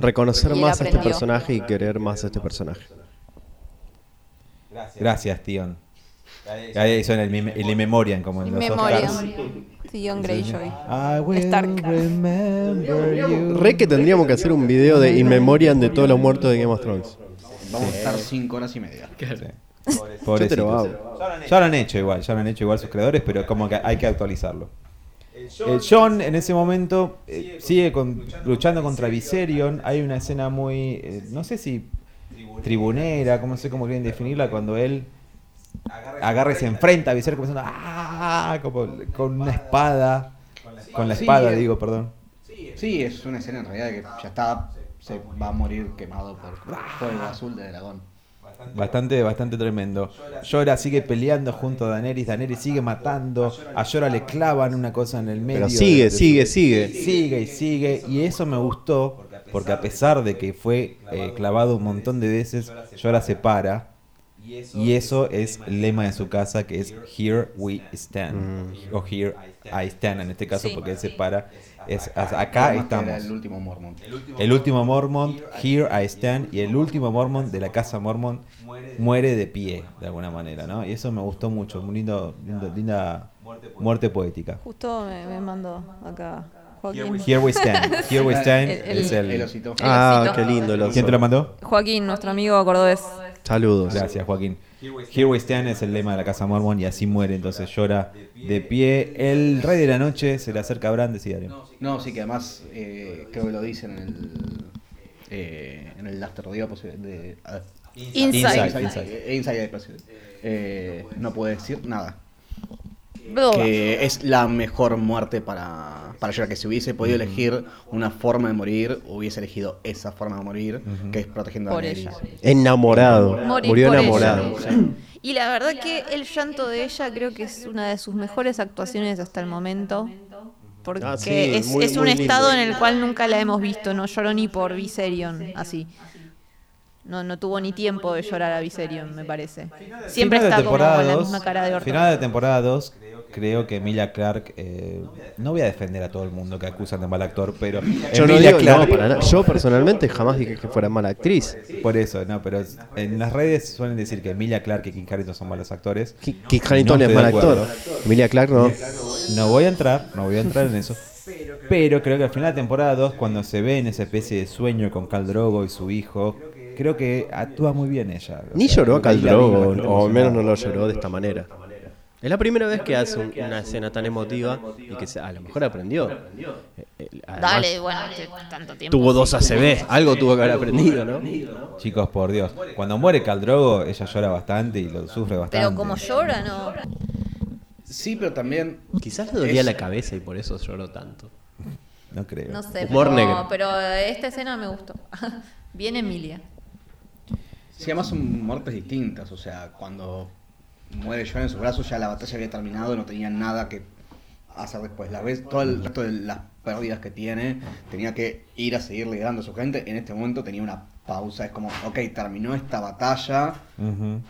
Speaker 2: Reconocer
Speaker 4: Y él
Speaker 2: más a este
Speaker 4: aprendió.
Speaker 2: personaje y querer más a este personaje.
Speaker 3: Gracias, Tion. Ahí son el, mem- el In Memoriam, como en los
Speaker 4: Memoria.
Speaker 3: Oscars.
Speaker 4: Theon Greyjoy.
Speaker 3: I will remember you.
Speaker 2: Re que tendríamos que hacer un video de In Memoriam de todos los muertos de Game of Thrones.
Speaker 8: Vamos a estar cinco horas y media.
Speaker 2: Yo te lo
Speaker 3: Pobrecitos.
Speaker 2: hago.
Speaker 3: Ya lo han hecho igual, ya lo han hecho igual sus creadores, pero como que hay que actualizarlo. Eh, John en ese momento eh, sigue con- luchando contra Viserion. Hay una escena muy, eh, no sé si tribunera, como no sé cómo quieren definirla, cuando él agarra y se enfrenta a Viserion comenzando "Ah", como con una espada, con la
Speaker 8: Sí,
Speaker 3: espada
Speaker 8: eh.
Speaker 3: digo, perdón.
Speaker 8: Sí, es una escena en realidad que ya está, se va a morir quemado por fuego azul de dragón.
Speaker 3: Bastante, bastante tremendo. Llora sigue peleando junto a Daenerys, Daenerys sigue matando, a Llora le clavan una cosa en el medio.
Speaker 2: Pero sigue,
Speaker 3: de- de-
Speaker 2: sigue, sigue.
Speaker 3: Sigue y sigue, y eso me gustó, porque a pesar de que fue eh, clavado un montón de veces, Llora se para, y eso es el lema de su casa, que es Here we stand,
Speaker 2: Mm.
Speaker 3: o Here I stand en este caso,
Speaker 4: Sí.
Speaker 3: porque él se para, es, as- acá
Speaker 8: Además que era
Speaker 3: estamos.
Speaker 8: el último Mormon.
Speaker 3: El último Mormont, Here I Stand, y el último Mormont de la casa Mormont muere de pie, de alguna manera, ¿no? Y eso me gustó mucho, muy lindo, lindo- linda muerte poética.
Speaker 4: Justo me, me mandó acá. Joaquín.
Speaker 3: Here we stand, here we stand
Speaker 4: El- el-
Speaker 3: es el...
Speaker 8: El osito.
Speaker 2: Ah, qué lindo el oso.
Speaker 3: ¿Quién te lo mandó?
Speaker 4: Joaquín, nuestro amigo cordobés.
Speaker 2: Saludos.
Speaker 3: Gracias, Joaquín. Here we stand es el lema de la casa Mormont y así muere, entonces llora de pie. El rey de la noche se le acerca a Bran, decía
Speaker 8: No, sí, que además eh, creo que lo dicen en el. eh, en el After Dio posi- de. ah,
Speaker 4: Inside.
Speaker 3: Inside,
Speaker 8: Inside,
Speaker 3: inside.
Speaker 8: eh, Inside, posi- eh, no puede decir nada.
Speaker 4: Blah.
Speaker 8: Que es la mejor muerte para, para Jorah. Que si hubiese podido elegir una forma de morir, hubiese elegido esa forma de morir, que es protegiendo a
Speaker 4: Por
Speaker 8: Daenerys.
Speaker 4: ella.
Speaker 2: Enamorado.
Speaker 4: Morir
Speaker 2: Murió
Speaker 4: por ella.
Speaker 2: enamorado.
Speaker 4: Y la verdad que el llanto de ella creo que es una de sus mejores actuaciones hasta el momento. Porque
Speaker 2: Ah, sí,
Speaker 4: es,
Speaker 2: muy-
Speaker 4: es un
Speaker 2: muy lindo.
Speaker 4: estado en el cual nunca la hemos visto. No lloró ni por Viserion, así. No, no tuvo ni tiempo de llorar a Viserion, me parece. Siempre
Speaker 3: Final de
Speaker 4: está como con la
Speaker 3: temporada
Speaker 4: misma
Speaker 3: dos,
Speaker 4: cara de orto.
Speaker 3: Final de temporada 2, creo que Emilia Clark. no voy a defender a todo el mundo que acusan de mal actor, pero.
Speaker 2: Yo no
Speaker 3: Emilia
Speaker 2: digo, no,
Speaker 3: Clarke-
Speaker 2: para nada. Yo personalmente jamás dije que fuera mala actriz.
Speaker 3: Por eso, no, pero es- en las redes suelen decir que Emilia Clark y Kim Carrington son malos actores.
Speaker 2: Ki- Kit Harington
Speaker 3: No
Speaker 2: es
Speaker 3: estoy
Speaker 2: mal
Speaker 3: de
Speaker 2: actor. Emilia Clarke no.
Speaker 3: No voy a entrar, no voy a entrar en eso. Pero creo que al final de temporada 2, cuando se ve en esa especie de sueño con Khal Drogo y su hijo, creo que actúa muy bien ella. O
Speaker 2: Ni
Speaker 3: sea,
Speaker 2: lloró a
Speaker 3: ahí
Speaker 2: Khal
Speaker 3: la vi
Speaker 2: Drogo,
Speaker 3: bastante
Speaker 2: o al menos no
Speaker 3: emocionada.
Speaker 2: lo lloró de esta manera. Es la primera vez que hace un- una escena tan emotiva y que se- a lo mejor aprendió. Eh, eh, además,
Speaker 4: Dale, bueno, tanto tiempo.
Speaker 2: tuvo dos ACB, algo tuvo que haber aprendido, ¿no?
Speaker 3: Chicos, por Dios. Cuando muere Caldrogo, ella llora bastante y lo sufre bastante.
Speaker 4: Pero como llora, no.
Speaker 8: Sí, pero también.
Speaker 18: Quizás le dolía
Speaker 8: Es-
Speaker 18: la cabeza y por eso lloró tanto.
Speaker 3: No creo.
Speaker 4: No sé,
Speaker 18: Humor
Speaker 4: pero,
Speaker 18: negro.
Speaker 4: pero esta escena me gustó. Bien Emilia.
Speaker 8: Sí, además son muertes distintas. O sea, cuando muere John en sus brazos, ya la batalla había terminado, no tenía nada que hacer después. La vez, todo el resto de las pérdidas que tiene, tenía que ir a seguir liderando a su gente. En este momento tenía una pausa. Es como, ok, terminó esta batalla,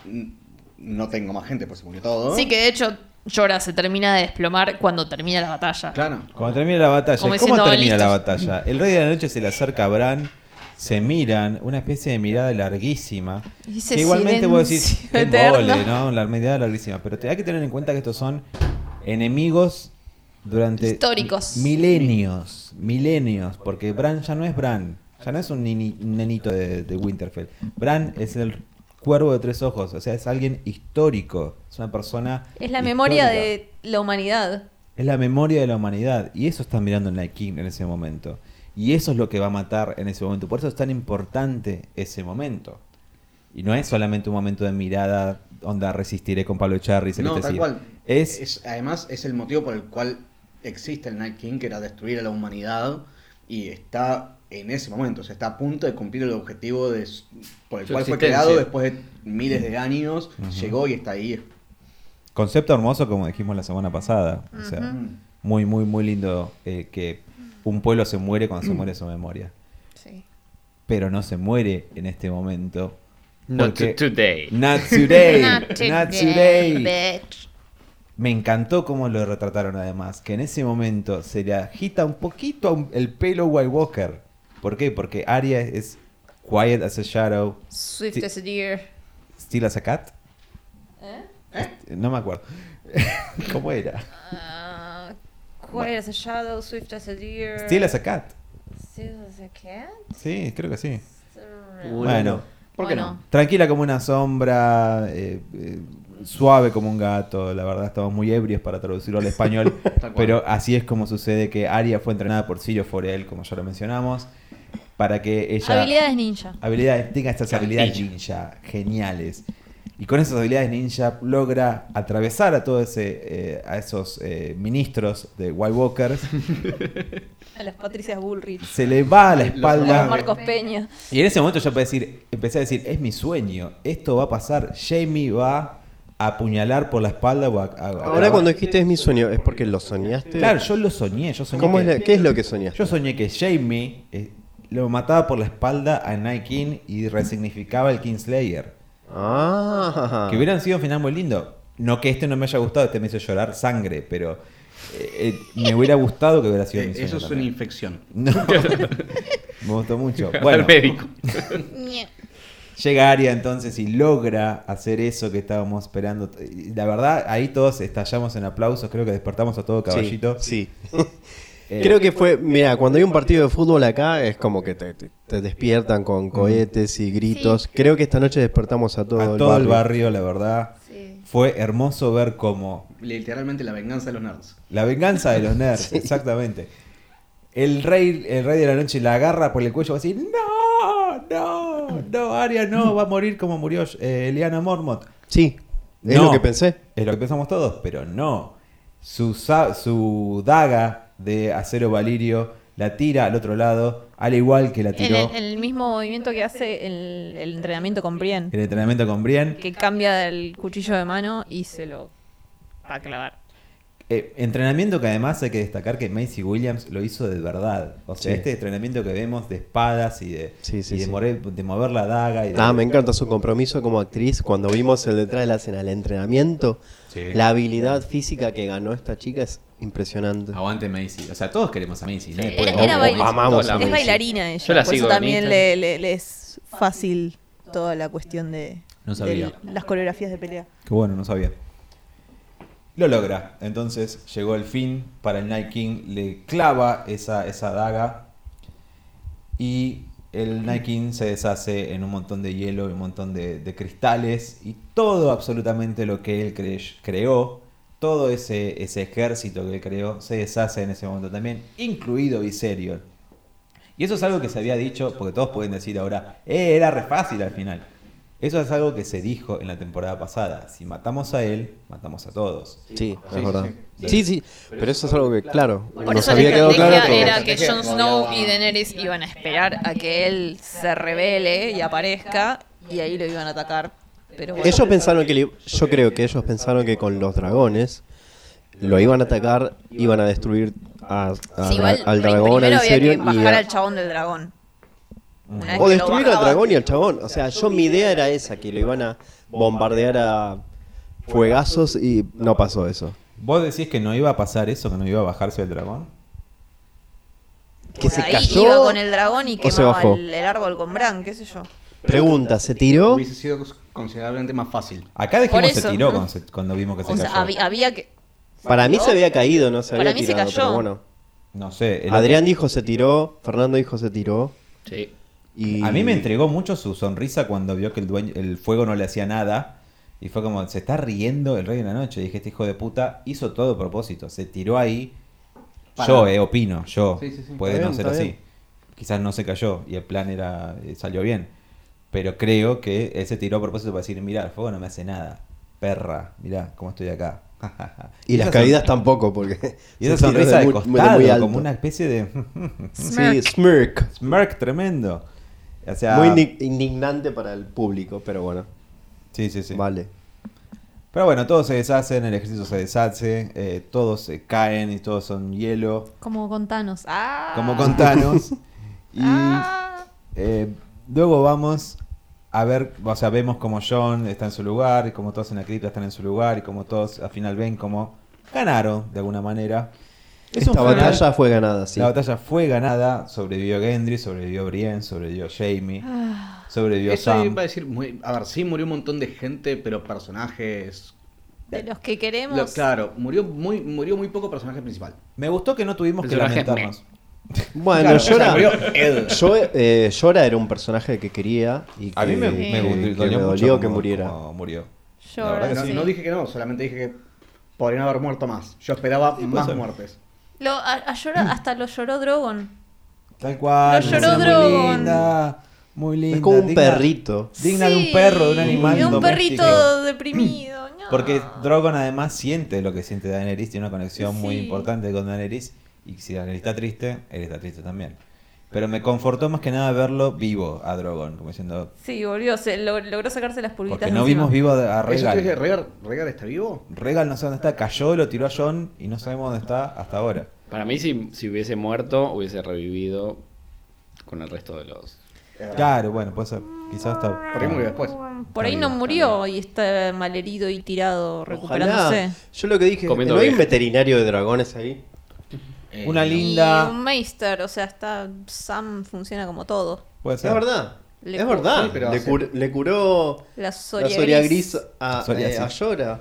Speaker 8: n- no tengo más gente, pues se murió todo.
Speaker 4: Sí, que de hecho Llora se termina de desplomar cuando termina la batalla.
Speaker 8: Claro.
Speaker 3: Cuando termina la batalla,
Speaker 4: Como
Speaker 3: ¿cómo
Speaker 4: diciendo,
Speaker 3: termina la
Speaker 4: "Listos".
Speaker 3: batalla? El rey de la noche se le acerca a Bran, se miran, una especie de mirada larguísima.
Speaker 4: Y ese
Speaker 3: que igualmente vos decís,
Speaker 4: silencio
Speaker 3: "Qué
Speaker 4: eterno".
Speaker 3: embole", ¿no? La mirada larguísima. Pero te- hay que tener en cuenta que estos son enemigos durante
Speaker 4: Históricos.
Speaker 3: milenios, milenios, porque Bran ya no es Bran, ya no es un nini- un nenito de, de Winterfell. Bran es el cuervo de tres ojos, o sea, es alguien histórico, es una persona
Speaker 4: Es la memoria
Speaker 3: histórica.
Speaker 4: de la humanidad.
Speaker 3: Es la memoria de la humanidad. Y eso están mirando en Night King en ese momento. Y eso es lo que va a matar en ese momento. Por eso es tan importante ese momento. Y no es solamente un momento de mirada, onda resistiré con Pablo Charri,
Speaker 8: No,
Speaker 3: Celeste
Speaker 8: tal
Speaker 3: Cid.
Speaker 8: cual.
Speaker 3: Es,
Speaker 8: Es- además, es el motivo por el cual existe el Night King, que era destruir a la humanidad, y está en ese momento, o sea, está a punto de cumplir el objetivo de, s- por el
Speaker 17: Su
Speaker 8: cual fue
Speaker 17: existencia.
Speaker 8: creado después de miles de años,
Speaker 3: Ujú.
Speaker 8: llegó y está ahí.
Speaker 3: concepto hermoso como dijimos la semana pasada. O sea,
Speaker 8: Ujú.
Speaker 3: muy, muy, muy lindo eh, que un pueblo se muere cuando se muere su memoria.
Speaker 4: Sí.
Speaker 3: Pero no se muere en este momento.
Speaker 17: Not
Speaker 3: porque-
Speaker 17: to- today.
Speaker 3: Not today.
Speaker 17: Not
Speaker 3: Not
Speaker 17: today,
Speaker 3: today. Me encantó cómo lo retrataron además, que en ese momento se le agita un poquito a un- el pelo White Walker. ¿Por qué? Porque Arya es, es quiet as a shadow,
Speaker 4: Swift
Speaker 3: Sí.
Speaker 4: as a deer.
Speaker 3: still as a cat.
Speaker 4: ¿Eh?
Speaker 3: No me acuerdo. ¿Cómo era?
Speaker 4: Ah, quiet as a shadow, swift as a deer.
Speaker 3: Still as a cat.
Speaker 4: Still as a cat?
Speaker 3: Sí, creo que sí.
Speaker 4: Bueno.
Speaker 3: Bueno.
Speaker 4: ¿Por qué no?
Speaker 3: Tranquila como una sombra, eh, eh, suave como un gato. La verdad, estamos muy ebrios para traducirlo al español.
Speaker 8: cual.
Speaker 3: pero así es como sucede que Arya fue entrenada por Sirio Forel, como ya lo mencionamos, para que ella.
Speaker 4: Habilidades ninja.
Speaker 3: habilidades, tenga estas
Speaker 17: Claro,
Speaker 3: habilidades
Speaker 17: ninja.
Speaker 3: ninja geniales. Y con esas habilidades ninja logra atravesar a todo ese, eh, a esos eh, ministros de White Walkers.
Speaker 4: A las Patricias Bullrich.
Speaker 3: se le va a la
Speaker 4: A los
Speaker 3: espalda.
Speaker 4: Marcos Peña.
Speaker 3: Y en ese momento yo empecé a decir, empecé a decir, es mi sueño, esto va a pasar, Jamie va a apuñalar por la espalda o a, a- a-
Speaker 2: Ahora cuando dijiste es mi sueño, ¿es porque lo soñaste?
Speaker 3: Claro, yo lo soñé, yo soñé
Speaker 2: ¿Cómo es
Speaker 3: que-
Speaker 2: la- ¿Qué es lo que soñaste?
Speaker 3: Yo soñé que Jamie eh, lo mataba por la espalda a Night King y resignificaba el Kingslayer.
Speaker 2: Ah.
Speaker 3: Que hubieran sido un final muy lindo. No que este no me haya gustado, este me hizo llorar sangre, pero eh, eh, me hubiera gustado que hubiera sido
Speaker 8: Eh,
Speaker 3: mi sueño
Speaker 8: eso es una
Speaker 3: también.
Speaker 8: infección.
Speaker 3: No. me gustó mucho.
Speaker 17: Al
Speaker 3: Bueno.
Speaker 17: médico.
Speaker 3: Llega Aria entonces y logra hacer eso que estábamos esperando. Y La verdad, ahí todos estallamos en aplausos. Creo que despertamos a todo caballito. Eh,
Speaker 2: Sí.
Speaker 18: Eh,
Speaker 2: Creo que fue, mira, cuando hay un partido de fútbol acá es como que te, te- te despiertan con cohetes y gritos. Creo que esta noche despertamos a todo,
Speaker 3: Mm. a
Speaker 2: el,
Speaker 3: todo
Speaker 2: barrio.
Speaker 3: el barrio, la verdad. Fue hermoso ver cómo
Speaker 8: Literalmente la venganza de los nerds.
Speaker 3: La venganza de los nerds, exactamente. El rey, el rey de la noche la agarra por el cuello y va a decir, no, no, no, Aria no, va a morir como murió eh, Eliana Mormont.
Speaker 2: Sí, es lo que pensé.
Speaker 3: Es lo que pensamos todos, pero no. Su, sa- su daga de acero valirio la tira al otro lado, al igual que la
Speaker 4: En
Speaker 3: tiró
Speaker 4: el,
Speaker 3: en el,
Speaker 4: el mismo movimiento que hace el, el entrenamiento con Brienne.
Speaker 3: entrenamiento con Brian.
Speaker 4: Que cambia el cuchillo de mano y se lo va a clavar.
Speaker 3: Eh, entrenamiento que además hay que destacar que Macy Williams lo hizo de verdad. O sea,
Speaker 2: Sí.
Speaker 3: este entrenamiento que vemos de espadas y de,
Speaker 2: sí,
Speaker 3: y de
Speaker 2: sí.
Speaker 3: mover, de mover la daga. Y de-
Speaker 2: Ah, me encanta su compromiso como actriz. Cuando vimos el detrás de la escena, el entrenamiento, la habilidad física que ganó esta chica es impresionante.
Speaker 19: Aguante Macy. O sea, todos queremos a Macy.
Speaker 4: Era-
Speaker 19: nadie puede-
Speaker 4: era
Speaker 2: Oh,
Speaker 4: bail-
Speaker 2: amamos a
Speaker 4: es
Speaker 2: Macy.
Speaker 4: bailarina ella.
Speaker 17: Yo la
Speaker 4: por
Speaker 17: sigo
Speaker 4: eso
Speaker 17: en
Speaker 4: también
Speaker 17: Instagram.
Speaker 4: le, le- le es fácil toda la cuestión de,
Speaker 3: No sabía.
Speaker 4: de las coreografías de pelea.
Speaker 3: Qué bueno, no sabía. Lo logra. Entonces llegó el fin para el Night King. Le clava esa, esa daga. Y el Night King se deshace en un montón de hielo y un montón de, de cristales. Y todo absolutamente lo que él cre- creó. Todo ese, ese ejército que él creó se deshace en ese momento también. Incluido Viserion. Y eso es algo que se había dicho, porque todos pueden decir ahora, eh, era re fácil al final. Eso es algo que se dijo en la temporada pasada. Si matamos a él, matamos a todos.
Speaker 2: Sí, es verdad. Sí, sí, pero eso es algo que, claro, nos había
Speaker 4: la
Speaker 2: quedado claro.
Speaker 4: estrategia
Speaker 2: pero-
Speaker 4: era que Jon Snow y Daenerys iban a esperar a que él se revele y aparezca y ahí lo iban a atacar. Pero bueno.
Speaker 2: Ellos pensaron que, le- yo creo que ellos pensaron que con los dragones lo iban a atacar, iban a destruir a- a-
Speaker 4: Sí, igual,
Speaker 2: al
Speaker 4: pri-
Speaker 2: dragón,
Speaker 4: primero
Speaker 2: al
Speaker 4: había que
Speaker 2: Viserion y
Speaker 4: bajar
Speaker 2: a-
Speaker 4: al chabón del dragón. Una vez
Speaker 2: o
Speaker 4: que lo
Speaker 2: destruir al
Speaker 4: bajaban-
Speaker 2: dragón y al chabón. O sea, yo mi idea era esa, que lo iban a bombardear a fuegazos y no pasó eso.
Speaker 3: ¿Vos decís que no iba a pasar eso, que no iba a bajarse el dragón?
Speaker 2: Que se
Speaker 4: Ahí
Speaker 2: cayó.
Speaker 4: iba con el dragón y
Speaker 2: o se
Speaker 4: quemaba
Speaker 2: bajó?
Speaker 4: el, el árbol con Bran, qué sé yo.
Speaker 2: Pregunta, ¿se tiró?
Speaker 8: Hubiese sido considerablemente más fácil.
Speaker 3: Acá
Speaker 4: Por
Speaker 3: dijimos
Speaker 4: eso,
Speaker 3: se tiró
Speaker 4: ¿no?
Speaker 3: cuando, se- cuando vimos que se
Speaker 4: O sea,
Speaker 3: cayó.
Speaker 4: habi- había que...
Speaker 2: Para mí se había caído, no se
Speaker 4: Para
Speaker 2: había
Speaker 4: mí se
Speaker 2: tirado,
Speaker 4: cayó.
Speaker 2: pero bueno.
Speaker 3: No sé. el-
Speaker 2: Adrián dijo se tiró, Fernando dijo se tiró.
Speaker 17: Sí.
Speaker 2: Y...
Speaker 3: A mí me entregó mucho su sonrisa cuando vio que el, dueño, el fuego no le hacía nada. Y fue como, se está riendo el rey de la noche. Y dije, este hijo de puta hizo todo a propósito. Se tiró ahí.
Speaker 8: Para.
Speaker 3: Yo, eh, opino, yo.
Speaker 8: Sí, sí, sí.
Speaker 3: Puede
Speaker 8: Está
Speaker 3: no
Speaker 8: bien,
Speaker 3: ser
Speaker 8: está
Speaker 3: así.
Speaker 8: bien.
Speaker 3: Quizás no se cayó y el plan era eh, salió bien. Pero creo que él se tiró a propósito para decir, mirá, el fuego no me hace nada. Perra, mirá cómo estoy acá.
Speaker 2: Y las
Speaker 3: Esa son-
Speaker 2: caídas tampoco, porque.
Speaker 3: Y esa
Speaker 2: se tiró
Speaker 3: sonrisa de,
Speaker 2: muy- muy- de
Speaker 3: costado,
Speaker 2: muy alto.
Speaker 3: como una especie de...
Speaker 2: Sí, smirk.
Speaker 3: Smirk tremendo. O sea,
Speaker 2: Muy indi- indignante para el público, pero bueno.
Speaker 3: Sí, sí, sí.
Speaker 2: Vale.
Speaker 3: Pero bueno, todos se deshacen, el ejército se deshace, eh, todos se caen y todos son hielo,
Speaker 20: Como contanos. Ah.
Speaker 3: como con Thanos. y eh, luego vamos a ver, o sea, vemos como John está en su lugar, y como todos en la cripta están en su lugar, y como todos al final ven como ganaron de alguna manera. Es un
Speaker 2: Esta
Speaker 3: final-
Speaker 2: batalla fue ganada, sí.
Speaker 3: La batalla fue ganada, sobrevivió Gendry, sobrevivió Brienne, sobrevivió Jamie, sobrevivió
Speaker 8: Eso
Speaker 3: Sam.
Speaker 8: iba a decir, muy- a ver, sí murió un montón de gente, pero personajes...
Speaker 4: De los que queremos...
Speaker 8: Lo- claro, murió muy, murió muy poco personaje principal.
Speaker 3: Me gustó que no tuvimos que
Speaker 8: Personajes
Speaker 3: lamentarnos.
Speaker 2: Bueno,
Speaker 8: Claro, se
Speaker 2: Llora.
Speaker 8: murió Ed.
Speaker 2: Yo, eh, Llora era un personaje que quería y que
Speaker 3: A mí me,
Speaker 2: que-
Speaker 3: me
Speaker 2: que
Speaker 3: dolió,
Speaker 2: me
Speaker 3: mucho
Speaker 2: dolió que
Speaker 3: cómo-
Speaker 2: muriera.
Speaker 3: cómo murió.
Speaker 4: Yo
Speaker 3: La verdad
Speaker 4: ahora
Speaker 3: que
Speaker 8: No,
Speaker 4: sí.
Speaker 8: no dije que no, solamente dije que podrían haber muerto más. Yo esperaba más
Speaker 3: ser.
Speaker 8: muertes.
Speaker 4: Lo- a- a llorar- hasta lo lloró Drogon.
Speaker 3: Tal cual.
Speaker 4: Lo lloró
Speaker 3: una escena Muy
Speaker 4: Drogon.
Speaker 3: linda. Muy linda.
Speaker 2: como un
Speaker 3: digna-
Speaker 2: perrito.
Speaker 3: Digna de un
Speaker 4: Sí,
Speaker 3: perro, de un animal.
Speaker 4: De un
Speaker 3: doméstico.
Speaker 4: perrito deprimido. no.
Speaker 3: Porque Drogon además siente lo que siente Daenerys, tiene una conexión muy
Speaker 4: Sí.
Speaker 3: importante con Daenerys. Y si Daenerys está triste, él está triste también. Pero me confortó más que nada verlo vivo a Drogon, como diciendo.
Speaker 4: Sí, volvió, se lo- logró sacarse las pulguitas.
Speaker 3: Porque
Speaker 4: de
Speaker 3: no
Speaker 4: encima.
Speaker 3: vimos vivo a a
Speaker 8: Eso te dije,
Speaker 3: Regal.
Speaker 8: ¿Regar, ¿Regar está vivo?
Speaker 3: Regal no sé dónde está, cayó, lo tiró a John y no sabemos dónde está hasta ahora.
Speaker 17: Para mí, si, si hubiese muerto, hubiese revivido con el resto de los.
Speaker 3: Claro, bueno, puede ser. Quizás hasta.
Speaker 8: Por ahí murió después.
Speaker 4: Por ahí no murió y está malherido y tirado, recuperándose.
Speaker 2: Ojalá. Yo lo que dije,
Speaker 17: Comiendo
Speaker 2: ¿no hay un
Speaker 17: ovejas.
Speaker 2: veterinario de dragones ahí?
Speaker 8: Eh,
Speaker 3: Una
Speaker 4: Y
Speaker 3: linda.
Speaker 4: un Meister, o sea, está Sam funciona como todo.
Speaker 3: Puede ser.
Speaker 2: Es verdad.
Speaker 4: Le
Speaker 2: es
Speaker 4: cu-
Speaker 2: verdad.
Speaker 8: Sí, pero
Speaker 2: le,
Speaker 8: hace-
Speaker 2: cur- le curó
Speaker 4: La
Speaker 2: la
Speaker 4: Soria,
Speaker 2: Soria
Speaker 4: Gris.
Speaker 2: Gris, a,
Speaker 3: Soria,
Speaker 2: eh,
Speaker 3: sí.
Speaker 2: a Llora.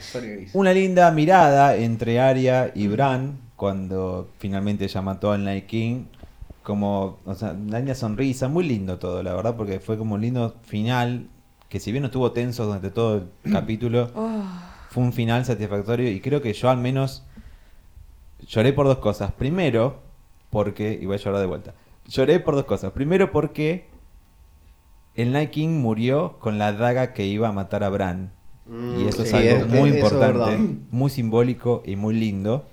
Speaker 8: Sorry, Gris.
Speaker 3: Una linda mirada entre Arya y Bran cuando finalmente ella mató al Night King. Como, o sea, una linda sonrisa, muy lindo todo, la verdad, porque fue como un lindo final. Que si bien no estuvo tenso durante todo el capítulo, fue un final satisfactorio. Y creo que yo al menos lloré por dos cosas. Primero, porque. Y voy a llorar de vuelta. Lloré por dos cosas. Primero, porque el Night King murió con la daga que iba a matar a Bran. Y eso es
Speaker 2: Mm, Sí,
Speaker 3: algo
Speaker 2: es-
Speaker 3: muy
Speaker 2: es- eso es
Speaker 3: importante,
Speaker 2: verdad.
Speaker 3: muy simbólico y muy lindo.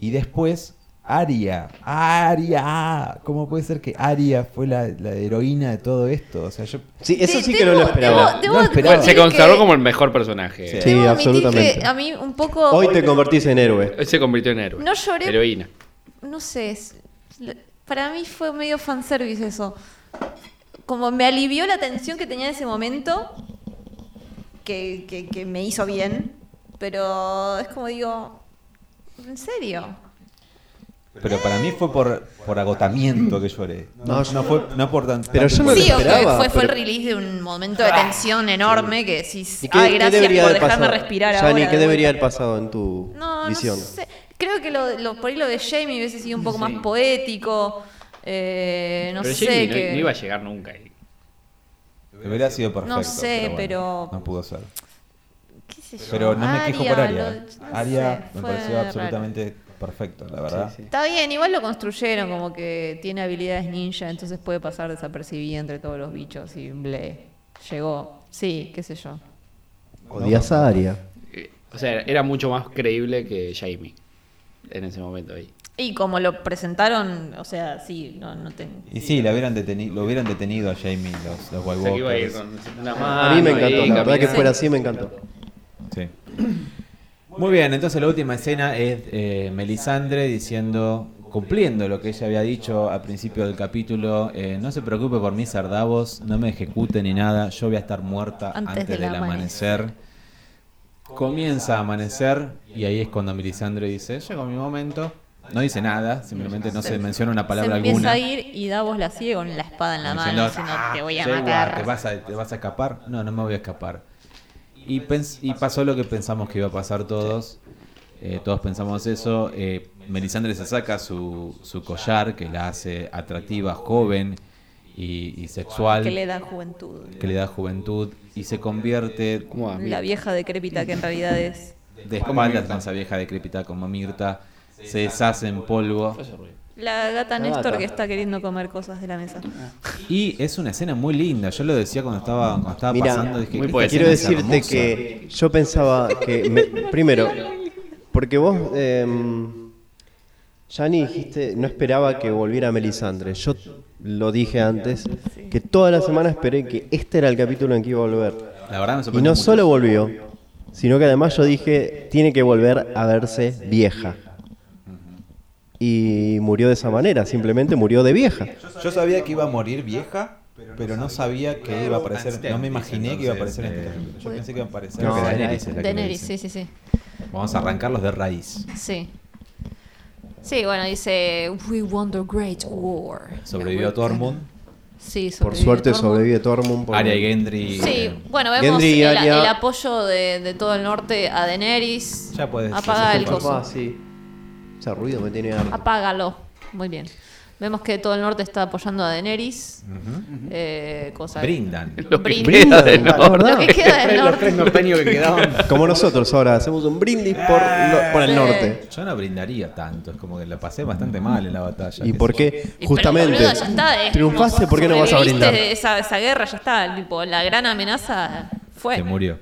Speaker 3: Y después, Aria. Aria. ¿Cómo puede ser que Aria fue la, la heroína de todo esto? O sea, yo.
Speaker 2: Sí, eso
Speaker 4: Te-
Speaker 2: sí que
Speaker 4: tengo-
Speaker 2: no lo esperaba.
Speaker 4: tengo- debo
Speaker 3: No esperaba.
Speaker 4: admitir
Speaker 17: Se consagró
Speaker 4: que-
Speaker 17: como el mejor personaje.
Speaker 2: Sí,
Speaker 4: debo admitir
Speaker 2: absolutamente.
Speaker 4: que a mí un poco.
Speaker 2: Hoy te convertís en héroe.
Speaker 17: Él se convirtió en héroe.
Speaker 4: No lloré.
Speaker 17: Heroína.
Speaker 4: No sé, es- la- para mí fue medio fanservice eso. Como me alivió la tensión que tenía en ese momento, que, que- que me hizo bien, pero es como digo, ¿en serio?
Speaker 3: Pero para mí fue por, por agotamiento que lloré. No,
Speaker 2: No,
Speaker 3: no,
Speaker 2: yo-
Speaker 3: fue no por tan-
Speaker 2: Pero yo
Speaker 3: tanto
Speaker 2: no lo
Speaker 3: por-
Speaker 4: Sí, o que
Speaker 2: esperaba,
Speaker 4: fue, fue el
Speaker 2: pero-
Speaker 4: release de un momento de tensión enorme que decís,
Speaker 2: ¿Y
Speaker 4: ay, gracias
Speaker 2: debería
Speaker 4: por
Speaker 2: haber
Speaker 4: dejarme
Speaker 2: pasado?
Speaker 4: respirar
Speaker 2: Yani,
Speaker 4: ahora.
Speaker 2: ¿qué
Speaker 4: de
Speaker 2: debería haber
Speaker 4: vuelta".
Speaker 2: pasado en tu
Speaker 4: No,
Speaker 2: visión?
Speaker 4: no sé. Creo que lo, lo- por ahí lo de Jamie hubiese sido un poco más poético. eh, no
Speaker 17: Pero
Speaker 4: sé.
Speaker 17: Jamie no,
Speaker 4: que...
Speaker 17: no iba a llegar nunca ahí.
Speaker 3: Hubiera sido perfecto.
Speaker 4: sé,
Speaker 3: bueno,
Speaker 4: pero-
Speaker 3: No pudo ser.
Speaker 4: qué sé yo,
Speaker 3: Pero no me quejo por
Speaker 4: Aria,
Speaker 3: Aria. eh.
Speaker 4: lo- no
Speaker 3: Aria
Speaker 4: sé,
Speaker 3: me
Speaker 4: fue
Speaker 3: pareció
Speaker 4: raro.
Speaker 3: absolutamente perfecto, la verdad.
Speaker 17: Sí, sí.
Speaker 4: Está bien, igual lo construyeron como que tiene habilidades ninja, entonces puede pasar desapercibido entre todos los bichos y ble. llegó. Sí, qué sé yo.
Speaker 2: Odias a Aria.
Speaker 17: Eh, O sea, era mucho más creíble que Jaime en ese momento ahí.
Speaker 4: Y como lo presentaron, o sea, sí, no, no te-
Speaker 21: Y sí, la hubieran detenido, lo hubieran detenido a Jamie los, los White
Speaker 17: O sea, que iba a ir
Speaker 21: Walkers.
Speaker 17: con una
Speaker 2: A mí me
Speaker 17: mano ahí,
Speaker 2: encantó, la verdad que
Speaker 17: caminando.
Speaker 2: fuera así me encantó.
Speaker 3: Sí. Muy bien, entonces la última escena es eh, Melisandre diciendo, cumpliendo lo que ella había dicho al principio del capítulo, eh, no se preocupe por mis sardavos, no me ejecuten ni nada, yo voy a estar muerta antes,
Speaker 4: Antes del
Speaker 3: del amanecer. Comienza a amanecer y ahí es cuando Melisandre dice, llegó mi momento, no dice nada, simplemente no se menciona una palabra
Speaker 4: se empieza
Speaker 3: alguna.
Speaker 4: a ir y Davos la sigue con la espada en la
Speaker 3: Como
Speaker 4: mano,
Speaker 3: diciendo,
Speaker 4: diciendo,
Speaker 3: "Ah,
Speaker 4: te voy a
Speaker 3: Jaywalker,
Speaker 4: matar.
Speaker 3: ¿te vas a, te vas a escapar? No, no me voy a escapar. Y, pens- y pasó lo que pensamos que iba a pasar todos. Eh, todos pensamos eso. Eh, Melisandre se saca su, su collar que la hace atractiva, joven y, y sexual.
Speaker 4: Que le da juventud.
Speaker 3: que le da juventud y se convierte
Speaker 4: La vieja decrépita que en realidad es.
Speaker 3: de espaldas con esa vieja decrépita como Mirta. Se deshace en polvo.
Speaker 4: La gata
Speaker 3: La
Speaker 4: Néstor
Speaker 3: gata.
Speaker 4: que está queriendo comer cosas de la mesa.
Speaker 3: Y es una escena muy linda. Yo lo decía cuando estaba, cuando estaba pasando. Dije, "Esta
Speaker 2: quiero
Speaker 3: escena es
Speaker 2: decirte
Speaker 3: hermosa".
Speaker 2: que yo pensaba que me- primero, porque vos, Yani, dijiste, no esperaba que volviera Melisandre. Yo lo dije antes, que toda la semana esperé que este era el capítulo en que iba a volver.
Speaker 3: La verdad me
Speaker 2: Y
Speaker 3: sorprendió
Speaker 2: no
Speaker 3: mucho.
Speaker 2: solo volvió, sino que además yo dije, tiene que volver a verse vieja. Y murió de esa manera, simplemente murió de vieja.
Speaker 21: Yo sabía que iba a morir vieja, pero no sabía que iba a aparecer. No me imaginé que iba a aparecer en este capítulo. Yo pensé que iba a aparecer.
Speaker 3: Creo que
Speaker 21: No,
Speaker 3: eh, Daenerys
Speaker 21: era
Speaker 3: es la que lo
Speaker 4: Daenerys,
Speaker 3: dice.
Speaker 4: sí, sí, sí.
Speaker 3: Vamos a arrancarlos de raíz.
Speaker 4: Sí. Sí, bueno, dice, we won the great war.
Speaker 3: Sobrevivió a Tormund.
Speaker 4: Sí,
Speaker 2: Por
Speaker 4: sobrevivió
Speaker 2: suerte
Speaker 4: Tormund.
Speaker 2: sobrevive Tormund. porque-
Speaker 3: Arya y Gendry. eh,
Speaker 4: Sí, bueno, vemos
Speaker 2: Gendry y
Speaker 4: el,
Speaker 2: Arya-
Speaker 4: el apoyo de, de todo el norte a Daenerys.
Speaker 3: Ya puedes
Speaker 4: Apaga el coso.
Speaker 2: Ah, sí. Ese ruido me tiene harto.
Speaker 4: Apágalo. Muy bien. Vemos que todo el norte está apoyando a Daenerys. eh, cosa
Speaker 3: Brindan.
Speaker 17: Lo que
Speaker 4: Brindan.
Speaker 17: queda del
Speaker 2: Ah,
Speaker 17: norte.
Speaker 2: ¿verdad?
Speaker 4: Lo que queda del
Speaker 17: Los tres
Speaker 4: norte.
Speaker 17: norteños que quedaban.
Speaker 2: Como nosotros ahora, hacemos un brindis por, lo- por el norte.
Speaker 3: Yo no brindaría tanto, es como que la pasé bastante mal en la batalla.
Speaker 2: ¿Y
Speaker 3: qué
Speaker 2: por
Speaker 3: sé yo.
Speaker 2: qué?
Speaker 4: Y
Speaker 2: Justamente,
Speaker 4: pero, boludo, ya está, eh. es
Speaker 2: triunfaste,
Speaker 4: como,
Speaker 2: ¿por qué no vas a
Speaker 4: sobreviviste
Speaker 2: brindar?
Speaker 4: de Esa, esa guerra ya está. Tipo, la gran amenaza fue.
Speaker 3: Se murió.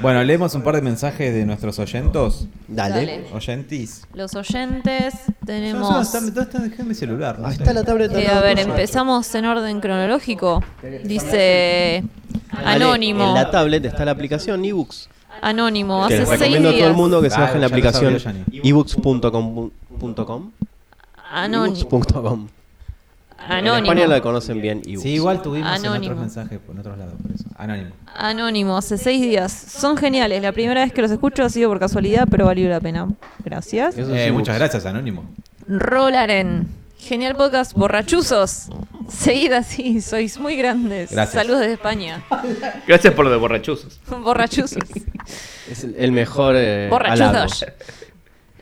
Speaker 21: Bueno, leemos un par de mensajes de nuestros oyentos.
Speaker 2: Dale.
Speaker 4: Dale.
Speaker 21: Oyentis.
Speaker 4: Los oyentes
Speaker 3: No, no,
Speaker 4: tenemos.
Speaker 3: está, está, está- dejé mi celular. no
Speaker 2: Ahí
Speaker 3: sé.
Speaker 2: Ah, está la tableta.
Speaker 4: Eh, a ver, empezamos en orden cronológico. Dice
Speaker 2: Dale, En
Speaker 4: Anónimo.
Speaker 2: la tablet está la aplicación ebooks.
Speaker 4: Anónimo,
Speaker 2: Que
Speaker 4: hace
Speaker 2: les
Speaker 4: seis
Speaker 2: recomiendo a todo el
Speaker 4: días.
Speaker 2: mundo que se
Speaker 3: Claro,
Speaker 2: bajen la
Speaker 3: ya lo sabía,
Speaker 2: aplicación
Speaker 3: Yanni.
Speaker 2: ebooks.com. punto com.
Speaker 4: Anónimo.
Speaker 2: Ebooks.com. En España la
Speaker 4: Anónimo.
Speaker 2: conocen bien ebooks.
Speaker 3: Sí, igual tuvimos en
Speaker 4: Anónimo.
Speaker 3: otros mensajes, en otros lados, por eso. Anónimo.
Speaker 4: Anónimo, hace seis días. Son geniales. La primera vez que los escucho ha sido por casualidad, pero valió la pena. Gracias.
Speaker 2: Eso
Speaker 3: Eh,
Speaker 2: sí,
Speaker 3: muchas
Speaker 2: ebooks.
Speaker 3: gracias, Anónimo.
Speaker 4: Rolaren. Genial podcast, borrachuzos. Seguid así, sois muy grandes.
Speaker 3: Gracias.
Speaker 4: Saludos desde España.
Speaker 17: Gracias por lo de borrachuzos.
Speaker 4: Borrachuzos.
Speaker 2: Es el- el mejor. Eh, halago.
Speaker 4: Borrachuzos.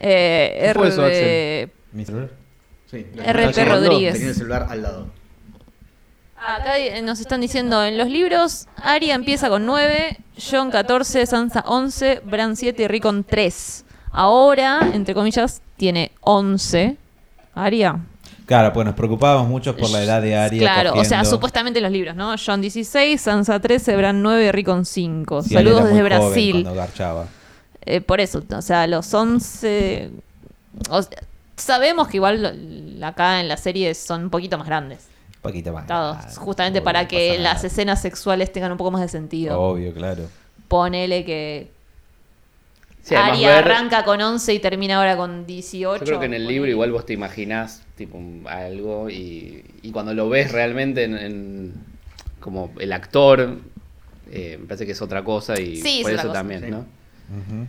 Speaker 4: Eh,
Speaker 2: ¿Qué fue
Speaker 4: R
Speaker 2: eso,
Speaker 4: de-
Speaker 21: ¿Mi celular?
Speaker 8: Sí,
Speaker 4: RP Rodríguez.
Speaker 8: Tenía el celular al lado.
Speaker 4: Acá eh, nos están diciendo en los libros, Aria empieza con 9, John 14, Sansa 11, Bran 7 y Rickon 3. Ahora, entre comillas, tiene 11. Aria.
Speaker 21: Claro, pues nos preocupábamos mucho por la edad de Aria.
Speaker 4: Claro, o sea,
Speaker 21: cogiendo.
Speaker 4: supuestamente en los libros, ¿no? John 16, Sansa 13, Bran 9 y Rickon 5.
Speaker 21: Sí, Aria era
Speaker 4: Saludos
Speaker 21: muy
Speaker 4: desde
Speaker 21: joven
Speaker 4: Brasil.
Speaker 21: Cuando garchaba.
Speaker 4: Eh, por eso, o sea, los 11... o sea, sabemos que igual lo- acá en la serie son un poquito más grandes.
Speaker 21: Un poquito más. ah,
Speaker 4: Todos, justamente
Speaker 21: Obvio,
Speaker 4: para
Speaker 21: no
Speaker 4: que
Speaker 21: pasa nada. Oh.
Speaker 4: las escenas sexuales tengan un poco más de sentido.
Speaker 21: Obvio, claro.
Speaker 4: ponele que
Speaker 17: Sí, además
Speaker 4: Aria
Speaker 17: ver-
Speaker 4: arranca con 11 y termina ahora con 18.
Speaker 17: Yo creo que en el libro igual vos te imaginás tipo un- algo y, y cuando lo ves realmente en, en- como el actor, eh, me parece que es otra cosa y
Speaker 4: Sí, es
Speaker 17: por
Speaker 4: otra
Speaker 17: eso
Speaker 4: cosa.
Speaker 17: también,
Speaker 8: Sí.
Speaker 17: ¿no?
Speaker 21: Ujú.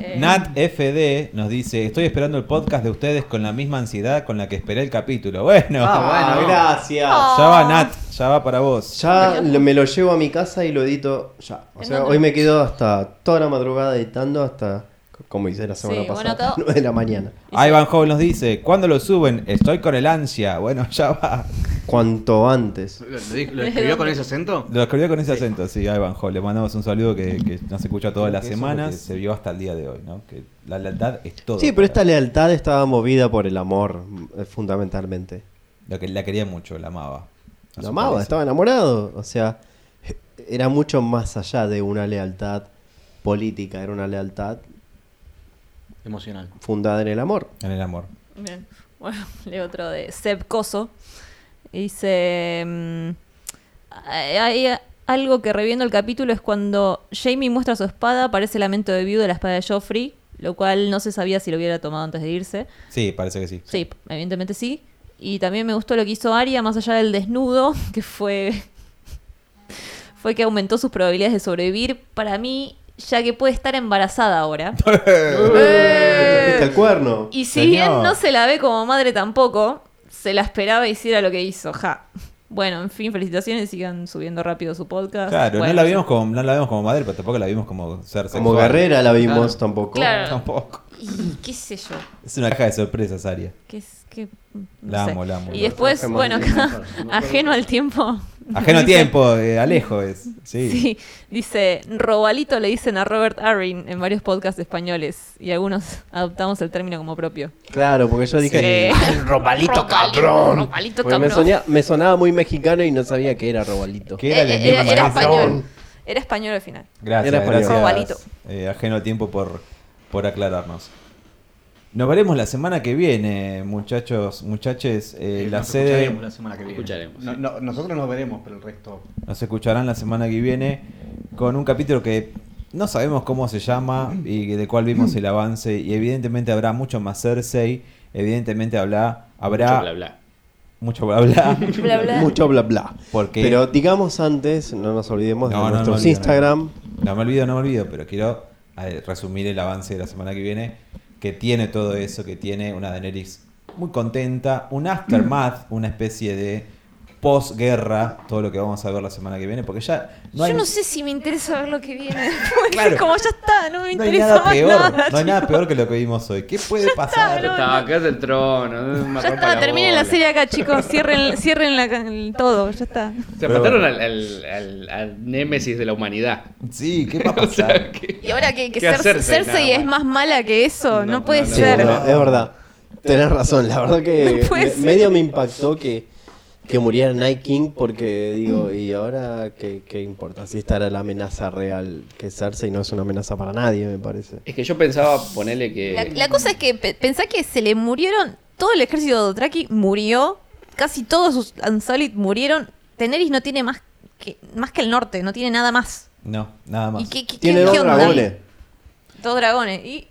Speaker 4: Eh,
Speaker 21: Nat FD nos dice, estoy esperando el podcast de ustedes con la misma ansiedad con la que esperé el capítulo. Bueno,
Speaker 2: Ah, bueno, gracias.
Speaker 21: ya va Nat, ya va para vos.
Speaker 2: Ya lo- me lo llevo a mi casa y lo edito ya. O sea,
Speaker 4: dónde
Speaker 2: hoy
Speaker 4: lo
Speaker 2: me quedo hasta toda la madrugada editando hasta, c- como hice la semana
Speaker 4: Sí, bueno,
Speaker 2: pasada,
Speaker 4: acá-
Speaker 2: 9 de la mañana.
Speaker 21: Ivan Hall nos dice, ¿cuándo lo suben? Estoy con el ansia. Bueno, ya va.
Speaker 2: Cuanto antes.
Speaker 8: ¿Lo, lo- lo escribió con ese acento?
Speaker 21: Lo escribió con ese acento, sí, Ivan Hall. Le mandamos un saludo que, que nos escucha todas las
Speaker 2: Eso es lo
Speaker 21: semanas.
Speaker 2: que
Speaker 21: Se vio hasta el día de hoy, ¿no? Que la lealtad es todo.
Speaker 2: Sí, pero esta lealtad estaba movida por el amor, eh, fundamentalmente.
Speaker 21: Lo que la quería mucho, la amaba. A
Speaker 2: Lo
Speaker 21: su
Speaker 2: amaba,
Speaker 21: parecer.
Speaker 2: estaba enamorado. O sea, era mucho más allá de una lealtad política, era una lealtad
Speaker 17: Emocional.
Speaker 2: fundada en el amor.
Speaker 3: En el amor.
Speaker 4: Bien. Bueno, leo otro de Seb Coso. Dice. mm, hay hay algo que reviendo el capítulo es cuando Jamie muestra su espada, aparece el lamento de View de la espada de Joffrey, lo cual no se sabía si lo hubiera tomado antes de irse.
Speaker 3: Sí, parece que sí.
Speaker 4: Sí, evidentemente sí. Y también me gustó lo que hizo Aria, más allá del desnudo, que fue. fue que aumentó sus probabilidades de sobrevivir. Para mí, ya que puede estar embarazada ahora.
Speaker 2: ¿Viste el cuerno?
Speaker 4: ¡Eh! Y si bien no se la ve como madre tampoco, se la esperaba e hiciera lo que hizo, ja. Bueno, en fin, felicitaciones, sigan subiendo rápido su podcast.
Speaker 3: Claro,
Speaker 4: Bueno,
Speaker 3: no, la vimos como, no la vimos como madre, pero tampoco la vimos como ser sexual.
Speaker 2: Como Guerrera la vimos tampoco.
Speaker 4: Claro.
Speaker 3: Tampoco.
Speaker 4: Y qué sé yo.
Speaker 3: Es una caja de sorpresas, Aria.
Speaker 4: Qué, es- qué- no
Speaker 3: La
Speaker 4: sé.
Speaker 3: amo, la amo.
Speaker 4: Y después,
Speaker 3: Ajeno
Speaker 4: bueno,
Speaker 3: al
Speaker 4: acá, ajeno al tiempo.
Speaker 3: Ajeno al
Speaker 4: dice-
Speaker 3: tiempo, eh, Alejo es. Sí.
Speaker 4: Sí, dice, robalito le dicen a Robert Arryn en varios podcasts españoles y algunos adoptamos el término como propio.
Speaker 2: Claro, porque yo dije,
Speaker 4: Sí.
Speaker 2: "Ay, robalito
Speaker 4: Robalito,
Speaker 2: cabrón.
Speaker 4: robalito
Speaker 2: Porque Me,
Speaker 4: cabrón.
Speaker 2: sonía- me sonaba muy mexicano y no sabía que era robalito.
Speaker 3: Que era el
Speaker 4: Eh,
Speaker 3: enigma
Speaker 4: era, era
Speaker 3: más grande.
Speaker 4: español. Era español al final.
Speaker 3: Gracias,
Speaker 2: Era español.
Speaker 4: Robalito.
Speaker 3: gracias. eh, ajeno al tiempo por, por aclararnos. Nos veremos la semana que viene, muchachos, muchaches. eh, la
Speaker 8: Nos
Speaker 3: sede.
Speaker 8: escucharemos la semana que viene.
Speaker 17: Escucharemos,
Speaker 8: No- no, nosotros nos veremos, pero el resto.
Speaker 3: Nos escucharán la semana que viene con un capítulo que no sabemos cómo se llama y de cuál vimos el avance. Y evidentemente habrá mucho más Cersei. Evidentemente habrá, habrá
Speaker 17: Mucho bla bla.
Speaker 3: mucho bla bla.
Speaker 4: Bla, bla.
Speaker 2: Mucho bla bla.
Speaker 3: Porque-
Speaker 2: Pero digamos antes, no nos olvidemos
Speaker 3: No, no
Speaker 2: de
Speaker 3: me
Speaker 2: nuestros
Speaker 3: olvido, no.
Speaker 2: Instagram.
Speaker 3: No me olvido, no me olvido, pero quiero eh, resumir el avance de la semana que viene, que tiene todo eso, que tiene una Daenerys muy contenta, un aftermath, una especie de posguerra, todo lo que vamos a ver la semana que viene, porque ya no hay,
Speaker 4: Yo no sé si me interesa ver lo que viene después.
Speaker 3: Claro.
Speaker 4: Como ya está, no me
Speaker 3: no hay
Speaker 4: interesa
Speaker 3: nada
Speaker 4: más
Speaker 3: peor,
Speaker 4: nada.
Speaker 3: no hay nada peor que lo que vimos hoy. ¿Qué puede pasar?
Speaker 4: no,
Speaker 17: Estaba acá es el trono. eh,
Speaker 4: Ya está, terminen la serie acá, chicos. Cierren, cierren la- el todo, ya está.
Speaker 17: Se mataron al, al, al- al némesis de la humanidad.
Speaker 3: Sí, ¿qué va a pasar?
Speaker 4: Y ahora que, que
Speaker 17: ¿Qué
Speaker 4: Cer-
Speaker 17: hacerse?
Speaker 4: Cersei
Speaker 17: Nada
Speaker 4: es más mala que eso, no, puede
Speaker 2: Sí,
Speaker 4: ser.
Speaker 2: no, es verdad. Tenés razón, la verdad que
Speaker 4: No puede
Speaker 2: me-
Speaker 4: ser.
Speaker 2: medio me impactó que, que muriera Night King porque digo, ¿y ahora qué, qué importa? Si esta era la amenaza real, que Cersei no es una amenaza para nadie, me parece.
Speaker 17: Es que yo pensaba ponerle que.
Speaker 3: Eh,
Speaker 4: La, la cosa es que pe- pensá que se le murieron, todo el ejército de Dothraki murió, casi todos sus Unsullied murieron. Teneris no tiene más que, más que el norte, no tiene nada más.
Speaker 3: No, nada
Speaker 4: ¿Y
Speaker 3: más.
Speaker 4: qué, qué-
Speaker 2: Tiene
Speaker 4: qué-
Speaker 2: dos
Speaker 4: qué onda?
Speaker 2: dragones.
Speaker 4: Dos dragones. Y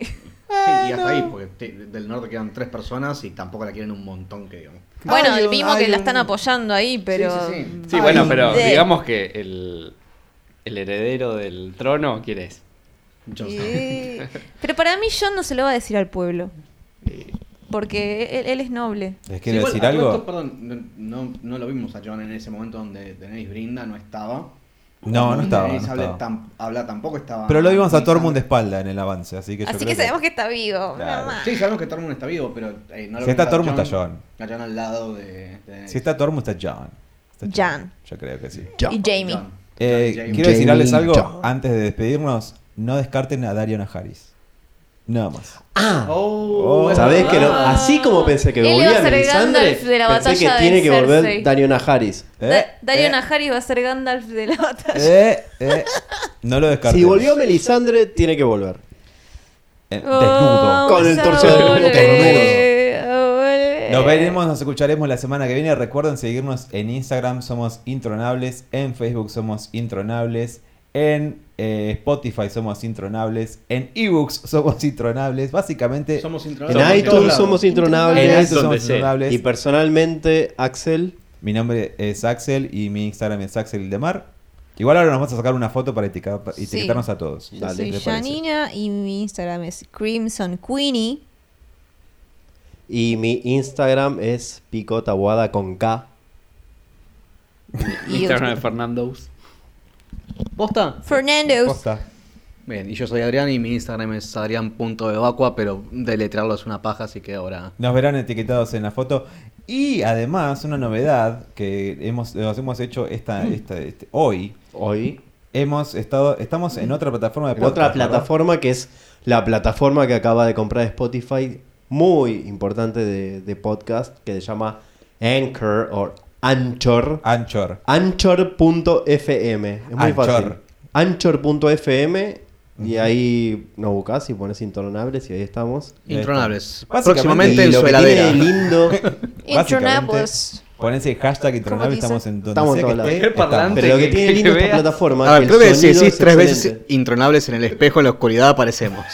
Speaker 8: Sí, y hasta ahí, porque te- del norte quedan tres personas y tampoco la quieren un montón, que digamos.
Speaker 4: bueno,
Speaker 3: Hay un-
Speaker 4: vimos que
Speaker 3: hay
Speaker 4: la
Speaker 3: un-
Speaker 4: están apoyando ahí, pero.
Speaker 8: Sí, sí,
Speaker 17: Sí, bueno, pero
Speaker 4: de-
Speaker 17: digamos que el, el heredero del trono, ¿quién es?
Speaker 8: Yo
Speaker 4: Eh, Pero para mí John no se lo va a decir al pueblo. Porque él, él es noble.
Speaker 3: ¿Les
Speaker 8: Sí,
Speaker 3: quiero
Speaker 8: igual,
Speaker 3: decir
Speaker 8: a todo
Speaker 3: algo?
Speaker 8: esto, perdón, no, no- no lo vimos a John en ese momento donde Daenerys brinda, no estaba.
Speaker 3: No, no
Speaker 8: Cuando
Speaker 3: estaba,
Speaker 8: Daenerys
Speaker 3: no
Speaker 8: habla,
Speaker 3: estaba.
Speaker 8: tam- habla, tampoco estaba.
Speaker 3: Pero lo vimos a Tormund de
Speaker 8: Melisandre.
Speaker 3: espalda en el avance, así que yo
Speaker 4: Así
Speaker 3: creo
Speaker 4: que sabemos que está vivo.
Speaker 3: Claro.
Speaker 4: mamá.
Speaker 8: Sí, sabemos que Tormund está vivo, pero eh, no lo
Speaker 3: Si está
Speaker 8: vimos a
Speaker 3: Tormund, está Jon.
Speaker 8: A Jon al lado de. de-
Speaker 3: Si está Tormund, está John.
Speaker 4: Jon.
Speaker 3: Yo creo que sí.
Speaker 2: Ya.
Speaker 4: Y
Speaker 8: Jon.
Speaker 4: Jamie.
Speaker 8: Jon
Speaker 3: Eh,
Speaker 8: Jaime.
Speaker 3: quiero decirles algo
Speaker 2: Chao.
Speaker 3: antes de despedirnos. No descarten a Dario Najaris. Nada más.
Speaker 2: Ah,
Speaker 8: Oh,
Speaker 2: sabés que no,
Speaker 4: Ah.
Speaker 2: así como pensé que
Speaker 4: Él iba a
Speaker 2: volvía
Speaker 4: ser
Speaker 2: Melisandre,
Speaker 4: Gandalf de la
Speaker 2: pensé que
Speaker 4: batalla de
Speaker 2: tiene que volver
Speaker 4: Cersei.
Speaker 2: Dario Najaris.
Speaker 3: Eh,
Speaker 4: Da- Dario
Speaker 3: eh,
Speaker 4: Najaris va a ser Gandalf de la batalla.
Speaker 3: eh, eh. No lo descarten.
Speaker 2: Si volvió Melisandre, tiene que volver.
Speaker 3: Eh, desnudo.
Speaker 2: Oh. Con el torso
Speaker 4: desnudo.
Speaker 3: Nos veremos, nos escucharemos la semana que viene. Recuerden seguirnos en Instagram, somos Intronables. En Facebook somos Intronables. En eh, Spotify somos Intronables. En eBooks somos Intronables. Básicamente,
Speaker 8: Somos intronados.
Speaker 2: En
Speaker 8: por todos
Speaker 2: iTunes
Speaker 8: lados.
Speaker 2: somos intronables.
Speaker 3: en eso
Speaker 17: Donde
Speaker 3: somos
Speaker 17: sea.
Speaker 3: Intronables.
Speaker 2: Y personalmente, Axel,
Speaker 3: Mi nombre es Axel y mi Instagram es Axel Ildemar. Igual ahora nos vamos a sacar una foto para etiquetar-
Speaker 4: Sí.
Speaker 3: etiquetarnos a todos.
Speaker 4: Yo
Speaker 3: Dale,
Speaker 4: soy
Speaker 3: ¿te parece?
Speaker 4: Janina y mi Instagram es Crimson Queenie.
Speaker 2: Y mi Instagram es picotaguada con K.
Speaker 17: Mi
Speaker 4: Y
Speaker 17: Instagram es Fernandos.
Speaker 22: ¿Posta?
Speaker 4: Fernandos.
Speaker 3: Posta.
Speaker 22: Bien, y yo soy Adrián y mi Instagram es adrián.evacua, pero deletrearlo es una paja, así que ahora...
Speaker 3: Nos verán etiquetados en la foto. Y además, una novedad que hemos, nos hemos hecho esta,
Speaker 2: Mm.
Speaker 3: esta- este- hoy.
Speaker 2: Hoy.
Speaker 3: Hemos estado, estamos en otra plataforma de
Speaker 2: En otra
Speaker 3: podcast, ¿verdad?
Speaker 2: plataforma que es la plataforma que acaba de comprar Spotify, muy importante de, de podcast, que se llama Anchor o Anchor.
Speaker 3: Anchor.
Speaker 2: Anchor.fm. Es muy
Speaker 3: Anchor.
Speaker 2: fácil. Anchor.fm y ahí nos buscas y pones intronables y ahí estamos.
Speaker 8: Intronables.
Speaker 2: Ahí está.
Speaker 8: Próximamente en
Speaker 2: Y lo
Speaker 8: su
Speaker 2: que tiene
Speaker 8: heladera.
Speaker 2: de lindo.
Speaker 4: Intronables.
Speaker 3: Ponés el hashtag
Speaker 4: ¿Cómo
Speaker 3: Intronables,
Speaker 4: dice?
Speaker 3: estamos en donde
Speaker 2: Estamos en
Speaker 3: sea que
Speaker 2: todos lados.
Speaker 3: esté,
Speaker 2: El parlante
Speaker 3: estamos.
Speaker 2: Pero lo que tiene lindo esta plataforma,
Speaker 8: A ver,
Speaker 2: el
Speaker 8: creo que si
Speaker 2: sonido
Speaker 8: decís
Speaker 2: es
Speaker 8: tres veces
Speaker 2: excelente.
Speaker 8: intronables en el espejo, en la oscuridad aparecemos.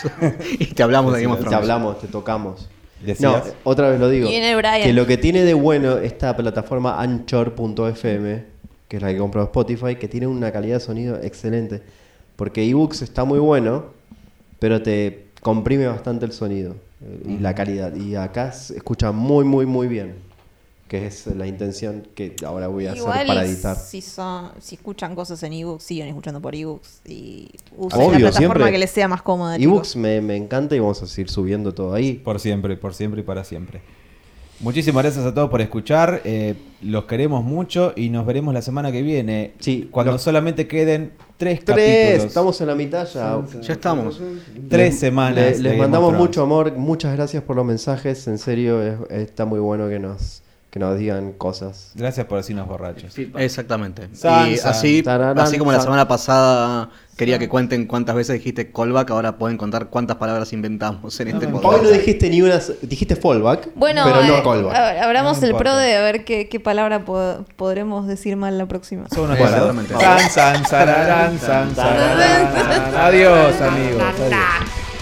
Speaker 8: y te hablamos de Game of
Speaker 2: Te
Speaker 8: Thrones.
Speaker 2: hablamos, te tocamos. No,
Speaker 8: Decías.
Speaker 2: otra vez lo digo.
Speaker 4: Viene Brian.
Speaker 2: Que lo que tiene de bueno esta plataforma Anchor.fm, que es la que compró Spotify, que tiene una calidad de sonido excelente. Porque ebooks está muy bueno, pero te comprime bastante el sonido eh, y
Speaker 8: Mm.
Speaker 2: la calidad. Y acá se escucha muy, muy, muy bien. Que es la intención que ahora voy a hacer
Speaker 12: Igual
Speaker 2: para
Speaker 12: y
Speaker 2: editar.
Speaker 12: Si, son, si escuchan cosas en ebooks, siguen escuchando por ebooks y usen la
Speaker 2: Obvio,
Speaker 12: plataforma
Speaker 2: siempre.
Speaker 12: que les sea más cómoda. chicos.
Speaker 2: Ebooks me, me encanta y vamos a seguir subiendo todo ahí.
Speaker 3: Por siempre, por siempre y para siempre. Muchísimas gracias a todos por escuchar. eh, los queremos mucho y nos veremos la semana que viene. cuando solamente queden tres,
Speaker 2: Tres,
Speaker 3: capítulos.
Speaker 2: estamos en la mitad ya.
Speaker 8: Ya estamos.
Speaker 3: Tres
Speaker 2: Les-
Speaker 3: semanas.
Speaker 2: le- Les,
Speaker 3: de Game of
Speaker 2: mandamos
Speaker 3: Thrones.
Speaker 2: mucho amor, muchas gracias por los mensajes, en serio, es- está muy bueno que nos, que nos digan cosas.
Speaker 3: Gracias por decirnos borrachos.
Speaker 8: Exactamente. y
Speaker 3: Sansa.
Speaker 8: así,
Speaker 3: Tararán,
Speaker 8: así como la
Speaker 3: san-
Speaker 8: semana pasada quería que cuenten cuántas veces dijiste callback, ahora pueden contar cuántas palabras inventamos en este podcast.
Speaker 2: Hoy no dijiste ni una, dijiste fallback,
Speaker 12: Bueno,
Speaker 2: pero no
Speaker 12: eh,
Speaker 2: callback.
Speaker 12: a- abramos
Speaker 2: No
Speaker 12: el
Speaker 2: importa.
Speaker 12: pro de a ver qué, qué palabra po- podremos decir mal la próxima.
Speaker 3: Son unos cuadrados.
Speaker 8: Exactamente.
Speaker 3: San, san, sararán, san, sararán. Adiós, amigos. Adiós.